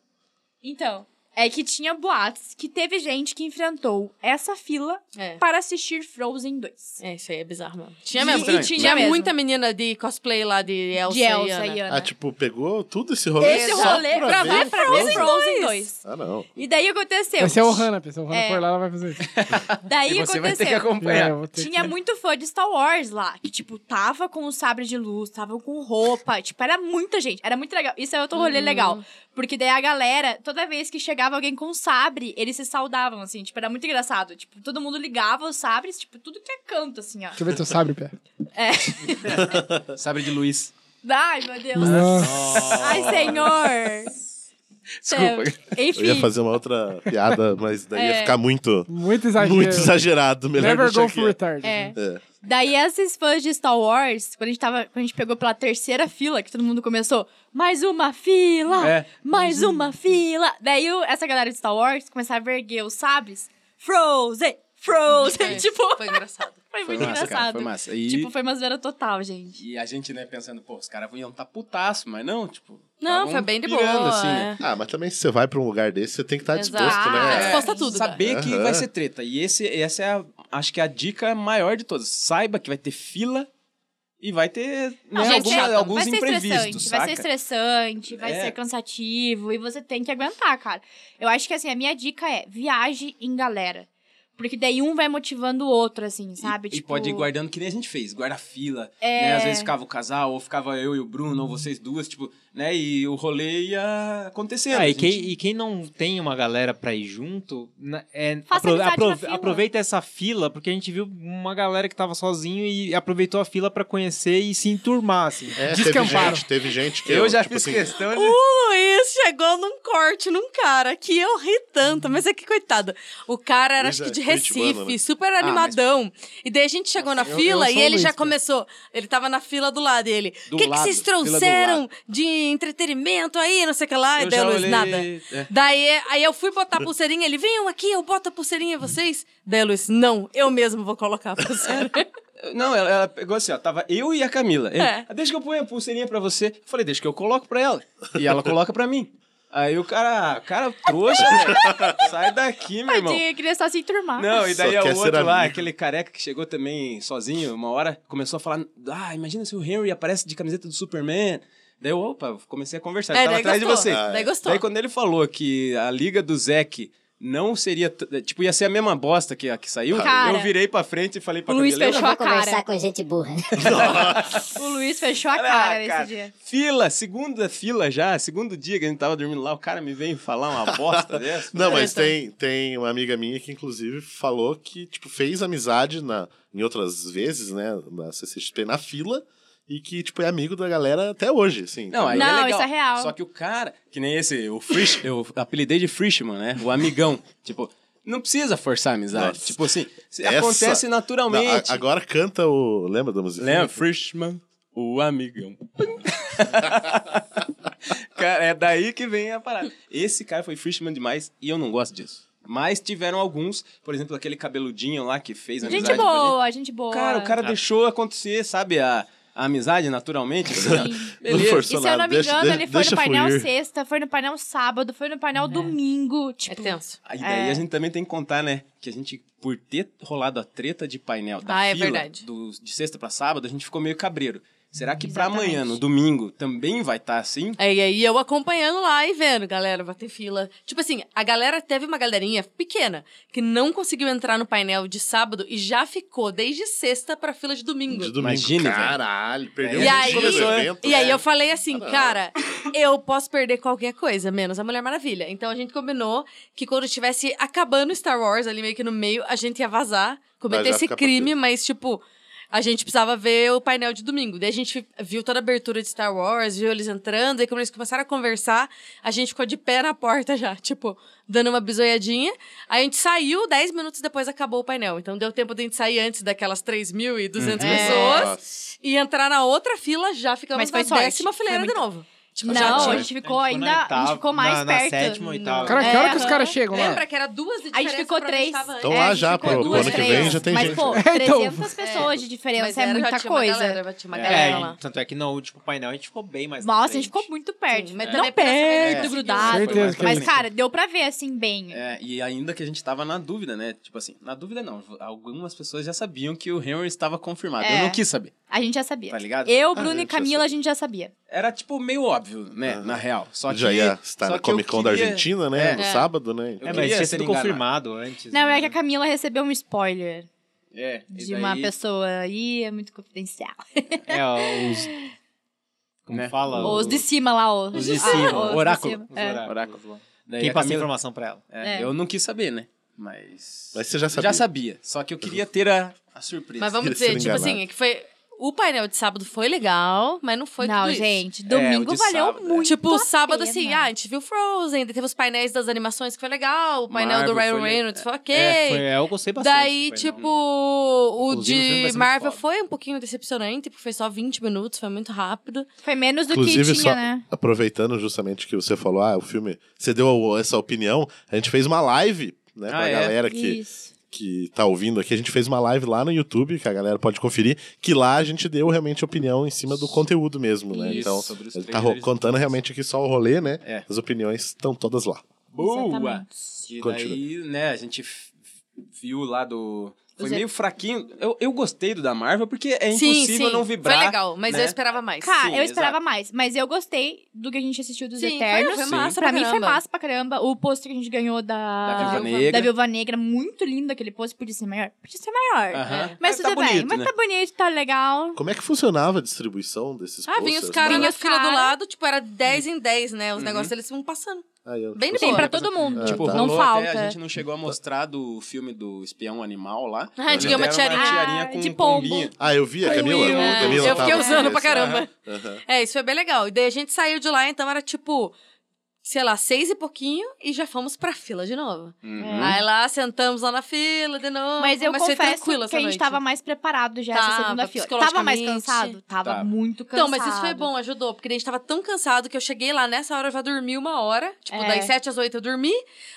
Speaker 3: Então, é que tinha boatos que teve gente que enfrentou essa fila
Speaker 6: É.
Speaker 3: para assistir Frozen 2.
Speaker 6: É, isso aí é bizarro mesmo. Tinha
Speaker 3: E-
Speaker 6: mesmo.
Speaker 3: e
Speaker 6: tinha
Speaker 3: tinha mesmo.
Speaker 6: muita menina de cosplay lá de Elsa,
Speaker 3: de Elsa
Speaker 6: e Anna.
Speaker 3: e Anna.
Speaker 2: Ah, tipo, pegou tudo esse rolê
Speaker 3: É, né? Esse
Speaker 2: só
Speaker 3: rolê
Speaker 2: pra,
Speaker 6: pra
Speaker 2: ver
Speaker 6: ver Frozen?
Speaker 3: Frozen 2.
Speaker 6: 2.
Speaker 2: Ah, não.
Speaker 3: E daí aconteceu.
Speaker 4: Vai ser a Ohana, pessoal. Se a Ohana
Speaker 3: É.
Speaker 4: for lá, ela vai fazer isso.
Speaker 3: Daí
Speaker 5: e você vai ter que
Speaker 3: aconteceu.
Speaker 5: acompanhar.
Speaker 4: É, eu vou ter
Speaker 3: Tinha
Speaker 4: que-
Speaker 3: muito fã de Star Wars lá, que, tipo, tava com o sabre de luz, tava com roupa, tipo, era muita gente, era muito legal. Isso é outro
Speaker 6: Uhum.
Speaker 3: rolê legal, porque daí a galera, toda vez que chegava alguém com sabre, eles se saudavam, assim, tipo, era muito engraçado. Tipo, todo mundo ligava os sabres, tipo, tudo que é canto, assim, ó.
Speaker 4: Deixa eu ver teu sabre, pé.
Speaker 5: Sabre de luz.
Speaker 3: Ai, meu Deus.
Speaker 4: Nossa.
Speaker 3: Ai, senhor. Então,
Speaker 5: Desculpa.
Speaker 3: Enfim.
Speaker 2: Eu ia fazer uma outra piada, mas daí ia
Speaker 3: É.
Speaker 2: ficar muito,
Speaker 4: Muito exagero.
Speaker 2: muito exagerado. Melhor
Speaker 4: Never
Speaker 2: deixar
Speaker 4: go
Speaker 2: aqui.
Speaker 4: for retarded.
Speaker 3: É.
Speaker 2: É.
Speaker 3: Daí esses fãs de Star Wars, quando a gente tava, quando a gente pegou pela terceira fila, que todo mundo começou, mais uma fila,
Speaker 7: É.
Speaker 3: mais
Speaker 5: um."
Speaker 3: uma fila. Daí o- essa galera de Star Wars começava a verguer os sabres, Frozen, Frozen,
Speaker 6: É,
Speaker 3: tipo,
Speaker 6: Foi engraçado.
Speaker 3: foi muito
Speaker 5: massa,
Speaker 3: engraçado.
Speaker 5: cara, foi massa. E,
Speaker 3: Tipo, foi uma zoeira total, gente.
Speaker 5: e a gente, né, pensando, pô, os caras iam tá putaço, mas não, tipo...
Speaker 6: Não,
Speaker 5: tavam
Speaker 6: foi bem de
Speaker 5: pirando,
Speaker 6: boa.
Speaker 5: assim, né?
Speaker 6: é.
Speaker 2: Ah, mas também se você vai pra um lugar desse, você tem que estar
Speaker 6: Exato.
Speaker 2: disposto,
Speaker 6: Tá
Speaker 2: né?
Speaker 3: Ah.
Speaker 5: É,
Speaker 6: disposto a tudo, cara.
Speaker 5: Saber que
Speaker 2: Aham.
Speaker 5: vai ser treta. E esse, essa é, a, acho que é a dica maior de todas. Saiba que vai ter fila e vai ter né,
Speaker 3: vai
Speaker 5: alguma-
Speaker 3: ser-
Speaker 5: alguns
Speaker 3: vai ser
Speaker 5: imprevistos,
Speaker 3: estressante, vai ser
Speaker 5: saca?
Speaker 3: estressante, vai
Speaker 5: É.
Speaker 3: ser cansativo e você tem que aguentar, cara. Eu acho que assim, a minha dica é viaje em galera. Porque daí um vai motivando o outro, assim, sabe? é,
Speaker 5: E, e pode ir guardando que nem a gente fez, guarda fila,
Speaker 6: É.
Speaker 5: né? Às vezes ficava o casal, ou ficava eu e o Bruno, ou vocês duas, tipo, né? E o rolê ia acontecendo.
Speaker 7: Ah,
Speaker 5: a
Speaker 7: e,
Speaker 5: gente-
Speaker 7: quem, e quem não tem uma galera pra ir junto, na- é,
Speaker 3: Faça
Speaker 7: apro-
Speaker 3: amizade na
Speaker 7: aprove-
Speaker 3: fila.
Speaker 7: aproveita essa fila, porque a gente viu uma galera que tava sozinho e aproveitou a fila pra conhecer e se enturmar, assim.
Speaker 2: É, teve
Speaker 4: Descamparam.
Speaker 2: gente, teve gente que.
Speaker 5: Eu já
Speaker 2: tipo
Speaker 5: fiz
Speaker 2: assim,
Speaker 5: questão
Speaker 7: Uh,
Speaker 5: de...
Speaker 6: Luiz chegou num corte num cara que eu ri tanto, mas é que coitado. O cara era
Speaker 2: Luiz
Speaker 6: acho que
Speaker 2: é
Speaker 6: de Recife,
Speaker 2: curitibano, né?
Speaker 5: Ah,
Speaker 6: super animadão. E daí a gente chegou na
Speaker 4: eu-
Speaker 6: fila
Speaker 4: eu
Speaker 6: e
Speaker 4: sou o
Speaker 6: ele
Speaker 4: Luiz,
Speaker 6: já
Speaker 4: cara.
Speaker 6: começou. Ele tava na fila do lado e ele.
Speaker 5: um Do
Speaker 6: O que, que
Speaker 5: lado,
Speaker 6: vocês
Speaker 5: fila do
Speaker 6: trouxeram
Speaker 5: lado."
Speaker 6: de entretenimento aí, não sei o que lá? E
Speaker 5: Eu
Speaker 6: daí
Speaker 5: já
Speaker 6: o Luiz,
Speaker 5: olhei-
Speaker 6: nada.
Speaker 5: é.
Speaker 6: Daí aí eu fui botar a pulseirinha, ele, venham aqui, eu boto a pulseirinha em vocês. Daí o Luiz, não, eu mesmo vou colocar a pulseirinha.
Speaker 5: Não, ela, ela pegou assim, ó. Tava eu e a Camila. Ele,
Speaker 6: É.
Speaker 5: "Ah, Deixa que eu ponho a pulseirinha pra você. Eu falei, deixa que eu coloco pra ela. E ela coloca pra mim. Aí o cara, cara trouxa, velho. Sai daqui, meu irmão.
Speaker 3: Tadinha, eu queria só se enturmar.
Speaker 5: Não, e daí
Speaker 2: Só
Speaker 5: é
Speaker 2: quer
Speaker 5: o
Speaker 2: ser
Speaker 5: outro lá,
Speaker 2: amigo.
Speaker 5: aquele careca que chegou também sozinho, uma hora, começou a falar, ah, imagina se o Henry aparece de camiseta do Superman. Daí eu, opa, comecei a conversar,
Speaker 6: É,
Speaker 5: tava
Speaker 6: daí
Speaker 5: atrás
Speaker 6: gostou.
Speaker 5: de você.
Speaker 6: Ah, daí gostou.
Speaker 5: Daí quando ele falou que a liga do Zack não seria, t- tipo, ia ser a mesma bosta que a que saiu,
Speaker 3: Cara.
Speaker 5: eu virei pra frente e falei pra
Speaker 3: O Luiz
Speaker 5: Camila,
Speaker 3: fechou a cara.
Speaker 9: conversar com gente burra.
Speaker 3: O Luiz fechou a
Speaker 5: Ah,
Speaker 3: cara nesse
Speaker 5: cara,
Speaker 3: dia.
Speaker 5: Fila, segunda fila já, segundo dia que a gente tava dormindo lá, o cara me veio falar uma bosta dessa.
Speaker 2: Não, mas tem, tem uma amiga minha que, inclusive, falou que, tipo, fez amizade na, em outras vezes, né? Na CCXP, na fila, e que, tipo, é amigo da galera até hoje, assim.
Speaker 5: Não, aí
Speaker 3: Não,
Speaker 5: é legal.
Speaker 3: isso é real.
Speaker 5: Só que o cara, que nem esse, o Frisch, eu apelidei de Frischman, né? O amigão. tipo, não precisa forçar a amizade.
Speaker 2: Nossa.
Speaker 5: Tipo assim, se-
Speaker 2: Essa-
Speaker 5: acontece
Speaker 2: Não, a-
Speaker 5: naturalmente.
Speaker 2: agora canta o. Lembra da música?
Speaker 5: Lembra? Frischman, o amigão. cara, é daí que vem a parada. Esse cara foi Frischman demais e eu não gosto disso. Mas tiveram alguns, por exemplo, aquele cabeludinho lá que fez amizade
Speaker 3: Gente
Speaker 5: com a gente.
Speaker 3: boa, Ah. gente boa.
Speaker 5: Cara, o cara deixou acontecer, sabe? A, a amizade naturalmente. assim, ó.
Speaker 3: Sim.
Speaker 2: é
Speaker 5: Beleza.
Speaker 3: E se eu
Speaker 2: Bolsonaro,
Speaker 3: não me
Speaker 2: deixa-
Speaker 3: engano,
Speaker 2: de-
Speaker 3: ele foi
Speaker 2: deixa
Speaker 3: no painel
Speaker 2: fluir.
Speaker 3: sexta, foi no painel sábado, foi no painel domingo.
Speaker 6: É
Speaker 3: Tipo,
Speaker 6: tenso.
Speaker 5: Aí daí
Speaker 3: É.
Speaker 5: a gente também tem que contar, né? Que a gente, por ter rolado a treta de painel da
Speaker 6: Ah, é
Speaker 5: fila,
Speaker 6: verdade.
Speaker 5: do- de sexta pra sábado, a gente ficou meio cabreiro. Será que pra
Speaker 3: Exatamente.
Speaker 5: amanhã, no domingo, também vai estar assim?
Speaker 6: É, e aí eu acompanhando lá e vendo, galera, vai ter fila. Tipo assim, a galera teve uma galerinha pequena que não conseguiu entrar no painel de sábado e já ficou desde sexta pra fila de domingo.
Speaker 2: De domingo.
Speaker 5: Imagine, velho.
Speaker 2: Caralho, perdeu
Speaker 5: E
Speaker 2: o
Speaker 5: aí-
Speaker 2: ritmo do
Speaker 5: começou, né?
Speaker 2: evento.
Speaker 6: E aí eu falei assim,
Speaker 2: Caralho.
Speaker 6: cara, eu posso perder qualquer coisa, menos a Mulher Maravilha. Então a gente combinou que quando estivesse acabando Star Wars, ali meio que no meio, a gente ia vazar,
Speaker 2: Mas
Speaker 6: cometer
Speaker 2: ia
Speaker 6: esse
Speaker 2: ficar pra
Speaker 6: crime,
Speaker 2: fila.
Speaker 6: mas tipo. A gente precisava ver o painel de domingo. Daí a gente viu toda a abertura de Star Wars, viu eles entrando, e quando eles começaram a conversar, a gente ficou de pé na porta já, tipo, dando uma bisoiadinha. Aí a gente saiu, 10 minutos depois acabou o painel. Então deu tempo de a gente sair antes daquelas 3.200 pessoas
Speaker 2: Nossa.
Speaker 6: e entrar na outra fila já ficamos
Speaker 3: Mas foi
Speaker 6: na
Speaker 3: sorte.
Speaker 6: décima
Speaker 3: Foi
Speaker 6: fileira de
Speaker 3: muito-
Speaker 6: novo. tipo, já
Speaker 3: Não,
Speaker 6: tinha.
Speaker 3: a gente ficou
Speaker 7: A gente ficou na
Speaker 3: ainda. a
Speaker 7: oitava-
Speaker 3: gente ficou mais
Speaker 7: na- na
Speaker 3: perto.
Speaker 7: sétima, oitava.
Speaker 4: Cara, que hora que os
Speaker 3: Aham.
Speaker 4: caras chegam lá?
Speaker 6: Lembra que era duas de
Speaker 3: A gente
Speaker 6: diferença
Speaker 3: ficou
Speaker 6: pra onde
Speaker 3: três.
Speaker 6: tava antes?
Speaker 2: Então
Speaker 3: É,
Speaker 2: lá
Speaker 3: a gente
Speaker 2: já,
Speaker 3: ficou
Speaker 2: pro- pro
Speaker 3: duas,
Speaker 2: ano que
Speaker 3: três.
Speaker 2: vem já tem
Speaker 3: Mas,
Speaker 2: gente.
Speaker 3: pô,
Speaker 4: É, então.
Speaker 3: 300 pessoas de
Speaker 6: Mas
Speaker 3: diferença é
Speaker 6: era, já
Speaker 3: muita
Speaker 6: tinha uma
Speaker 3: coisa.
Speaker 6: galera, tinha uma
Speaker 7: É,
Speaker 6: galera
Speaker 7: a
Speaker 6: lá.
Speaker 7: gente- tanto é que no último painel a gente ficou bem mais na
Speaker 3: Nossa, a gente
Speaker 7: frente.
Speaker 3: ficou muito perto.
Speaker 6: Sim, mas
Speaker 3: não
Speaker 6: também
Speaker 3: perto,
Speaker 6: porque nessa vez a gente
Speaker 3: muito
Speaker 6: conseguiu.
Speaker 3: grudado.
Speaker 4: Certeza que a
Speaker 3: Mas,
Speaker 4: gente-
Speaker 3: cara, deu pra ver, assim, bem.
Speaker 5: É, e ainda que a gente tava na dúvida, né? Tipo assim, na dúvida não. Algumas pessoas já sabiam que o Henry estava confirmado.
Speaker 3: É.
Speaker 5: Eu não quis saber,
Speaker 3: A gente já sabia.
Speaker 5: tá ligado?
Speaker 3: Eu,
Speaker 2: Ah,
Speaker 3: Bruno
Speaker 2: eu
Speaker 3: e
Speaker 2: já
Speaker 3: Camila, a gente já sabia.
Speaker 5: Era, tipo, meio óbvio, né? Na real. Só que...
Speaker 2: Já ia estar
Speaker 5: só
Speaker 2: na
Speaker 5: que eu
Speaker 2: Comic Con da
Speaker 5: queria-
Speaker 2: Argentina, né?
Speaker 5: É.
Speaker 2: No
Speaker 6: É.
Speaker 2: sábado, né?
Speaker 5: Eu
Speaker 7: É, mas
Speaker 5: queria
Speaker 7: tinha
Speaker 5: ser
Speaker 7: sido
Speaker 5: enganado.
Speaker 7: confirmado antes.
Speaker 3: Não,
Speaker 7: né?
Speaker 3: é que a Camila recebeu um spoiler
Speaker 5: É, e
Speaker 3: de uma
Speaker 5: daí-
Speaker 3: pessoa aí, é muito confidencial.
Speaker 7: É, ó, os... Como
Speaker 5: Né?
Speaker 7: fala?
Speaker 3: Os de cima lá, os,
Speaker 7: Os de
Speaker 3: Ah,
Speaker 7: cima,
Speaker 3: os de
Speaker 5: oráculo.
Speaker 3: cima.
Speaker 7: Os
Speaker 3: É.
Speaker 7: oráculos
Speaker 5: Oráculo.
Speaker 7: lá.
Speaker 5: daí
Speaker 7: Quem
Speaker 5: a
Speaker 7: passa
Speaker 5: É,
Speaker 7: a
Speaker 5: Camila-
Speaker 7: informação pra ela.
Speaker 5: É,
Speaker 3: É.
Speaker 5: Eu não quis saber, né? Mas...
Speaker 2: Mas você já sabia. Uhum.
Speaker 5: Já sabia. Só que eu queria ter a, a surpresa.
Speaker 6: Mas vamos
Speaker 2: Eles
Speaker 6: dizer,
Speaker 2: sendo
Speaker 6: tipo assim,
Speaker 2: enganados.
Speaker 6: é que foi. O painel de sábado foi legal, mas não foi
Speaker 3: Não,
Speaker 6: tudo isso.
Speaker 3: gente,
Speaker 5: É,
Speaker 3: domingo
Speaker 5: o de
Speaker 3: valeu
Speaker 5: sábado, é.
Speaker 3: muito.
Speaker 6: Tipo,
Speaker 3: a
Speaker 6: sábado,
Speaker 3: pena.
Speaker 6: assim, ah, a gente viu Frozen, daí teve os painéis das animações que foi legal, o painel
Speaker 5: Marvel
Speaker 6: do Ryan
Speaker 5: foi le-
Speaker 6: Reynolds foi ok.
Speaker 7: É, foi, eu gostei bastante.
Speaker 6: Daí,
Speaker 7: do painel.
Speaker 6: tipo, o
Speaker 7: Inclusive, o filme vai
Speaker 6: de
Speaker 7: ser muito
Speaker 6: Marvel
Speaker 7: foda.
Speaker 6: foi um pouquinho decepcionante, porque foi só 20 minutos, foi muito rápido.
Speaker 3: Foi menos do
Speaker 2: Inclusive,
Speaker 3: que tinha,
Speaker 2: só-
Speaker 3: né?
Speaker 2: Aproveitando justamente que você falou, ah, o filme. Você deu a- essa opinião. A gente fez uma live, né? Pra
Speaker 5: Ah, é?
Speaker 2: galera que,
Speaker 3: Isso.
Speaker 2: que tá ouvindo aqui. A gente fez uma live lá no YouTube, que a galera pode conferir. Que lá a gente deu realmente opinião em cima do conteúdo mesmo, né?
Speaker 5: Isso,
Speaker 2: então,
Speaker 5: sobre os
Speaker 2: ele tá ro-
Speaker 5: trailers.
Speaker 2: contando realmente aqui só o rolê, né?
Speaker 5: É.
Speaker 2: As opiniões estão todas lá.
Speaker 5: Boa!
Speaker 3: Exatamente.
Speaker 5: E
Speaker 2: Continua.
Speaker 5: daí, né, a gente f- viu lá do... Foi
Speaker 3: Os e-
Speaker 5: meio fraquinho. Eu, eu gostei do da Marvel, porque é
Speaker 6: sim,
Speaker 5: impossível
Speaker 6: sim.
Speaker 5: não vibrar.
Speaker 6: Foi legal, mas
Speaker 5: né?
Speaker 6: eu esperava mais.
Speaker 3: Cara,
Speaker 5: Sim,
Speaker 3: eu esperava
Speaker 5: exato.
Speaker 3: mais, mas eu gostei do que a gente assistiu dos
Speaker 6: Sim, foi-
Speaker 3: Eternos.
Speaker 6: foi massa
Speaker 3: pra
Speaker 6: pra
Speaker 3: mim foi
Speaker 6: caramba.
Speaker 3: massa pra caramba. O pôster que a gente ganhou da,
Speaker 5: Da Viúva Negra.
Speaker 3: da Viúva Negra, muito lindo aquele pôster, podia ser maior. Podia ser maior.
Speaker 5: Aham.
Speaker 3: Mas
Speaker 5: tá
Speaker 3: tudo bem,
Speaker 5: bonito,
Speaker 3: mas
Speaker 5: né?
Speaker 3: tá bonito, tá legal.
Speaker 2: Como é que funcionava a distribuição desses
Speaker 6: Ah, vinha os
Speaker 2: posters,
Speaker 6: caras
Speaker 2: né?
Speaker 6: na
Speaker 3: os
Speaker 6: fila do
Speaker 3: caras.
Speaker 6: lado, tipo, era 10 em 10, né? Os
Speaker 5: Uhum.
Speaker 6: negócios eles iam passando.
Speaker 2: Ah, eu-
Speaker 6: Bem
Speaker 3: Tem
Speaker 6: Sim,
Speaker 3: pra todo mundo,
Speaker 2: Ah,
Speaker 3: tipo,
Speaker 2: tá.
Speaker 3: não
Speaker 5: rolou
Speaker 3: falta.
Speaker 5: Até, a gente não chegou a mostrar do filme do Espião Animal lá.
Speaker 6: Ah, a
Speaker 5: Eles
Speaker 6: gente ganhou uma
Speaker 5: deram
Speaker 6: tiarinha.
Speaker 3: Ah,
Speaker 5: com
Speaker 3: de
Speaker 5: um
Speaker 3: pombo.
Speaker 5: pombinho.
Speaker 2: Ah, eu vi a Camila.
Speaker 6: Will.
Speaker 2: A Camila
Speaker 6: Eu fiquei
Speaker 2: tava
Speaker 6: usando pra
Speaker 2: nesse.
Speaker 6: caramba.
Speaker 2: Aham.
Speaker 6: É, isso foi bem legal. E daí a gente saiu de lá, então era tipo, sei lá, seis e pouquinho e já fomos pra fila de novo.
Speaker 5: Uhum.
Speaker 6: Aí lá sentamos lá na fila de novo.
Speaker 3: Mas eu
Speaker 6: foi
Speaker 3: confesso que
Speaker 6: tranquilo
Speaker 3: a
Speaker 6: essa
Speaker 3: gente
Speaker 6: noite.
Speaker 3: tava mais preparado já essa
Speaker 6: Tava,
Speaker 3: segunda-feira. Tava mais
Speaker 6: psicologicamente.
Speaker 3: cansado? Tava
Speaker 5: Tava.
Speaker 3: muito cansado.
Speaker 6: Então, mas isso foi bom, ajudou, porque daí a gente tava tão cansado que eu cheguei lá nessa hora, eu já dormi uma hora. Tipo,
Speaker 3: É.
Speaker 6: das sete às oito eu dormi,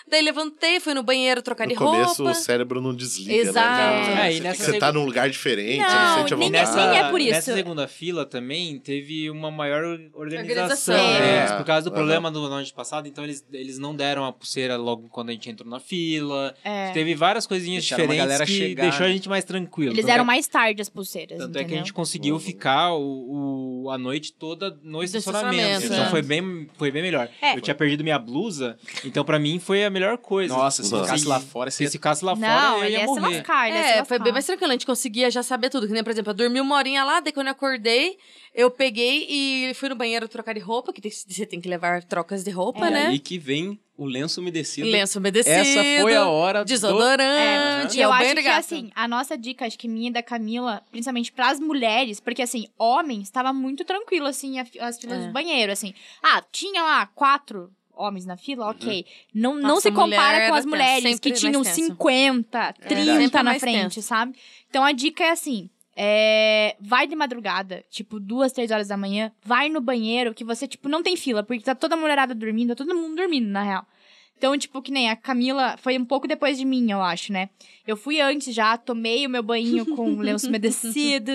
Speaker 6: daí levantei, fui no banheiro trocar de
Speaker 2: No começo
Speaker 6: roupa.
Speaker 2: o cérebro não desliga,
Speaker 6: Exato.
Speaker 2: né?
Speaker 7: É,
Speaker 2: Você,
Speaker 7: e nessa
Speaker 2: você tá num lugar diferente,
Speaker 3: Não,
Speaker 2: você não sente a
Speaker 3: nem-
Speaker 2: vontade.
Speaker 3: nem é por isso.
Speaker 7: Nessa segunda fila também teve uma maior organização,
Speaker 6: Organização.
Speaker 7: deles,
Speaker 2: É.
Speaker 7: por causa do
Speaker 2: Aham.
Speaker 7: problema do ano passado, então eles, eles não deram a pulseira logo quando a gente entrou na fila.
Speaker 3: É.
Speaker 7: Teve várias coisinhas
Speaker 5: Deixaram uma
Speaker 7: diferentes
Speaker 5: galera
Speaker 7: que
Speaker 5: chegar,
Speaker 7: deixou a
Speaker 5: né?
Speaker 7: gente mais tranquilo.
Speaker 3: Eles
Speaker 7: Tanto
Speaker 3: eram
Speaker 7: é-
Speaker 3: mais tarde as pulseiras,
Speaker 7: Tanto é que a
Speaker 3: entendeu?
Speaker 7: gente
Speaker 5: Uhum.
Speaker 7: conseguiu ficar o, o- a noite toda no estacionamento.
Speaker 6: estacionamento,
Speaker 7: Então
Speaker 2: é.
Speaker 7: foi bem, foi bem melhor.
Speaker 3: É.
Speaker 7: Eu tinha perdido minha blusa, então pra mim foi a melhor coisa.
Speaker 5: é. Nossa, se
Speaker 2: Nossa.
Speaker 5: ficasse lá fora,
Speaker 7: Se
Speaker 5: seria
Speaker 7: ficasse lá
Speaker 3: Não,
Speaker 7: fora, eu
Speaker 3: ele
Speaker 7: ia,
Speaker 3: ia se
Speaker 7: morrer.
Speaker 3: lascar, ele ia se
Speaker 6: É, foi
Speaker 3: lascar.
Speaker 6: bem mais tranquilo, a gente conseguia já saber tudo. Que nem, por exemplo, eu dormi uma horinha lá, daí quando eu acordei, eu peguei e fui no banheiro trocar de roupa, que tem- você tem que levar trocas de
Speaker 3: É.
Speaker 6: roupa,
Speaker 5: E
Speaker 6: né?
Speaker 5: aí que vem o lenço umedecido.
Speaker 6: Lenço umedecido.
Speaker 5: Essa foi a hora do-
Speaker 6: Desodorante.
Speaker 3: É, e eu
Speaker 6: é o
Speaker 3: acho
Speaker 6: banho de
Speaker 3: que,
Speaker 6: gato.
Speaker 3: assim, a nossa dica, acho que minha e da Camila, principalmente pras mulheres, porque, assim, homens, tava muito tranquilo, assim, a fi- as filas
Speaker 6: É.
Speaker 3: do banheiro, assim. Ah, tinha lá quatro homens na fila, ok. Não, não
Speaker 6: Nossa,
Speaker 3: se compara
Speaker 6: mulher
Speaker 3: com
Speaker 6: era
Speaker 3: as
Speaker 6: tenso,
Speaker 3: mulheres
Speaker 6: sempre
Speaker 3: que
Speaker 6: mais É.
Speaker 3: tinham
Speaker 6: tenso.
Speaker 3: 50,
Speaker 6: Sempre
Speaker 3: 30 na
Speaker 6: mais
Speaker 3: frente,
Speaker 6: tenso.
Speaker 3: sabe? Então, a dica é assim... é, vai de madrugada, tipo, duas, três horas da manhã, vai no banheiro que você, tipo, não tem fila, porque tá toda a mulherada dormindo, tá todo mundo dormindo, na real. Então, tipo, que nem a Camila foi um pouco depois de mim, eu acho, né? Eu fui antes já, tomei o meu banho com lenço umedecido,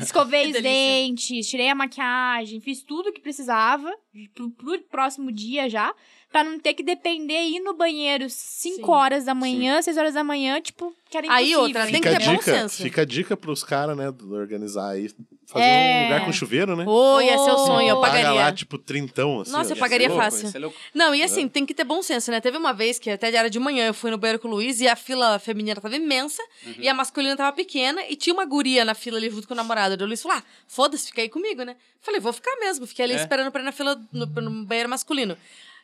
Speaker 3: escovei
Speaker 6: Que
Speaker 3: os
Speaker 6: delícia.
Speaker 3: dentes, tirei a maquiagem, fiz tudo o que precisava pro, pro próximo dia já, pra não ter que depender ir no banheiro 5
Speaker 6: Sim.
Speaker 3: horas da manhã, 6 horas da manhã, tipo, que era
Speaker 6: Aí
Speaker 3: impossível.
Speaker 6: outra, tem
Speaker 2: Fica
Speaker 6: que
Speaker 2: a
Speaker 6: ter bom
Speaker 2: dica,
Speaker 6: senso.
Speaker 2: Fica a dica pros caras, né, do- organizar aí. Fazer
Speaker 3: É.
Speaker 2: um lugar com chuveiro, né?
Speaker 6: Oi, é seu sonho, eu
Speaker 3: Oh.
Speaker 2: Paga lá,
Speaker 6: pagaria.
Speaker 2: tipo, trintão, assim.
Speaker 6: Nossa,
Speaker 2: ó.
Speaker 6: eu pagaria
Speaker 5: louco,
Speaker 6: fácil.
Speaker 5: isso é louco.
Speaker 6: Não, e assim, tem que ter bom senso, né? Teve uma vez que até de hora de manhã eu fui no banheiro com o Luiz e a fila feminina tava imensa e
Speaker 5: Uhum.
Speaker 6: a masculina tava pequena e tinha uma guria na fila ali junto com o namorado. O Luiz falou: ah, foda-se, fica aí comigo, né? Falei, vou ficar mesmo. Fiquei ali
Speaker 5: É.
Speaker 6: esperando pra ir na fila no, no banheiro masculino.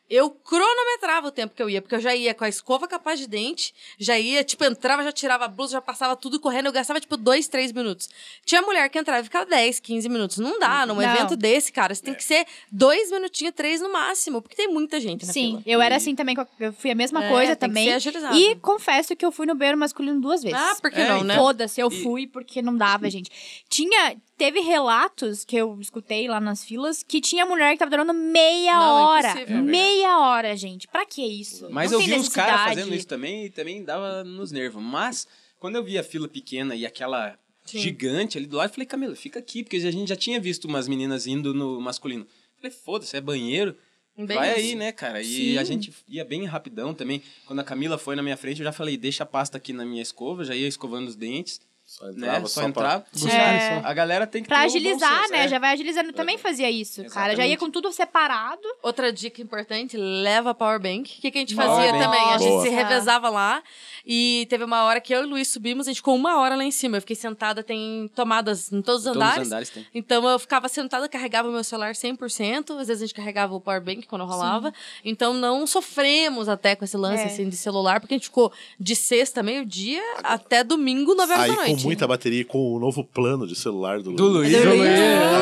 Speaker 6: Eu cronometrava o tempo que eu ia, porque eu já ia com a escova capaz de dente, já ia, tipo, entrava, já tirava a blusa, já passava tudo correndo, eu gastava, tipo, dois, três minutos. Tinha mulher que entrava e ficava 10, 15 minutos. Não
Speaker 5: Uhum.
Speaker 6: dá, num
Speaker 3: Não.
Speaker 6: evento desse, cara. Você tem que ser dois minutinhos, três no máximo, porque tem muita gente na
Speaker 3: Sim,
Speaker 6: fila.
Speaker 3: eu era assim também, com a- eu fui a mesma
Speaker 6: É,
Speaker 3: coisa
Speaker 6: tem que
Speaker 3: também.
Speaker 6: ser agilizado.
Speaker 3: E confesso que eu fui no banheiro masculino duas vezes.
Speaker 6: Ah, por que
Speaker 5: É,
Speaker 6: não, né?
Speaker 3: Foda-se, eu fui porque não dava,
Speaker 5: Uhum.
Speaker 3: gente. Tinha. Teve relatos que eu escutei lá nas filas que tinha mulher que tava durando meia
Speaker 6: Não, é
Speaker 3: hora.
Speaker 6: impossível.
Speaker 5: É
Speaker 3: meia hora, gente. Pra que isso?
Speaker 5: Mas
Speaker 3: Não
Speaker 5: eu
Speaker 3: tem
Speaker 5: vi uns caras
Speaker 3: necessidade.
Speaker 5: fazendo isso também e também dava nos nervos. Mas, quando eu vi a fila pequena e aquela
Speaker 6: Sim.
Speaker 5: gigante ali do lado, eu falei, Camila, fica aqui, porque a gente já tinha visto umas meninas indo no masculino. Eu Falei, foda-se, é banheiro.
Speaker 6: Bem
Speaker 5: vai aí,
Speaker 6: isso.
Speaker 5: né, cara? E
Speaker 6: Sim.
Speaker 5: a gente ia bem rapidão também. Quando a Camila foi na minha frente, eu já falei, deixa a pasta aqui na minha escova, já ia escovando os dentes,
Speaker 2: Só
Speaker 5: né? Só, entrava.
Speaker 4: Gustavo,
Speaker 5: A galera tem que
Speaker 3: É. Pra
Speaker 5: ter o bom
Speaker 3: agilizar,
Speaker 5: senso,
Speaker 3: né?
Speaker 5: é.
Speaker 3: Já vai agilizando. Eu também fazia isso, cara. Já ia
Speaker 5: Exatamente.
Speaker 3: com tudo separado.
Speaker 6: Outra dica importante, leva power bank. O que, que a gente
Speaker 5: Power
Speaker 6: fazia
Speaker 5: bank.
Speaker 6: também? A gente
Speaker 2: Boa.
Speaker 6: se revezava lá e teve uma hora que eu e o Luiz subimos, a gente ficou uma hora lá em cima. Eu fiquei sentada, tem tomadas em
Speaker 5: Todos
Speaker 6: todos os
Speaker 5: os
Speaker 6: andares.
Speaker 5: andares tem.
Speaker 6: Então eu ficava sentada, carregava o meu celular 100%, às vezes a gente carregava o power bank quando rolava. Então não sofremos até com esse lance
Speaker 3: É.
Speaker 6: assim, de celular, porque a gente ficou de sexta, meio-dia, até domingo, nove horas
Speaker 2: Aí
Speaker 6: da noite.
Speaker 2: com muita bateria e com o novo plano de celular do, É,
Speaker 5: Do Luiz.
Speaker 4: Do Luiz.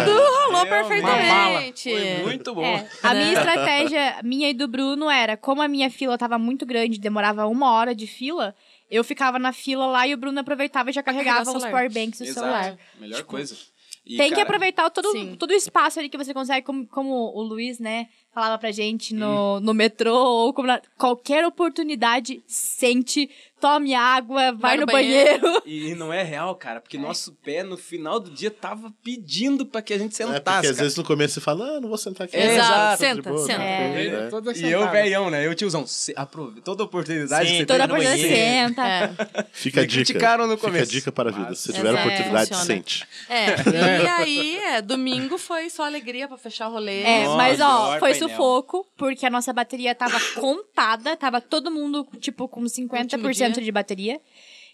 Speaker 6: Tudo rolou
Speaker 5: né? Realmente.
Speaker 6: perfeitamente.
Speaker 5: Foi muito bom.
Speaker 3: É, a minha estratégia, minha e do Bruno, era como a minha fila tava muito grande, demorava uma hora de fila, eu ficava na fila lá e o Bruno aproveitava e já
Speaker 6: carregar
Speaker 3: carregava
Speaker 6: o
Speaker 3: os
Speaker 6: celular.
Speaker 3: powerbanks do celular.
Speaker 5: Melhor coisa. E,
Speaker 3: Tipo, Tem que
Speaker 5: cara,
Speaker 3: aproveitar todo,
Speaker 6: Sim.
Speaker 3: todo o espaço ali que você consegue, como, como o Luiz, né, falava pra gente no, no metrô, ou como na- qualquer oportunidade, sente, tome água, vai, no
Speaker 6: no
Speaker 3: banheiro.
Speaker 5: E não é real, cara, porque nosso pé no final do dia tava pedindo pra que a gente
Speaker 2: É,
Speaker 5: sentasse.
Speaker 2: porque
Speaker 5: cara.
Speaker 2: às vezes no começo você fala, ah, não vou sentar aqui.
Speaker 5: É, Exato,
Speaker 2: tá de
Speaker 6: senta,
Speaker 2: boa,
Speaker 6: senta.
Speaker 2: tranquilo,
Speaker 4: É,
Speaker 2: né?
Speaker 4: todas
Speaker 5: E eu,
Speaker 4: sentadas.
Speaker 5: velhão, né? Eu, tiozão, se aprove... toda oportunidade
Speaker 7: Sim,
Speaker 5: que você
Speaker 3: Toda
Speaker 5: tem
Speaker 3: a
Speaker 5: no
Speaker 3: porta
Speaker 5: banheiro.
Speaker 3: senta.
Speaker 6: É.
Speaker 2: Fica a
Speaker 5: Me
Speaker 2: dica.
Speaker 5: criticaram no
Speaker 2: Fica a
Speaker 5: começo.
Speaker 2: dica para a vida.
Speaker 5: Mas-
Speaker 2: Se tiver
Speaker 6: É,
Speaker 2: oportunidade,
Speaker 6: funciona.
Speaker 2: sente.
Speaker 6: É, e aí, é, domingo foi só alegria pra fechar o rolê.
Speaker 3: É,
Speaker 5: Nossa,
Speaker 3: mas ó,
Speaker 7: melhor
Speaker 3: foi
Speaker 7: painel.
Speaker 3: sufoco, porque a nossa bateria tava contada, tava todo mundo, tipo, com 50%
Speaker 6: Último
Speaker 3: de bateria.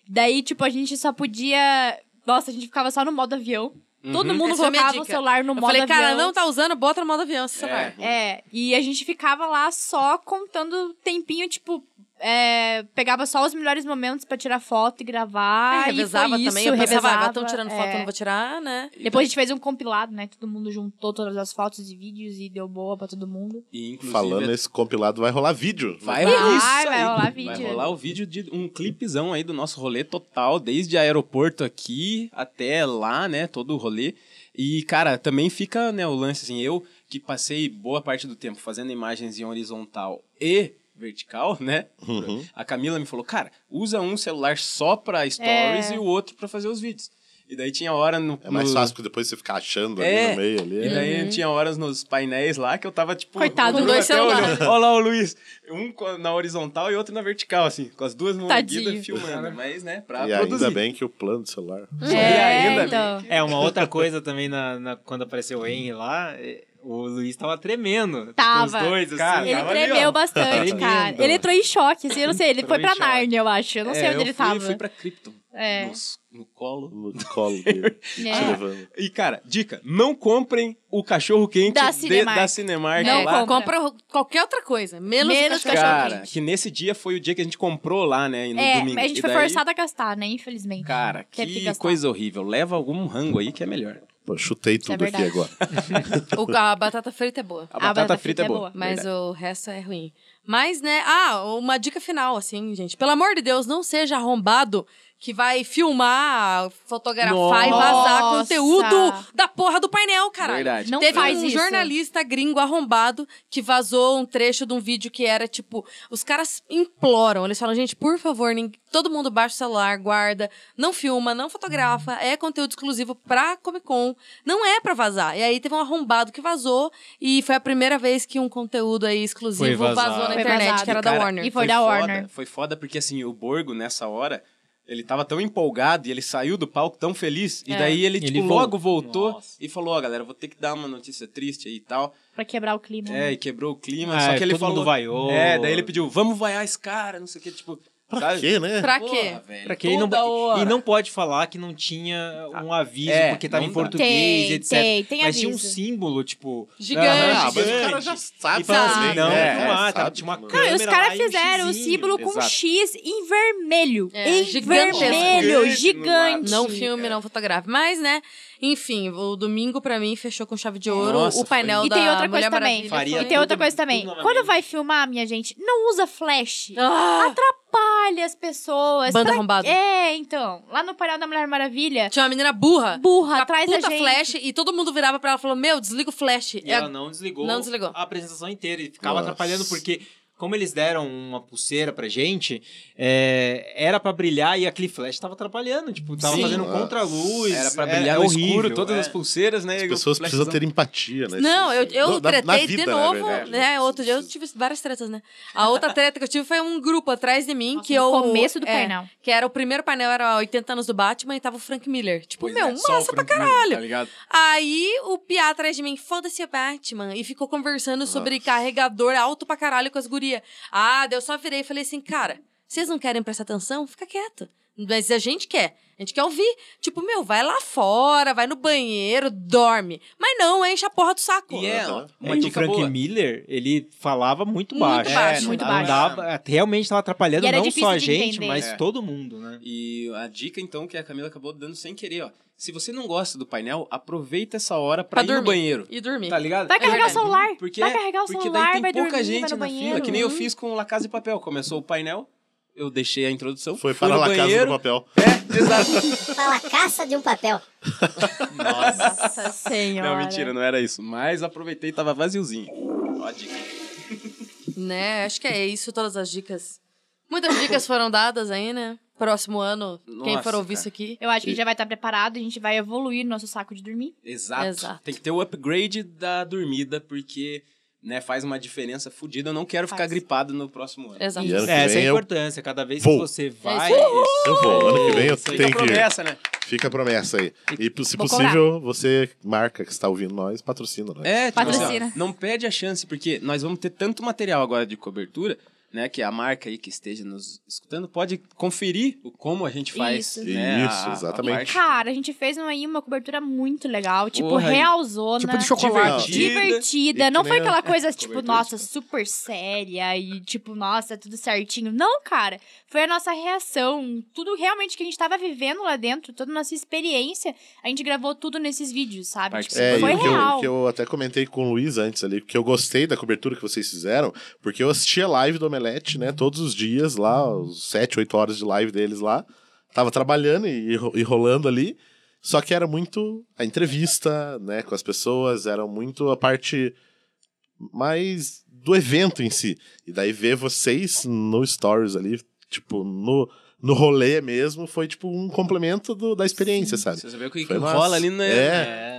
Speaker 3: Daí, tipo, a gente só podia. Nossa, a gente ficava só no modo avião. Todo mundo
Speaker 6: Essa foi a minha
Speaker 3: colocava o
Speaker 6: dica.
Speaker 3: celular no
Speaker 6: Eu
Speaker 3: modo
Speaker 6: falei,
Speaker 3: avião.
Speaker 6: cara, não tá usando, bota no modo avião esse celular.
Speaker 5: É.
Speaker 3: É, e a gente ficava lá só contando o tempinho, tipo. é, pegava só os melhores momentos pra tirar foto e gravar.
Speaker 6: Aí
Speaker 3: e foi
Speaker 6: É, Ah, revezava
Speaker 3: isso,
Speaker 6: também, eu pensava,
Speaker 3: revezava,
Speaker 6: ah, estão tirando foto, eu
Speaker 3: é.
Speaker 6: não vou tirar, né?
Speaker 3: Depois a gente fez um compilado, né? Todo mundo juntou todas as fotos e vídeos e deu boa pra todo mundo.
Speaker 5: E, inclusive,
Speaker 7: é
Speaker 5: é-
Speaker 2: Falando nesse compilado, vai rolar vídeo.
Speaker 5: Vai,
Speaker 3: Vai,
Speaker 5: rolar É isso
Speaker 3: vai
Speaker 5: aí.
Speaker 3: rolar
Speaker 5: Vai
Speaker 3: vídeo.
Speaker 5: rolar o vídeo de um clipezão aí do nosso rolê total, desde aeroporto aqui até lá, né? Todo o rolê. E, cara, também fica né, o lance assim, eu que passei boa parte do tempo fazendo imagens em horizontal e vertical, né?
Speaker 2: Uhum.
Speaker 5: A Camila me falou, cara, usa um celular só pra stories
Speaker 3: É.
Speaker 5: e o outro pra fazer os vídeos. E daí tinha hora no...
Speaker 2: É mais
Speaker 5: no-
Speaker 2: fácil que depois você ficar achando
Speaker 5: É.
Speaker 2: ali no meio. Ali.
Speaker 5: E daí tinha horas nos painéis lá que eu tava, tipo...
Speaker 3: Uhum. Coitado
Speaker 5: o
Speaker 3: do
Speaker 5: Luiz até
Speaker 6: celular.
Speaker 5: olhando. Olha lá o Luiz. Um co- na horizontal e outro na vertical, assim. Com as duas mãos
Speaker 3: Tadinho.
Speaker 5: erguidas filmando.
Speaker 2: Uhum.
Speaker 5: Mas, né, pra
Speaker 2: E
Speaker 5: produzir.
Speaker 2: ainda bem que o plano do celular.
Speaker 5: É, ainda
Speaker 3: então.
Speaker 7: É, uma outra coisa também, na, na- quando apareceu o Henry lá, eh, o Luiz tava tremendo.
Speaker 3: Tava.
Speaker 7: Os dois, assim.
Speaker 5: Cara,
Speaker 3: Ele
Speaker 5: Ah, tava ali,
Speaker 3: tremeu
Speaker 5: ó.
Speaker 3: bastante,
Speaker 7: Tremendo.
Speaker 3: cara. Ele entrou em choque, assim, eu não sei, ele
Speaker 7: Entrou
Speaker 3: foi
Speaker 7: em
Speaker 3: pra
Speaker 7: choque.
Speaker 3: Narnia, eu acho. Eu não sei
Speaker 5: É,
Speaker 3: onde
Speaker 5: eu
Speaker 3: ele
Speaker 5: fui,
Speaker 3: tava.
Speaker 5: fui pra Krypton.
Speaker 3: É.
Speaker 5: Nos- no colo.
Speaker 2: No colo dele. tá te
Speaker 3: É.
Speaker 2: levando.
Speaker 5: E, cara, dica. Não comprem o cachorro quente
Speaker 3: Da
Speaker 5: de-
Speaker 3: Cinemark.
Speaker 5: da Cinemark
Speaker 3: Não
Speaker 5: lá.
Speaker 3: compra.
Speaker 6: Compra o- qualquer outra coisa, menos,
Speaker 3: Menos
Speaker 6: menos
Speaker 3: cachorro
Speaker 5: Cara,
Speaker 3: quente.
Speaker 5: que nesse dia foi o dia que a gente comprou lá, né? No
Speaker 3: É,
Speaker 5: domingo.
Speaker 3: mas a gente
Speaker 5: E
Speaker 3: foi
Speaker 5: daí,
Speaker 3: forçado a gastar, né? Infelizmente.
Speaker 5: Cara,
Speaker 3: Teve que
Speaker 5: que
Speaker 3: gastar.
Speaker 5: coisa horrível. Leva algum rango aí que é melhor.
Speaker 2: Pô, chutei
Speaker 6: é
Speaker 2: tudo aqui
Speaker 3: verdade.
Speaker 2: agora.
Speaker 6: O- a batata frita é boa.
Speaker 5: A batata, frita, é boa.
Speaker 6: Mas
Speaker 5: verdade.
Speaker 6: o resto é ruim. Mas, né? Ah, uma dica final, assim, gente. Pelo amor de Deus, não seja arrombado que vai filmar, fotografar e vazar
Speaker 3: Nossa.
Speaker 6: conteúdo da porra do painel, caralho.
Speaker 5: Verdade.
Speaker 3: Não
Speaker 6: Teve
Speaker 3: faz
Speaker 6: um
Speaker 3: isso.
Speaker 6: jornalista gringo arrombado que vazou um trecho de um vídeo que era tipo: os caras imploram, eles falam, gente, por favor, nin- todo mundo baixa o celular, guarda, não filma, não fotografa, é conteúdo exclusivo pra Comic Con, não é pra vazar. E aí teve um arrombado que vazou e foi a primeira vez que um conteúdo aí
Speaker 7: Foi
Speaker 6: exclusivo
Speaker 7: vazado.
Speaker 6: vazou na
Speaker 3: Foi
Speaker 6: internet,
Speaker 3: vazado.
Speaker 6: que era é da
Speaker 5: Cara,
Speaker 6: Warner.
Speaker 3: e foi da
Speaker 5: foda,
Speaker 3: Warner.
Speaker 5: Foi foda porque, assim, o Borgo, nessa hora, ele tava tão empolgado e ele saiu do palco tão feliz. E
Speaker 6: É.
Speaker 5: daí ele,
Speaker 7: Ele
Speaker 5: tipo,
Speaker 7: voltou.
Speaker 5: logo voltou
Speaker 7: Nossa.
Speaker 5: e falou, ó, galera, vou ter que dar uma notícia triste aí e tal.
Speaker 3: Pra quebrar o clima.
Speaker 5: É, e quebrou o clima.
Speaker 7: Ah,
Speaker 5: só que ele
Speaker 7: todo
Speaker 5: falou...
Speaker 7: mundo vaiou.
Speaker 5: É, daí ele pediu, vamos vaiar esse cara, não sei o que, tipo...
Speaker 2: Pra quê, né?
Speaker 6: Pra quê?
Speaker 5: velho.
Speaker 7: Pra quem não,
Speaker 5: Toda hora.
Speaker 7: e não pode falar que não tinha um aviso
Speaker 5: É,
Speaker 7: porque tava
Speaker 5: não
Speaker 7: em
Speaker 5: dá.
Speaker 7: português,
Speaker 3: Tem,
Speaker 7: etc.
Speaker 3: tem, tem
Speaker 7: Mas tinha um
Speaker 3: aviso.
Speaker 7: símbolo, tipo.
Speaker 6: Gigante.
Speaker 2: Ah, mas o cara
Speaker 7: gigante.
Speaker 2: já sabe.
Speaker 7: E fala assim,
Speaker 2: também,
Speaker 7: não,
Speaker 2: né?
Speaker 7: não há,
Speaker 2: É,
Speaker 7: tá,
Speaker 2: sabe,
Speaker 7: tinha uma
Speaker 2: mano.
Speaker 3: Não, e os
Speaker 7: câmera lá
Speaker 3: caras
Speaker 7: e um
Speaker 3: fizeram o
Speaker 7: xizinho.
Speaker 3: símbolo com
Speaker 5: Exato.
Speaker 3: X em vermelho.
Speaker 6: É,
Speaker 3: em
Speaker 6: gigantesco.
Speaker 3: vermelho,
Speaker 5: Gigante no ar.
Speaker 3: gigante.
Speaker 6: Não filme, não fotografe. Mas, né? Enfim, o domingo pra mim fechou com chave de ouro
Speaker 5: Nossa,
Speaker 6: o painel
Speaker 3: foi- E
Speaker 6: da
Speaker 3: tem outra coisa
Speaker 6: Mulher
Speaker 3: também.
Speaker 6: Maravilha.
Speaker 7: Faria
Speaker 6: foi-
Speaker 3: E tem outra
Speaker 7: tudo-
Speaker 3: coisa também.
Speaker 7: tudo
Speaker 3: Quando
Speaker 7: novamente.
Speaker 3: vai filmar, minha gente, não usa flash.
Speaker 6: Ah,
Speaker 3: Olha as pessoas.
Speaker 6: Banda
Speaker 3: pra-
Speaker 6: arrombada.
Speaker 3: É, então. Lá no painel da Mulher Maravilha,
Speaker 6: Tinha uma menina burra.
Speaker 3: É. burra,
Speaker 6: uma
Speaker 3: atrás da
Speaker 6: puta
Speaker 3: gente.
Speaker 6: flash. E todo mundo virava pra ela e falou, meu, desliga o flash.
Speaker 7: E
Speaker 6: É
Speaker 7: ela não desligou,
Speaker 6: não desligou.
Speaker 7: a apresentação inteira e ficava
Speaker 2: Nossa.
Speaker 7: atrapalhando porque. Como eles deram uma pulseira pra gente, é, era pra brilhar e aquele flash tava atrapalhando. Tipo, tava
Speaker 5: Sim.
Speaker 7: fazendo
Speaker 2: Nossa.
Speaker 7: contra-luz.
Speaker 5: Era pra
Speaker 7: é-
Speaker 5: brilhar
Speaker 7: é
Speaker 5: no
Speaker 7: horrível,
Speaker 5: escuro, todas
Speaker 7: é.
Speaker 5: as pulseiras, né?
Speaker 2: As pessoas precisam ter empatia, né?
Speaker 6: Não, eu, eu
Speaker 2: No- na- na
Speaker 6: tretei de
Speaker 2: vida, na
Speaker 6: novo,
Speaker 2: verdade,
Speaker 6: né?
Speaker 2: né?
Speaker 6: Outro dia eu tive várias tretas, né? A outra treta que eu tive foi um grupo atrás de mim
Speaker 3: Nossa,
Speaker 6: que
Speaker 3: no
Speaker 6: eu.
Speaker 3: começo do
Speaker 6: é,
Speaker 3: painel.
Speaker 6: Que era o primeiro painel, era 80 anos do Batman e tava o Frank Miller. Tipo, meu,
Speaker 8: é,
Speaker 6: massa pra
Speaker 5: Tá
Speaker 6: caralho.
Speaker 5: ligado?
Speaker 6: Aí o Piá atrás de mim, foda-se é Batman. E ficou conversando sobre carregador alto pra caralho com as gurias. Ah, daí eu só virei e falei assim, cara, vocês não querem prestar atenção? Fica quieto. Mas a gente quer. A gente quer ouvir. Tipo, meu, vai lá fora, vai no banheiro, dorme. Mas não, enche a porra do saco.
Speaker 5: E é, ó,
Speaker 2: Aham.
Speaker 5: uma
Speaker 7: e o
Speaker 5: dica
Speaker 7: Frank
Speaker 5: boa.
Speaker 7: Miller, ele falava muito
Speaker 6: Muito
Speaker 7: baixo.
Speaker 6: baixo,
Speaker 7: não
Speaker 3: muito
Speaker 7: dava-
Speaker 3: baixo.
Speaker 7: não dava- é, realmente estava atrapalhando
Speaker 3: E era
Speaker 7: não
Speaker 3: difícil
Speaker 7: só a
Speaker 3: de
Speaker 7: gente,
Speaker 3: entender.
Speaker 7: mas
Speaker 5: É.
Speaker 7: todo mundo, né?
Speaker 5: E a dica, então, que a Camila acabou dando sem querer, ó. Se você não gosta do painel, aproveita essa hora pra,
Speaker 6: Pra
Speaker 5: ir
Speaker 6: dormir.
Speaker 5: no banheiro.
Speaker 6: E dormir.
Speaker 5: Tá ligado?
Speaker 3: Vai carregar
Speaker 6: verdade.
Speaker 3: o celular.
Speaker 5: Porque,
Speaker 3: vai carregar o
Speaker 5: é porque
Speaker 3: celular,
Speaker 5: daí
Speaker 3: vai
Speaker 5: tem pouca
Speaker 3: dormir, vai
Speaker 5: gente
Speaker 3: no
Speaker 5: na
Speaker 3: banheiro.
Speaker 5: fila. Que nem eu fiz com La Casa de Papel. Começou o painel, eu deixei a introdução,
Speaker 2: Foi
Speaker 5: fui
Speaker 2: para
Speaker 5: no
Speaker 2: a casa do
Speaker 5: banheiro.
Speaker 2: papel.
Speaker 5: É, exato.
Speaker 9: Fala caça de um papel.
Speaker 3: Nossa senhora.
Speaker 5: não, mentira, não era isso. Mas aproveitei e tava vaziozinho. Ó a dica.
Speaker 6: Né, acho que é isso, todas as dicas. Muitas dicas foram dadas aí, né? Próximo ano, quem
Speaker 5: Nossa,
Speaker 6: for ouvir
Speaker 5: cara.
Speaker 6: isso aqui.
Speaker 3: Eu acho que a gente já vai estar preparado, a gente vai evoluir no nosso saco de dormir.
Speaker 5: Exato.
Speaker 6: Exato.
Speaker 5: Tem que ter o upgrade da dormida, porque né, faz uma diferença fodida. Eu não quero ficar
Speaker 3: Faz.
Speaker 5: gripado no próximo ano.
Speaker 6: Exato.
Speaker 2: E ano que
Speaker 7: Essa é
Speaker 2: vem
Speaker 7: a
Speaker 2: eu,
Speaker 7: importância. Cada vez
Speaker 2: vou.
Speaker 7: que
Speaker 3: É
Speaker 7: você vai.
Speaker 2: eu vou. Ano que vem eu
Speaker 7: Isso
Speaker 5: Fica a
Speaker 7: aí
Speaker 2: tenho que ir.
Speaker 5: promessa, né?
Speaker 2: Fica a promessa aí. E se
Speaker 3: Vou
Speaker 2: possível, você marca que está ouvindo nós, patrocina nós.
Speaker 5: É, tipo,
Speaker 3: Patrocina.
Speaker 5: assim, ó, não perde a chance, porque nós vamos ter tanto material agora de cobertura, né? Que a marca aí que esteja nos escutando pode conferir o como a gente faz.
Speaker 3: Isso.
Speaker 5: né,
Speaker 2: Isso,
Speaker 5: a- a
Speaker 2: exatamente.
Speaker 5: parte.
Speaker 3: Cara, a gente fez um- aí uma cobertura muito legal, tipo,
Speaker 5: Porra, aí.
Speaker 3: realzona.
Speaker 4: Tipo de chocolate.
Speaker 2: Divertido.
Speaker 3: divertida.
Speaker 2: E
Speaker 3: Não
Speaker 2: que
Speaker 3: foi
Speaker 2: nem-
Speaker 3: aquela coisa, tipo,
Speaker 5: cobertura,
Speaker 3: nossa, super séria e, tipo, nossa, tudo certinho. Não, cara. Foi a nossa reação. Tudo realmente que a gente tava vivendo lá dentro, toda a nossa experiência, a gente gravou tudo nesses vídeos, sabe?
Speaker 5: Parte
Speaker 3: Tipo,
Speaker 5: sim.
Speaker 2: É,
Speaker 3: foi
Speaker 2: e o que, eu,
Speaker 3: real.
Speaker 2: o que eu até comentei com o Luiz antes ali, que eu gostei da cobertura que vocês fizeram, porque eu assistia live do Omelete, né, todos os dias lá, os 7, 8 horas de live deles lá. Tava trabalhando e, ro- e rolando ali, só que era muito a entrevista, né, com as pessoas, era muito a parte mais do evento em si. E daí ver vocês no Stories ali, tipo, no, no rolê mesmo, foi tipo um complemento do- da experiência, sabe?
Speaker 5: Você sabe o que, que
Speaker 2: Foi massa.
Speaker 5: rola ali na.
Speaker 2: É.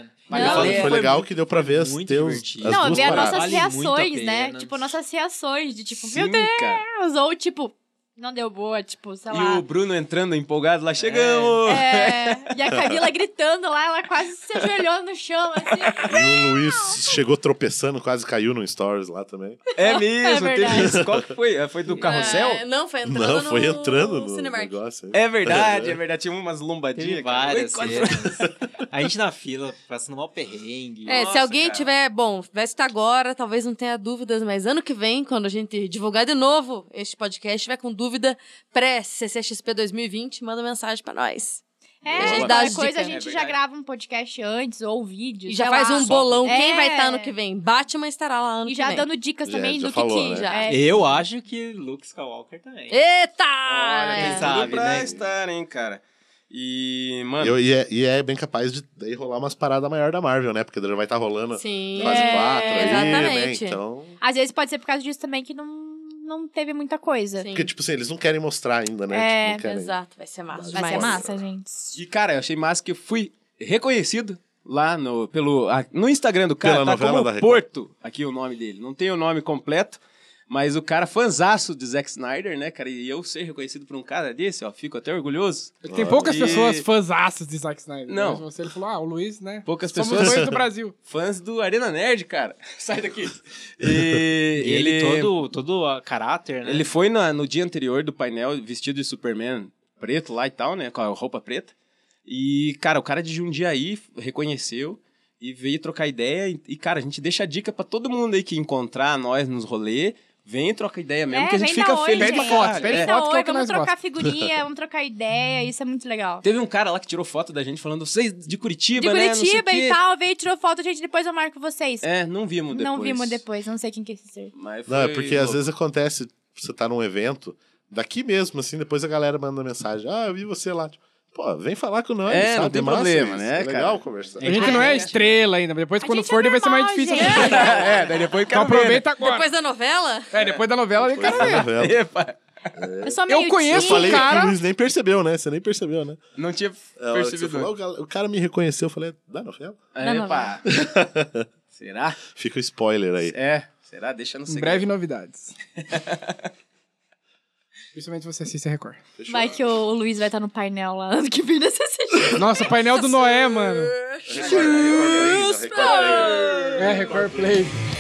Speaker 7: É.
Speaker 5: Mas
Speaker 2: Eu
Speaker 6: Não,
Speaker 2: falo
Speaker 5: é,
Speaker 2: que foi
Speaker 5: foi
Speaker 2: legal que deu pra ver as,
Speaker 7: muito
Speaker 2: ter os-
Speaker 7: divertido.
Speaker 2: as
Speaker 7: As
Speaker 3: Não,
Speaker 2: duas
Speaker 3: ver as
Speaker 2: paradas.
Speaker 3: nossas
Speaker 7: Vale muito a
Speaker 3: reações, né?
Speaker 7: pena.
Speaker 3: Tipo, nossas reações de tipo,
Speaker 5: Sim,
Speaker 3: meu Deus!
Speaker 5: cara.
Speaker 3: Ou tipo, não deu boa, tipo, sei lá.
Speaker 5: E o Bruno entrando empolgado lá, chegamos!
Speaker 3: É, e a Camila gritando lá, ela quase se ajoelhou no chão, assim.
Speaker 2: E o Luiz chegou tropeçando, quase caiu no Stories lá também.
Speaker 5: É,
Speaker 3: É
Speaker 5: mesmo,
Speaker 3: verdade.
Speaker 5: teve isso. Qual que foi? Ah, Foi do carrossel?
Speaker 6: É, não, foi entrando
Speaker 2: Não,
Speaker 6: no
Speaker 2: foi entrando no
Speaker 6: Cinemark.
Speaker 2: negócio. aí.
Speaker 5: É verdade, é verdade. Tinha umas lombadinhas.
Speaker 7: É, Teve
Speaker 5: cara.
Speaker 7: várias.
Speaker 5: Oi, quase-
Speaker 7: cenas. a gente na fila, passando mal perrengue.
Speaker 6: É, se
Speaker 5: Nossa,
Speaker 6: alguém
Speaker 5: cara.
Speaker 6: tiver, bom, vai escutar agora, talvez não tenha dúvidas, mas ano que vem, quando a gente divulgar de novo este podcast, tiver com dúvida pré-CCXP 2020, manda mensagem pra nós.
Speaker 3: É,
Speaker 5: A gente
Speaker 6: dá
Speaker 3: qualquer
Speaker 6: as
Speaker 3: coisa a
Speaker 6: dicas,
Speaker 5: né?
Speaker 3: gente
Speaker 5: É
Speaker 3: já
Speaker 5: verdade.
Speaker 3: grava um podcast antes, ou vídeo.
Speaker 6: E já
Speaker 3: sei
Speaker 6: faz
Speaker 3: lá.
Speaker 6: um bolão. Quem
Speaker 3: É.
Speaker 6: vai estar ano que vem? Batman estará lá ano
Speaker 3: E
Speaker 6: que
Speaker 3: já
Speaker 6: vem.
Speaker 3: dando dicas
Speaker 2: Já-
Speaker 3: também
Speaker 2: já
Speaker 3: do
Speaker 2: falou,
Speaker 3: que que
Speaker 2: né?
Speaker 3: já. é.
Speaker 7: Eu acho que Luke Skywalker também.
Speaker 6: Eita!
Speaker 7: Olha, quem
Speaker 6: É.
Speaker 7: sabe?
Speaker 5: Tudo pra
Speaker 7: né?
Speaker 5: estar, hein, cara. E, mano,
Speaker 2: Eu- e, é, e é bem capaz de daí rolar umas paradas maiores da Marvel, né? Porque já vai estar rolando
Speaker 6: Sim.
Speaker 2: quase
Speaker 3: É,
Speaker 2: quatro aí,
Speaker 6: exatamente.
Speaker 2: né? Então.
Speaker 3: Às vezes pode ser por causa disso também que não, não teve muita coisa.
Speaker 6: Sim.
Speaker 2: Porque, tipo assim, eles não querem mostrar ainda, né?
Speaker 3: É,
Speaker 2: Tipo, não querem.
Speaker 6: Exato, vai ser
Speaker 3: Vai
Speaker 6: massa.
Speaker 3: ser
Speaker 6: demais.
Speaker 3: massa, gente.
Speaker 5: E, cara, eu achei massa que eu fui reconhecido lá no, pelo, a- no Instagram do cara,
Speaker 2: Pela
Speaker 5: tá
Speaker 2: novela da
Speaker 5: como
Speaker 2: Record.
Speaker 5: Porto, aqui o nome dele. Não tem o nome completo, Mas o cara fanzaço de Zack Snyder, né, cara? E eu ser reconhecido por um cara desse, ó, fico até orgulhoso.
Speaker 4: Tem poucas
Speaker 5: E-
Speaker 4: pessoas fãzaças de Zack Snyder.
Speaker 5: Não.
Speaker 4: Mas Você ele falou, ah, o Luiz, né?
Speaker 5: Poucas
Speaker 4: Somos
Speaker 5: pessoas.
Speaker 4: dois do Brasil.
Speaker 5: Fãs do Arena Nerd, cara. Sai daqui. E,
Speaker 7: E ele, todo, todo a caráter, né?
Speaker 5: Ele foi na- no dia anterior do painel vestido de Superman preto lá e tal, né? Com a roupa preta. E, cara, o cara de Jundiaí reconheceu e veio trocar ideia. E, e, cara, a gente deixa a dica pra todo mundo aí que encontrar nós nos rolê. Vem troca ideia mesmo,
Speaker 3: É,
Speaker 5: que a gente
Speaker 3: vem
Speaker 5: fica
Speaker 3: dar oi,
Speaker 5: feliz
Speaker 3: gente.
Speaker 5: pra caralho.
Speaker 4: Pede
Speaker 3: Vem
Speaker 5: É.
Speaker 3: dar
Speaker 4: foto que é o
Speaker 3: oi,
Speaker 4: que
Speaker 3: vamos
Speaker 4: nós
Speaker 3: trocar figurinha, vamos trocar ideia, isso é muito legal.
Speaker 5: Teve um cara lá que tirou foto da gente falando, vocês de
Speaker 3: De
Speaker 5: Curitiba, né? Não sei o
Speaker 3: Curitiba
Speaker 5: quê."
Speaker 3: e tal, veio e tirou foto, gente, depois eu marco vocês.
Speaker 5: É, não vimos depois.
Speaker 3: não vimos depois, não sei quem que é esse ser.
Speaker 5: Mas
Speaker 2: Não, é
Speaker 5: foi
Speaker 2: porque às
Speaker 5: louco.
Speaker 2: vezes acontece, você tá num evento, daqui mesmo, assim, depois a galera manda mensagem. Ah, eu vi você lá. Tipo, Pô, vem falar com nós.
Speaker 5: É,
Speaker 2: sabe?
Speaker 5: não tem
Speaker 2: Massa
Speaker 5: problema,
Speaker 2: isso,
Speaker 5: né,
Speaker 2: É
Speaker 5: cara?
Speaker 2: legal conversar.
Speaker 4: A gente não é estrela ainda, mas depois
Speaker 3: A
Speaker 4: quando
Speaker 3: gente é
Speaker 4: for, daí vai ser mais
Speaker 3: normal,
Speaker 4: difícil.
Speaker 3: gente.
Speaker 4: ainda.
Speaker 5: é, daí depois eu
Speaker 4: Então
Speaker 5: quero ver, né?
Speaker 4: aproveita agora.
Speaker 6: Depois da novela?
Speaker 4: É, depois da novela, eu quero
Speaker 2: Tá
Speaker 4: ver.
Speaker 2: vendo?
Speaker 5: Epa, É.
Speaker 3: Eu sou meio
Speaker 4: Eu
Speaker 2: Eu
Speaker 4: conheço
Speaker 2: falei
Speaker 4: um
Speaker 2: que o
Speaker 4: cara.
Speaker 2: Luiz nem percebeu, né? Você nem percebeu, né?
Speaker 5: Não tinha
Speaker 2: É, a hora que você
Speaker 5: percebido.
Speaker 2: falou, o gal- o cara me reconheceu, eu falei, dá novela?
Speaker 3: Não, não
Speaker 5: Epa. Será?
Speaker 2: Fica o spoiler aí.
Speaker 5: É, será? Deixa no
Speaker 4: Em
Speaker 5: segredo.
Speaker 4: breve novidades. Principalmente você assiste a Record.
Speaker 3: Vai que o Luiz vai estar no painel lá ano que vem nesse jeito.
Speaker 4: Nossa, painel do Noé, mano.
Speaker 2: Recorda aí, recorda aí, recorda aí.
Speaker 4: É, Record Play.